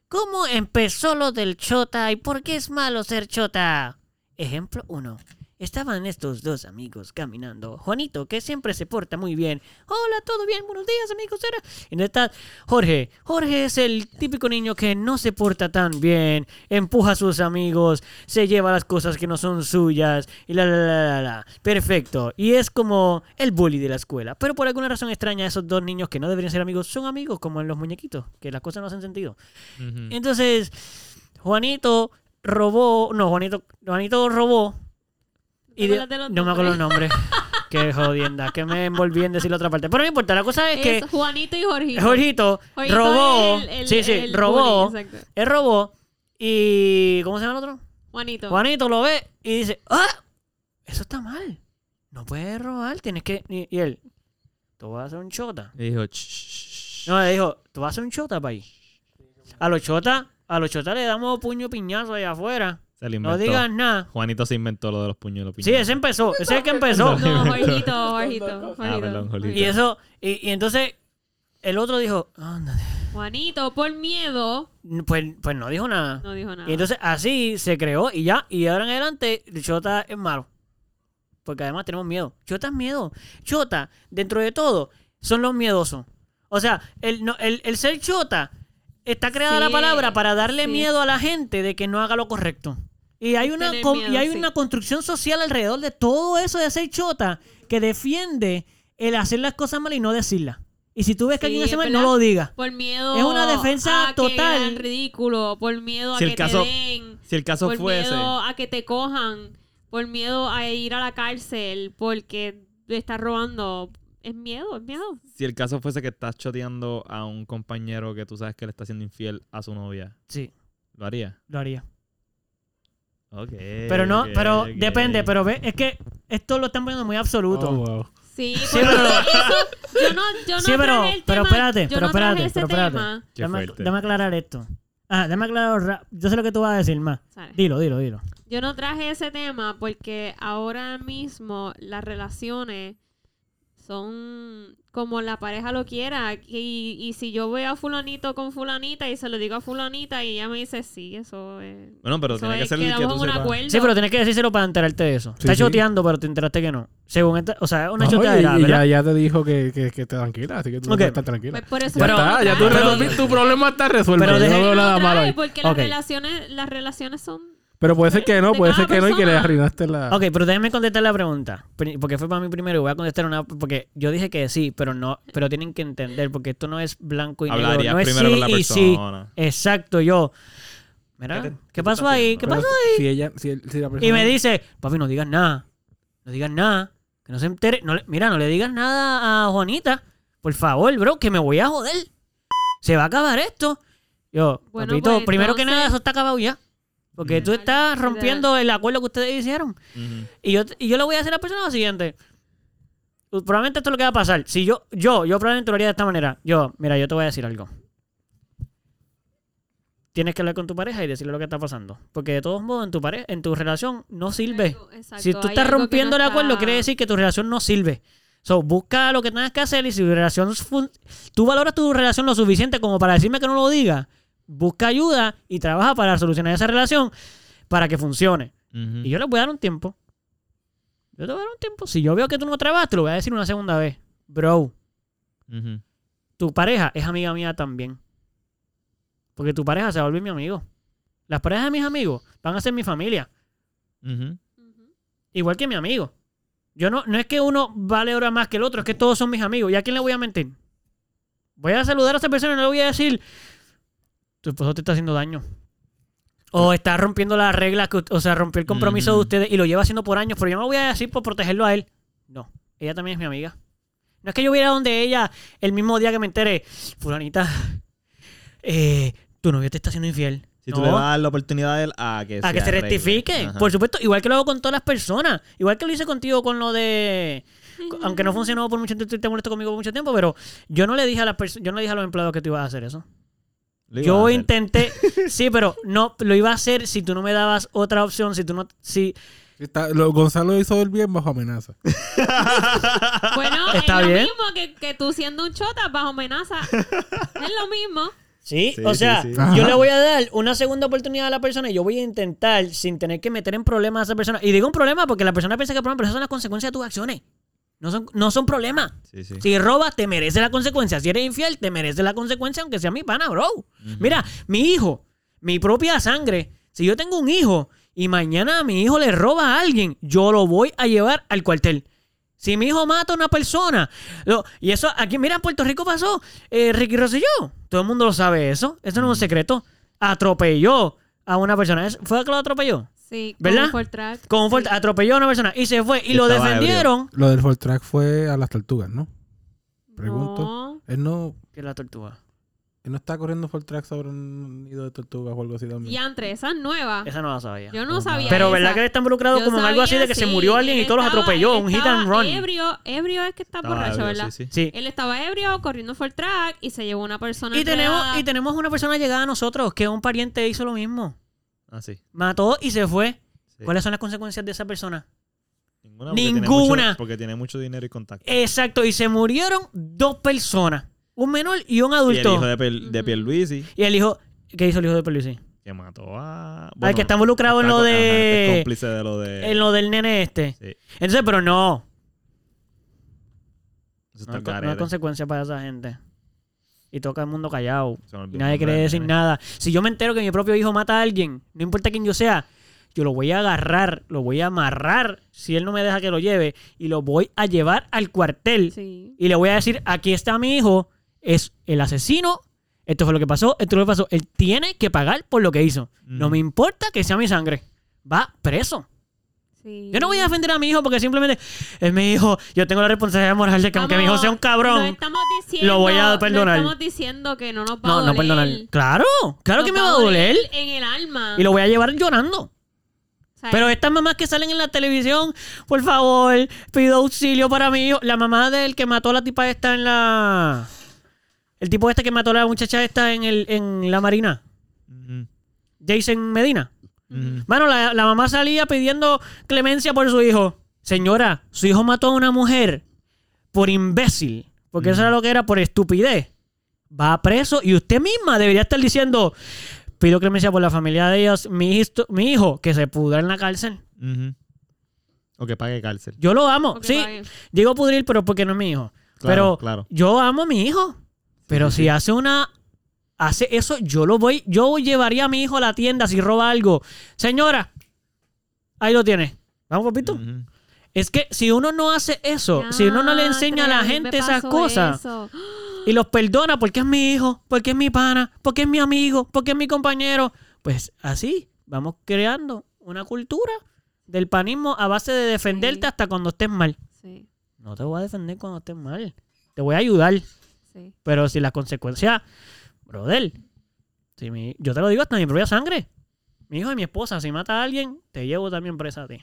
S2: ¿Cómo empezó lo del chota y por qué es malo ser chota? Ejemplo 1. Estaban estos dos amigos caminando. Juanito, que siempre se porta muy bien. Hola, ¿todo bien? Buenos días, amigos. Era- Y no está Jorge. Jorge es el típico niño que no se porta tan bien. Empuja a sus amigos. Se lleva las cosas que no son suyas. Y la, la, la, la, la. Perfecto. Y es como el bully de la escuela. Pero por alguna razón extraña, esos dos niños que no deberían ser amigos son amigos, como en los muñequitos. Que las cosas no hacen sentido.
S1: Ujú.
S2: Entonces, Juanito robó. No, Juanito, Juanito robó.
S4: te
S2: y de-
S4: acuerdas de los
S2: no me acuerdo los nombres. Qué jodienda, que me envolví en decir la otra parte. Pero no importa, la cosa es,
S4: Es Juanito y
S2: que
S4: Jorgito.
S2: Jorgito
S4: Jorgito
S2: robó.
S4: es el- el-
S2: sí, sí,
S4: el
S2: robó.
S4: bully, exacto.
S2: Él robó. Y. ¿Cómo se llama el otro?
S4: Juanito.
S2: Juanito lo ve y dice: ¡Ah! Eso está mal. No puedes robar, tienes que. Y, y él: Tú vas a hacer un chota.
S1: Y dijo, "Shh".
S2: No, le dijo, tú vas a ser un chota, país. A los chotas, a los chotas le damos puño piñazo allá afuera.
S1: se lo inventó.
S2: No digas nada.
S1: Juanito se inventó lo de los puños y los
S2: Sí,
S1: piñones.
S2: ese empezó, ese es el que empezó.
S4: No, Jorgito, Jorgito.
S1: Ah, perdón,
S4: Jorgito.
S1: Jorgito.
S2: Y eso, y, y entonces el otro dijo, "Ándate".
S4: Juanito, por miedo,
S2: pues, pues no dijo nada.
S4: no dijo nada.
S2: Y entonces así se creó y ya, y ahora en adelante, el chota es malo. Porque además tenemos miedo. Chota es miedo. Chota, dentro de todo, son los miedosos. O sea, el, no- el, el ser chota está creada
S4: Sí,
S2: la palabra para darle
S4: sí.
S2: miedo a la gente de que no haga lo correcto. Y hay, una,
S4: Tener
S2: com- y
S4: miedo,
S2: hay
S4: sí.
S2: una construcción social alrededor de todo eso de ser chota que defiende el hacer las cosas mal y no decirlas. Y si tú ves que
S4: Sí,
S2: alguien hace
S4: es
S2: mal, no
S4: verdad.
S2: lo digas.
S4: por miedo.
S2: Es una defensa
S4: a que
S2: total.
S4: quedan ridículo, por miedo a
S1: Si el
S4: que
S1: caso
S4: te den,
S1: Si el caso
S4: por
S1: fuese.
S4: miedo a que te cojan, por miedo a ir a la cárcel porque te estás robando. Es miedo, es miedo.
S1: Si el caso fuese que estás choteando a un compañero que tú sabes que le está siendo infiel a su novia,
S2: Sí,
S1: ¿lo haría?
S2: lo haría.
S1: Ok.
S2: Pero no,
S1: ok,
S2: pero
S1: ok.
S2: depende, pero ve, es que esto lo están poniendo muy absoluto.
S5: Oh, wow.
S4: Sí,
S2: Sí, pues,
S4: por-
S2: pero-
S4: eso, yo no, yo no
S2: Sí, pero-
S4: traje el
S2: pero
S4: tema,
S2: espérate,
S4: yo
S2: pero
S4: no
S2: espérate,
S4: traje ese
S2: pero espérate.
S4: tema.
S1: Qué
S2: dame,
S1: fuerte.
S2: dame aclarar esto. Ah, dame aclarar. ra- Yo sé lo que tú vas a decir más.
S4: Sale.
S2: Dilo, dilo, dilo.
S4: Yo no traje ese tema porque ahora mismo las relaciones son como la pareja lo quiera. Y, y si yo veo a fulanito con fulanita y se lo digo a fulanita y ella me dice, sí, eso es...
S1: Bueno, pero
S4: eso
S1: tiene que
S4: es,
S1: ser el que
S4: quedamos
S1: tú
S4: en un
S1: sepas.
S4: acuerdo.
S2: Sí, pero tienes que decírselo para enterarte de eso. Está
S5: sí.
S2: choteando, pero te enteraste que no. Según esta, o sea, es una
S5: No, y-
S2: choteadera,
S5: y ya,
S2: ¿verdad?
S5: ya te dijo que, que, que te tranquila, así que tú
S2: Ok.
S5: puedes estar tranquila.
S4: Pues por eso
S5: ya
S4: no
S5: está,
S4: lo
S5: ya tú
S4: traje.
S5: resolviste, tu problema está resuelto.
S2: Pero
S5: Pero
S2: deja-
S5: no veo
S4: No
S5: nada
S4: lo
S5: malo ahí.
S4: traje Porque
S2: Ok.
S4: las relaciones, las relaciones son...
S5: Pero puede ser que no,
S4: de
S5: puede
S4: cada
S5: ser que no y que le
S4: persona.
S5: arruinaste la...
S2: Ok, pero déjame contestar la pregunta. pri- Porque fue para mí primero. y Voy a contestar una. Porque yo dije que sí, pero no. Pero tienen que entender, porque esto no es blanco y negro.
S1: Hablarías
S2: No es
S1: primero
S2: sí
S1: con la
S2: y sí.
S1: persona.
S2: Exacto, yo. Mira,
S1: ¿Qué
S2: ¿qué,
S1: te- qué te
S2: pasó
S1: estás
S2: ahí?
S1: haciendo?
S2: ¿Qué
S5: Pero
S2: pasó
S5: Si ella, si, el- si la persona...
S2: Y me dice, papi, no digas nada. No digas nada. Que no se entere. No le- mira, no le digas nada a Juanita. Por favor, bro, que me voy a joder. Se va a acabar esto. Yo,
S4: Bueno,
S2: papito,
S4: pues,
S2: primero que
S4: entonces-
S2: nada, eso está acabado ya. Porque tú
S4: Vale,
S2: estás
S4: ¿verdad?
S2: rompiendo el acuerdo que ustedes hicieron.
S1: Ujú.
S2: Y yo, y yo le voy a hacer a la persona lo siguiente. Pues, Probablemente esto es lo que va a pasar. Si yo, yo, yo probablemente lo haría de esta manera. Yo, mira, yo te voy a decir algo. Tienes que hablar con tu pareja y decirle lo que está pasando. Porque de todos modos, en tu pareja, en tu relación no sirve.
S4: Exacto,
S2: Si tú
S4: hay
S2: estás
S4: algo que
S2: rompiendo
S4: no
S2: el acuerdo,
S4: está-
S2: quiere decir que tu relación no sirve. So, busca lo que tengas que hacer y si tu relación. fun- Tú valoras tu relación lo suficiente como para decirme que no lo diga. Busca ayuda y trabaja para solucionar esa relación para que funcione.
S1: Ujú.
S2: Y yo les voy a dar un tiempo. Yo te voy a dar un tiempo. Si yo veo que tú no trabajas, te lo voy a decir una segunda vez. Bro,
S1: Ujú.
S2: tu pareja es amiga mía también. Porque tu pareja se va a volver mi amigo. Las parejas de mis amigos van a ser mi familia.
S1: Ujú.
S4: Ujú.
S2: Igual que mi amigo. Yo no, no es que uno vale ahora más que el otro, es que todos son mis amigos. ¿Y a quién le voy a mentir? Voy a saludar a esa persona y no le voy a decir, tu esposo te está haciendo daño. O está rompiendo las reglas, que ut- o sea, rompió el compromiso de
S1: Ah. Ujú.
S2: ustedes y lo lleva haciendo por años, pero yo me voy a decir por protegerlo a él. No, ella también es mi amiga. No es que yo hubiera donde ella el mismo día que me entere, fulanita, eh, tu novio te está haciendo infiel.
S1: Si
S2: No
S1: tú le das la oportunidad a él a que
S2: a que se
S1: arregle.
S2: rectifique.
S1: Ajá.
S2: Por supuesto, igual que lo hago con todas las personas. Igual que lo hice contigo con lo de. Aunque no funcionó por mucho tiempo, te molesto conmigo por mucho tiempo, pero yo no le dije a las perso- yo no le dije a los empleados que tú ibas a hacer eso.
S1: Lo iba a
S2: Yo
S1: hacer.
S2: intenté, sí, pero no lo iba a hacer si tú no me dabas otra opción, si tú no si
S5: Está- lo- Gonzalo hizo el bien bajo amenaza.
S4: Bueno,
S2: Está
S4: es
S2: bien.
S4: lo mismo que, que tú siendo un chota bajo amenaza. es lo mismo.
S2: Sí,
S1: Sí,
S2: o
S1: sí,
S2: sea,
S1: sí.
S2: yo
S5: Ajá.
S2: le voy a dar una segunda oportunidad a la persona y yo voy a intentar sin tener que meter en problemas a esa persona. Y digo un problema porque la persona piensa que es problema, pero esas son las consecuencias de tus acciones. No son, no son problemas.
S1: Sí, sí.
S2: Si robas, te merece la consecuencia. Si eres infiel, te merece la consecuencia, aunque sea mi pana, bro. Mira, mi hijo, mi propia sangre. Si yo tengo un hijo y mañana a mi hijo le roba a alguien, yo lo voy a llevar al cuartel. Si mi hijo mata a una persona, lo- y eso aquí, mira, en Puerto Rico pasó, eh, Ricky Rosselló, todo el mundo lo sabe eso, eso no es un secreto, atropelló a una persona, ¿Es- ¿fue que lo atropelló?
S4: Sí,
S2: ¿Verdad?
S4: Con Ford Track.
S2: Con un fuerte- atropelló a una persona y se fue, y lo
S1: Estaba ebrio.
S2: defendieron.
S5: Lo del Fortrack fue a las tortugas, ¿no? pregunto.
S4: No.
S5: Él no,
S2: Que la tortuga.
S5: él no está corriendo Fortrack sobre un nido de tortugas o algo así también.
S4: Y entre esas
S1: Ah.
S4: nuevas.
S2: Esa no la sabía.
S4: Yo no sabía.
S2: Pero ¿verdad
S4: esa.
S2: que él está involucrado
S4: Yo
S2: como en algo así
S4: sabía,
S2: de que se
S4: sí,
S2: murió alguien
S4: él
S2: y todos los
S4: estaba-
S2: atropelló?
S4: él
S2: Un hit
S4: estaba
S2: and run.
S4: Ebrio, ebrio es que está
S1: Estaba
S4: borracho,
S1: ebrio,
S4: ¿verdad?
S1: sí, sí.
S2: Sí.
S4: Él estaba ebrio corriendo full track y se llevó una persona.
S2: Y tenemos,
S4: entregada.
S2: y tenemos una persona llegada a nosotros que un pariente hizo lo mismo.
S1: Ah, sí.
S2: Mató y se fue.
S1: sí.
S2: ¿Cuáles son las consecuencias de esa persona?
S1: Ninguna. porque tiene
S2: Ninguna.
S1: mucho- Porque tiene mucho dinero y contacto.
S2: Exacto, y se murieron dos personas. Un menor y un
S1: Y el
S2: adulto. Mm.
S1: hijo de, Pier, de
S4: Ujú.
S1: Pierluisi,
S2: Y el hijo... ¿Qué hizo el hijo de Pelusi?
S1: que mató a...
S2: Al que está involucrado en
S1: está
S2: lo
S1: co- ajá, es
S2: de...
S1: cómplice de lo de...
S2: En lo del nene este.
S1: Sí.
S2: Entonces, pero no.
S1: Eso está
S2: No, hay
S1: al
S2: con- no hay
S1: garete.
S2: consecuencia para esa gente. Y toca el mundo callado.
S1: Se me olvidó
S2: Y
S1: el
S2: nadie
S1: nombre
S2: quiere
S1: del
S2: decir
S1: nene.
S2: nada. Si yo me entero que mi propio hijo mata a alguien, no importa quién yo sea, yo lo voy a agarrar, lo voy a amarrar si él no me deja que lo lleve y lo voy a llevar al cuartel
S4: Sí.
S2: y le voy a decir, aquí está mi hijo, es el asesino, esto fue lo que pasó, esto fue lo que pasó. Él tiene que pagar por lo que hizo. No
S1: Ujú.
S2: me importa que sea mi sangre. Va preso.
S4: sí.
S2: Yo no voy a defender a mi hijo porque simplemente es mi hijo. Yo tengo la responsabilidad moral de que aunque mi hijo
S4: Vamos,
S2: sea un cabrón.
S4: no estamos diciendo,
S2: lo voy a perdonar.
S4: No estamos diciendo que no nos va
S2: No,
S4: a
S2: no,
S4: doler.
S2: perdonar. Claro, claro
S4: Nos
S2: que me va a doler.
S4: En el alma.
S2: Y lo voy a llevar llorando.
S4: O sea,
S2: Pero estas mamás que salen en la televisión, por favor, pido auxilio para mí. La mamá del que mató a la tipa esta en la. El tipo este que mató a la muchacha esta en, el, en la marina.
S1: Ujú,
S2: Jason Medina.
S1: ujú.
S2: Mano, la, la mamá salía pidiendo clemencia por su hijo. Señora, su hijo mató a una mujer por imbécil, porque
S1: Mm.
S2: eso era lo que era, por estupidez. Va preso y usted misma debería estar diciendo, pido clemencia por la familia de ellos, mi, histo- mi hijo, que se pudra en la cárcel.
S1: Ujú. O que pague cárcel.
S2: Yo lo amo,
S4: porque
S2: sí,
S4: pague.
S2: digo pudrir, pero porque no es mi hijo. pero
S1: Claro, claro.
S2: yo amo a mi hijo. Pero
S1: sí,
S2: si
S1: sí.
S2: hace una. Hace eso, yo lo voy. Yo llevaría a mi hijo a la tienda si roba algo. Señora, ahí lo tiene. Vamos, papito.
S1: Ujú.
S2: Es que si uno no hace eso, si uno no le enseña a la
S4: Diantre, mí
S2: gente
S4: me
S2: esas
S4: pasó
S2: cosas
S4: eso.
S2: y los perdona porque es mi hijo, porque es mi pana, porque es mi amigo, porque es mi compañero, pues así vamos creando una cultura del panismo a base de defenderte
S4: Sí.
S2: hasta cuando estés mal.
S4: Sí,
S2: No te voy a defender cuando estés mal. Te voy a ayudar.
S4: sí.
S2: Pero si las consecuencias, brother, si mi- yo te lo digo hasta mi propia sangre. Mi hijo y mi esposa, si mata a alguien, te llevo también presa a ti.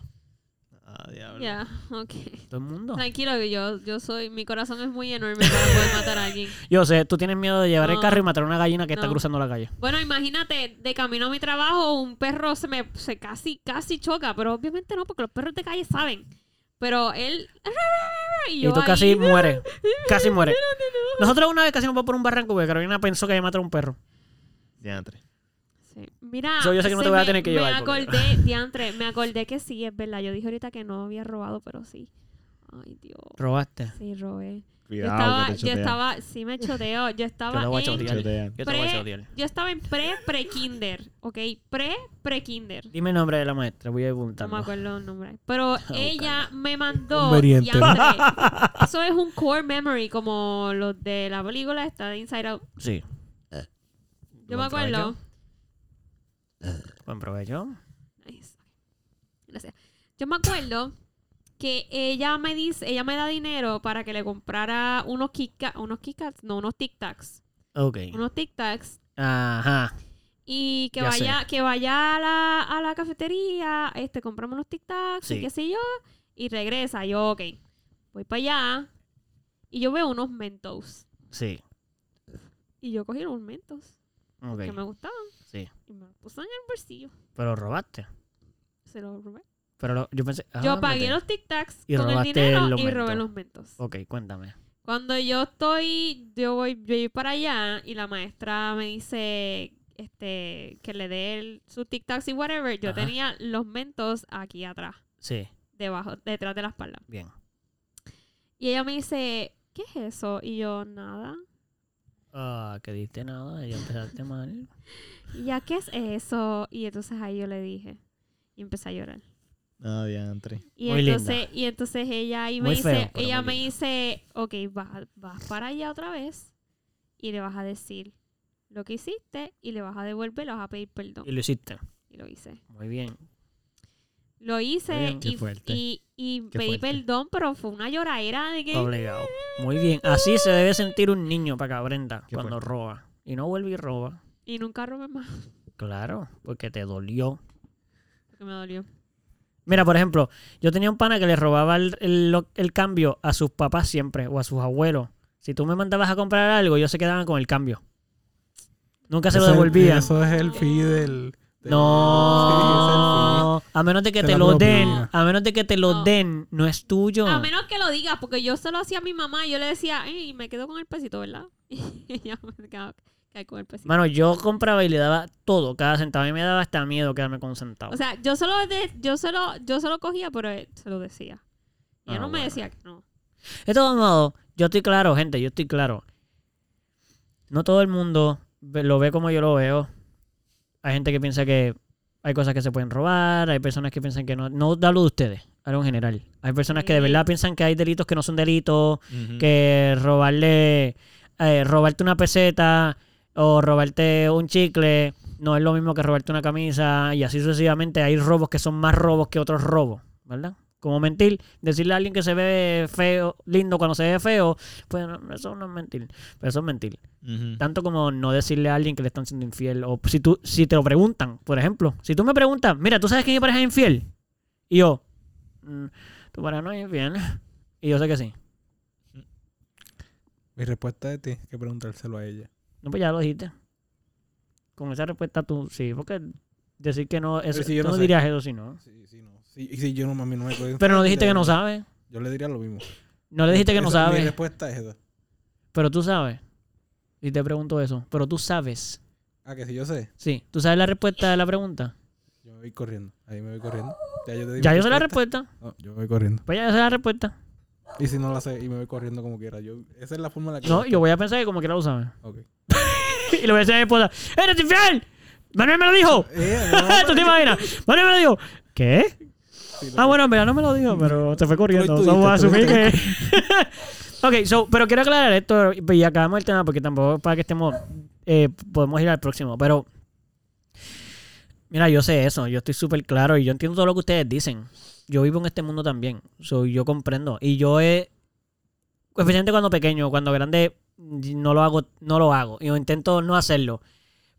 S1: Ah,
S4: Ya,
S1: diablo.
S4: ok.
S2: Todo el mundo.
S4: Tranquilo, que yo, yo soy. Mi corazón es muy enorme para poder matar a alguien.
S2: Yo sé, tú tienes miedo de llevar el
S4: No.
S2: carro y matar a una gallina que está
S4: No.
S2: cruzando la calle.
S4: Bueno, imagínate, de camino a mi trabajo, un perro se me se casi, casi choca, pero obviamente no, porque los perros de calle saben. Pero él. Y,
S2: Y,
S4: yo
S2: tú
S4: ahí,
S2: casi mueres. Casi mueres. Nosotros una vez casi nos va por un barranco porque Carolina pensó que había matado a un perro.
S1: Diantre.
S4: Sí. Mira,
S2: So, yo sé que no
S4: se
S2: te voy a
S4: me-
S2: tener que
S4: me
S2: llevar, porque-
S4: acordé, diantre, me acordé que sí, es verdad. Yo dije ahorita que no había robado, pero sí. Ay, Dios.
S2: Robaste.
S4: Sí, robé. Yo
S1: Cuidado
S4: estaba,
S1: que te
S4: yo
S1: chotean.
S4: estaba, sí me choteo. Yo
S2: Yo
S4: estaba
S2: te voy a
S4: en-
S1: Te
S2: chotear.
S1: chotean.
S2: Yo te voy a
S4: pre,
S2: chotear.
S4: yo estaba en pre pre kinder, ¿ok? Pre pre kinder.
S2: Dime el nombre de la maestra, voy a ir
S4: No me
S2: apuntando.
S4: acuerdo el nombre. Pero
S2: Oh,
S4: ella me mandó.
S5: Conveniente.
S4: diantre, Eso es un core memory, como los de la película esta de Inside Out.
S2: Sí.
S4: Yo me acuerdo.
S2: Buen provecho.
S4: Ay, sorry. Gracias. Yo me acuerdo que ella me dice, ella me da dinero para que le comprara unos Kit Kat- unos Kit Kats, no, unos Tic Tacs,
S2: Ok.
S4: unos Tic Tacs
S2: Ajá.
S4: y que
S2: Ya sé.
S4: vaya, que vaya a la, a la cafetería, este, compramos unos Tic Tacs
S2: Sí.
S4: y qué sé yo, y regresa, yo, ok, voy para allá y yo veo unos Mentos
S2: Sí.
S4: y yo cogí unos Mentos
S2: Ok.
S4: que me gustaban
S2: Sí.
S4: y me los puse en el bolsillo,
S2: Pero robaste.
S4: se los robé.
S2: Pero lo- yo pensé. ah,
S4: yo pagué
S2: ok.
S4: los Tic Tacs
S2: Y
S4: con el
S2: robaste
S4: dinero
S2: los
S4: y robé
S2: Mentos.
S4: los Mentos.
S2: Ok, cuéntame.
S4: Cuando yo estoy, yo voy, yo voy para allá y la maestra me dice este que le dé el- su tic tacs y whatever. Yo
S2: Ajá.
S4: tenía los mentos aquí atrás,
S2: Sí,
S4: debajo, detrás de la espalda.
S2: bien.
S4: Y ella me dice, ¿qué es eso? Y yo, nada.
S2: Ah, que diste nada y ya empezaste mal.
S4: Y ya, ¿qué es eso? Y entonces ahí yo le dije. Y empecé a llorar.
S1: Ah, diantre.
S4: Y
S2: Muy
S4: entonces, y entonces ella ahí me
S2: Muy feo,
S4: dice,
S2: pero
S4: ella
S2: muy
S4: me dice, ok, vas, vas para allá otra vez y le vas a decir lo que hiciste y le vas a devolver, le vas a pedir perdón.
S2: Y lo hiciste.
S4: Y lo hice.
S2: Muy bien.
S4: Lo hice
S2: Bien.
S1: Qué
S4: y,
S1: fuerte.
S4: y, y
S1: Qué
S4: pedí
S1: fuerte.
S4: perdón, pero fue una lloradera de que...
S2: Obligado. Muy bien. Así se debe sentir un niño para Brenda
S1: Qué
S2: cuando
S1: fuerte.
S2: roba. Y no vuelve y roba.
S4: Y nunca robé más,
S2: Claro, porque te dolió.
S4: porque me dolió.
S2: Mira, por ejemplo, yo tenía un pana que le robaba el, el- lo- el cambio a sus papás siempre o a sus abuelos. Si tú me mandabas a comprar algo, ellos se quedaban con el cambio. Nunca se lo
S5: Ese-
S2: devolvían.
S5: Eso es el Fidel.
S2: No, a menos de que
S5: Se
S2: te
S5: la
S2: lo
S5: propina.
S2: den, a menos de que te lo
S4: No.
S2: den, no es tuyo.
S4: A menos que lo digas, porque yo se lo hacía a mi mamá y yo le decía, y me quedo con el pesito, ¿verdad? Y ella me quedaba quedaba con el pesito.
S2: Mano, yo compraba y le daba todo, cada centavo. A mí me daba hasta miedo quedarme con un centavo.
S4: O sea, yo solo, de- yo solo, yo solo cogía, pero él se lo decía. Y
S2: Ah,
S4: él no me
S2: bueno.
S4: decía que no.
S2: De todos modos, yo estoy claro, gente, yo estoy claro. No todo el mundo ve- lo ve como yo lo veo. Hay gente que piensa que hay cosas que se pueden robar, hay personas que piensan que no. No hablo de ustedes, hablo en general. Hay personas que de
S4: Sí.
S2: verdad piensan que hay delitos que no son delitos, que robarle, eh, robarte una peseta o robarte un chicle no es lo mismo que robarte una camisa y así sucesivamente. Hay robos que son más robos que otros robos, ¿verdad? Como mentir, decirle a alguien que se ve feo, lindo cuando se ve feo, pues no, eso no es mentir, pero eso es mentir. Tanto como no decirle a alguien que le están siendo infiel o si tú si te lo preguntan, por ejemplo, si tú me preguntas, mira, ¿tú sabes que mi pareja es infiel? Y yo, "Mm, tu pareja no es infiel. Y yo sé que sí.
S5: Mi respuesta es tienes que preguntárselo a ella.
S2: No, pues ya lo dijiste. Con esa respuesta tú, sí, porque decir que no, eso,
S5: Pero si yo
S2: tú
S5: no
S2: no
S5: sé.
S2: dirías eso si no.
S5: Sí, sí, no. Sí, y si yo no, mami, no me puedo-
S2: Pero no dijiste que no sabes.
S5: Yo le diría lo mismo.
S2: No le dijiste que no
S5: Esa- Mi
S2: sabes.
S5: respuesta es esa.
S2: Pero tú sabes. Y te pregunto eso. Pero tú sabes.
S5: Ah, que si yo sé.
S2: Sí. ¿Tú sabes la respuesta de la pregunta?
S5: Yo me voy corriendo. Ahí me voy corriendo. Ya yo te digo.
S2: Ya yo sé la
S5: respuesta.
S2: respuesta.
S5: No, yo me voy corriendo.
S2: Pues ya yo sé la respuesta.
S5: Y si no la sé, y me voy corriendo como quiera. Yo, esa es la forma en la que.
S2: No, yo voy a pensar que como quiera lo sabes.
S5: Ok.
S2: Y le voy a decir a mi esposa, ¡Eres infiel! ¡Manuel me lo dijo!
S5: Eh, no,
S2: ¿Tú te imaginas? ¡Manuel me lo dijo! ¿Qué?
S5: sí, lo-
S2: Ah, bueno, en verdad no me lo dijo, pero se fue corriendo.
S5: Tú lo
S2: Vamos a asumir
S5: intuiste, tú lo
S2: que. ok, so, pero quiero aclarar esto y acabamos el tema porque tampoco es para que estemos. eh, podemos ir al próximo, pero. Mira, yo sé eso, yo estoy súper claro y yo entiendo todo lo que ustedes dicen. Yo vivo en este mundo también, so, yo comprendo. Y yo he. Especialmente cuando pequeño, cuando grande, no lo hago, no lo hago. Yo intento no hacerlo.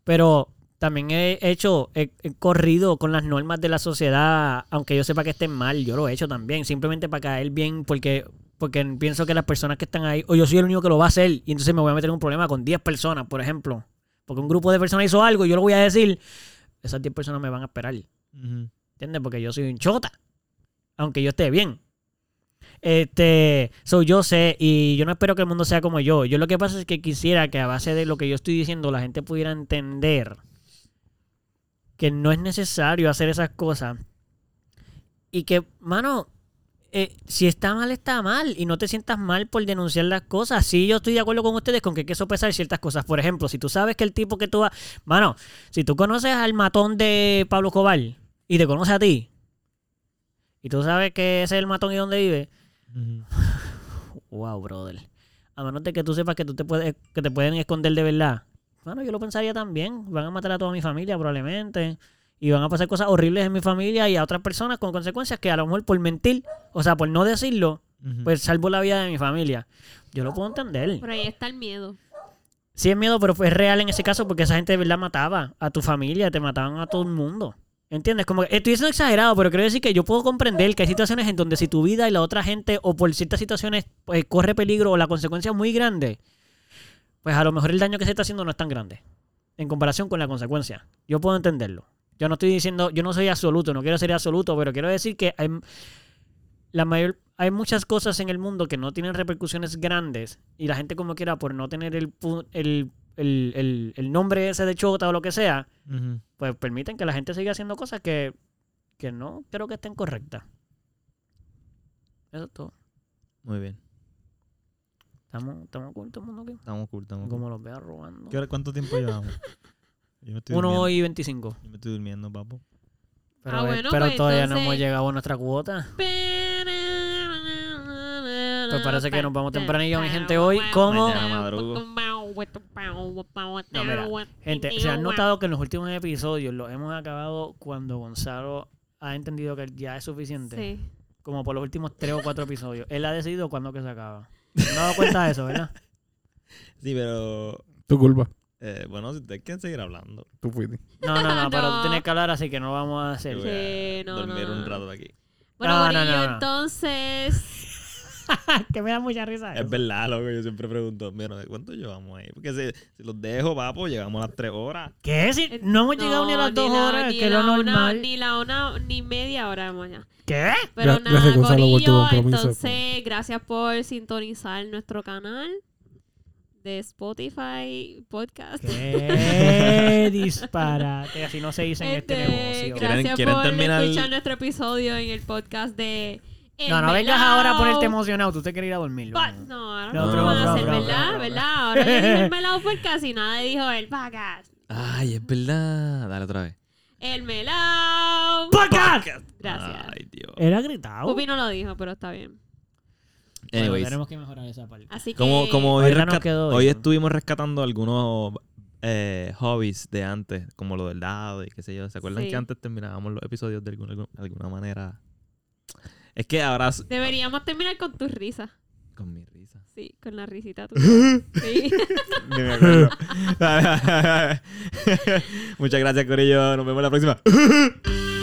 S2: Pero también he hecho, he, he corrido con las normas de la sociedad, aunque yo sepa que estén mal, yo lo he hecho también, simplemente para caer bien, porque, porque pienso que las personas que están ahí, o yo soy el único que lo va a hacer, y entonces me voy a meter en un problema con 10 personas, por ejemplo, porque un grupo de personas hizo algo y yo lo voy a decir, esas 10 personas me van a esperar, ¿entiendes? Porque yo soy un chota, aunque yo esté bien. Este, so yo sé, y yo no espero que el mundo sea como yo. Yo lo que pasa es que quisiera que a base de lo que yo estoy diciendo la gente pudiera entender que no es necesario hacer esas cosas. Y que, mano, eh, si está mal, está mal. Y no te sientas mal por denunciar las cosas. Sí, yo estoy de acuerdo con ustedes con que hay que sopesar ciertas cosas. Por ejemplo, si tú sabes que el tipo que tú vas. Mano, si tú conoces al matón de Pablo Cobal y te conoce a ti. Y tú sabes que ese es el matón y dónde vive. Wow, brother. A menos de que tú sepas que tú te puedes, que te pueden esconder de verdad. Bueno, yo lo pensaría también. Van a matar a toda mi familia probablemente. Y van a pasar cosas horribles en mi familia y a otras personas con consecuencias que a lo mejor por mentir, o sea, por no decirlo,
S1: Mm.
S2: pues salvo la vida de mi familia. Yo lo puedo entender.
S4: Por ahí está el miedo.
S2: Sí es miedo, pero fue real en ese caso porque esa gente de verdad mataba a tu familia, te mataban a todo el mundo. ¿Entiendes? Como que estoy siendo exagerado, pero quiero decir que yo puedo comprender que hay situaciones en donde si tu vida y la otra gente o por ciertas situaciones pues, corre peligro o la consecuencia es muy grande, pues a lo mejor el daño que se está haciendo no es tan grande en comparación con la consecuencia. Yo puedo entenderlo. Yo no estoy diciendo, yo no soy absoluto, no quiero ser absoluto, pero quiero decir que hay, la mayor, hay muchas cosas en el mundo que no tienen repercusiones grandes y la gente como quiera por no tener el, pu- el, el, el, el nombre ese de chota o lo que sea, pues permiten que la gente siga haciendo cosas que, que no creo que estén correctas. Eso es todo.
S1: Muy bien.
S2: Estamos, estamos cool, todo el mundo aquí.
S1: Estamos cool, estamos cool.
S2: Como los vea robando.
S1: ¿Qué hora- ¿Cuánto tiempo llevamos? Yo me estoy
S2: Uno
S1: durmiendo.
S2: y 25.
S1: Yo me estoy durmiendo, papo.
S2: Pero,
S4: Ah,
S2: eh,
S4: bueno,
S2: pero
S4: pues,
S2: todavía no
S4: entonces-
S2: hemos llegado a nuestra cuota.
S4: Pues
S2: parece que nos vamos tempranillo, mi gente, hoy, ¿cómo?
S1: Mañana madrugo.
S2: No, mira, Gente, se han notado que en los últimos episodios los hemos acabado cuando Gonzalo ha entendido que ya es suficiente.
S4: Sí.
S2: Como por los últimos tres o cuatro episodios. Él ha decidido cuándo que se acaba. No he dado cuenta de eso, ¿verdad?
S1: Sí, pero.
S5: Tu culpa.
S1: eh, bueno, si ustedes quieren seguir hablando,
S5: Tú fuiste.
S2: No, no, no, pero tú
S4: No.
S2: tienes que hablar, así que no vamos a hacer.
S1: yo voy a
S4: Sí, no,
S1: dormir
S4: no,
S1: un
S4: no.
S1: rato aquí.
S4: Bueno,
S2: No, no,
S4: Gorillo,
S2: no, no.
S4: entonces.
S2: que me da mucha risa.
S1: Es verdad, loco. Yo siempre pregunto, mira, ¿cuánto llevamos ahí? Porque si, si los dejo, papo, llegamos a las tres horas.
S2: ¿Qué es? No hemos llegado ni a las dos
S4: la-
S2: horas,
S4: Eh, ni
S2: que es lo
S4: la una-
S2: normal.
S4: ni la una, ni media hora de mañana.
S2: ¿Qué?
S4: Pero
S5: Gra-
S4: nada,
S5: gracias, Gonzalo, por tu
S4: Gorillo,
S5: compromiso. pues.
S4: entonces, gracias por sintonizar nuestro canal de Spotify Podcast.
S2: ¿Qué disparate? Así no se dice en este,
S4: Este,
S2: negocio.
S4: Gracias
S1: ¿Quieren- quieren
S4: por
S1: terminar el-
S4: escuchar nuestro episodio en el podcast de. El
S2: No, no vengas
S4: Melao.
S2: ahora a ponerte emocionado. Tú te quieres ir a dormir.
S4: Pa-
S2: loco.
S4: No, ahora
S2: No,
S4: no,
S1: no,
S4: lo van
S1: no,
S4: a hacer,
S1: no,
S4: ¿verdad?
S2: no, no.
S4: ¿Verdad? Ahora yo dije el melao podcast y nada dijo el podcast.
S1: Ay, es verdad. Ah, Dale otra vez.
S4: El melao.
S2: ¡Podcast!
S4: Gracias.
S1: Ay, Dios.
S2: Era gritado.
S4: Pupi no lo dijo, pero está bien.
S2: Bueno,
S1: Anyways,
S2: tenemos que mejorar esa parte.
S4: Así que.
S1: como, como hoy,
S2: Ahorita nos
S1: rescat-
S2: quedó
S1: hoy
S2: eso.
S1: estuvimos rescatando algunos eh, hobbies de antes, como lo del dado y qué sé yo. ¿Se acuerdan
S4: Sí.
S1: que antes terminábamos los episodios de alguna, algu- alguna manera? Es que ahora s-
S4: Deberíamos terminar con tu risa.
S1: con mi risa.
S4: Sí, con la risita tuya. Sí.
S1: Ni me acuerdo. Muchas gracias, Corillo. Nos vemos la próxima.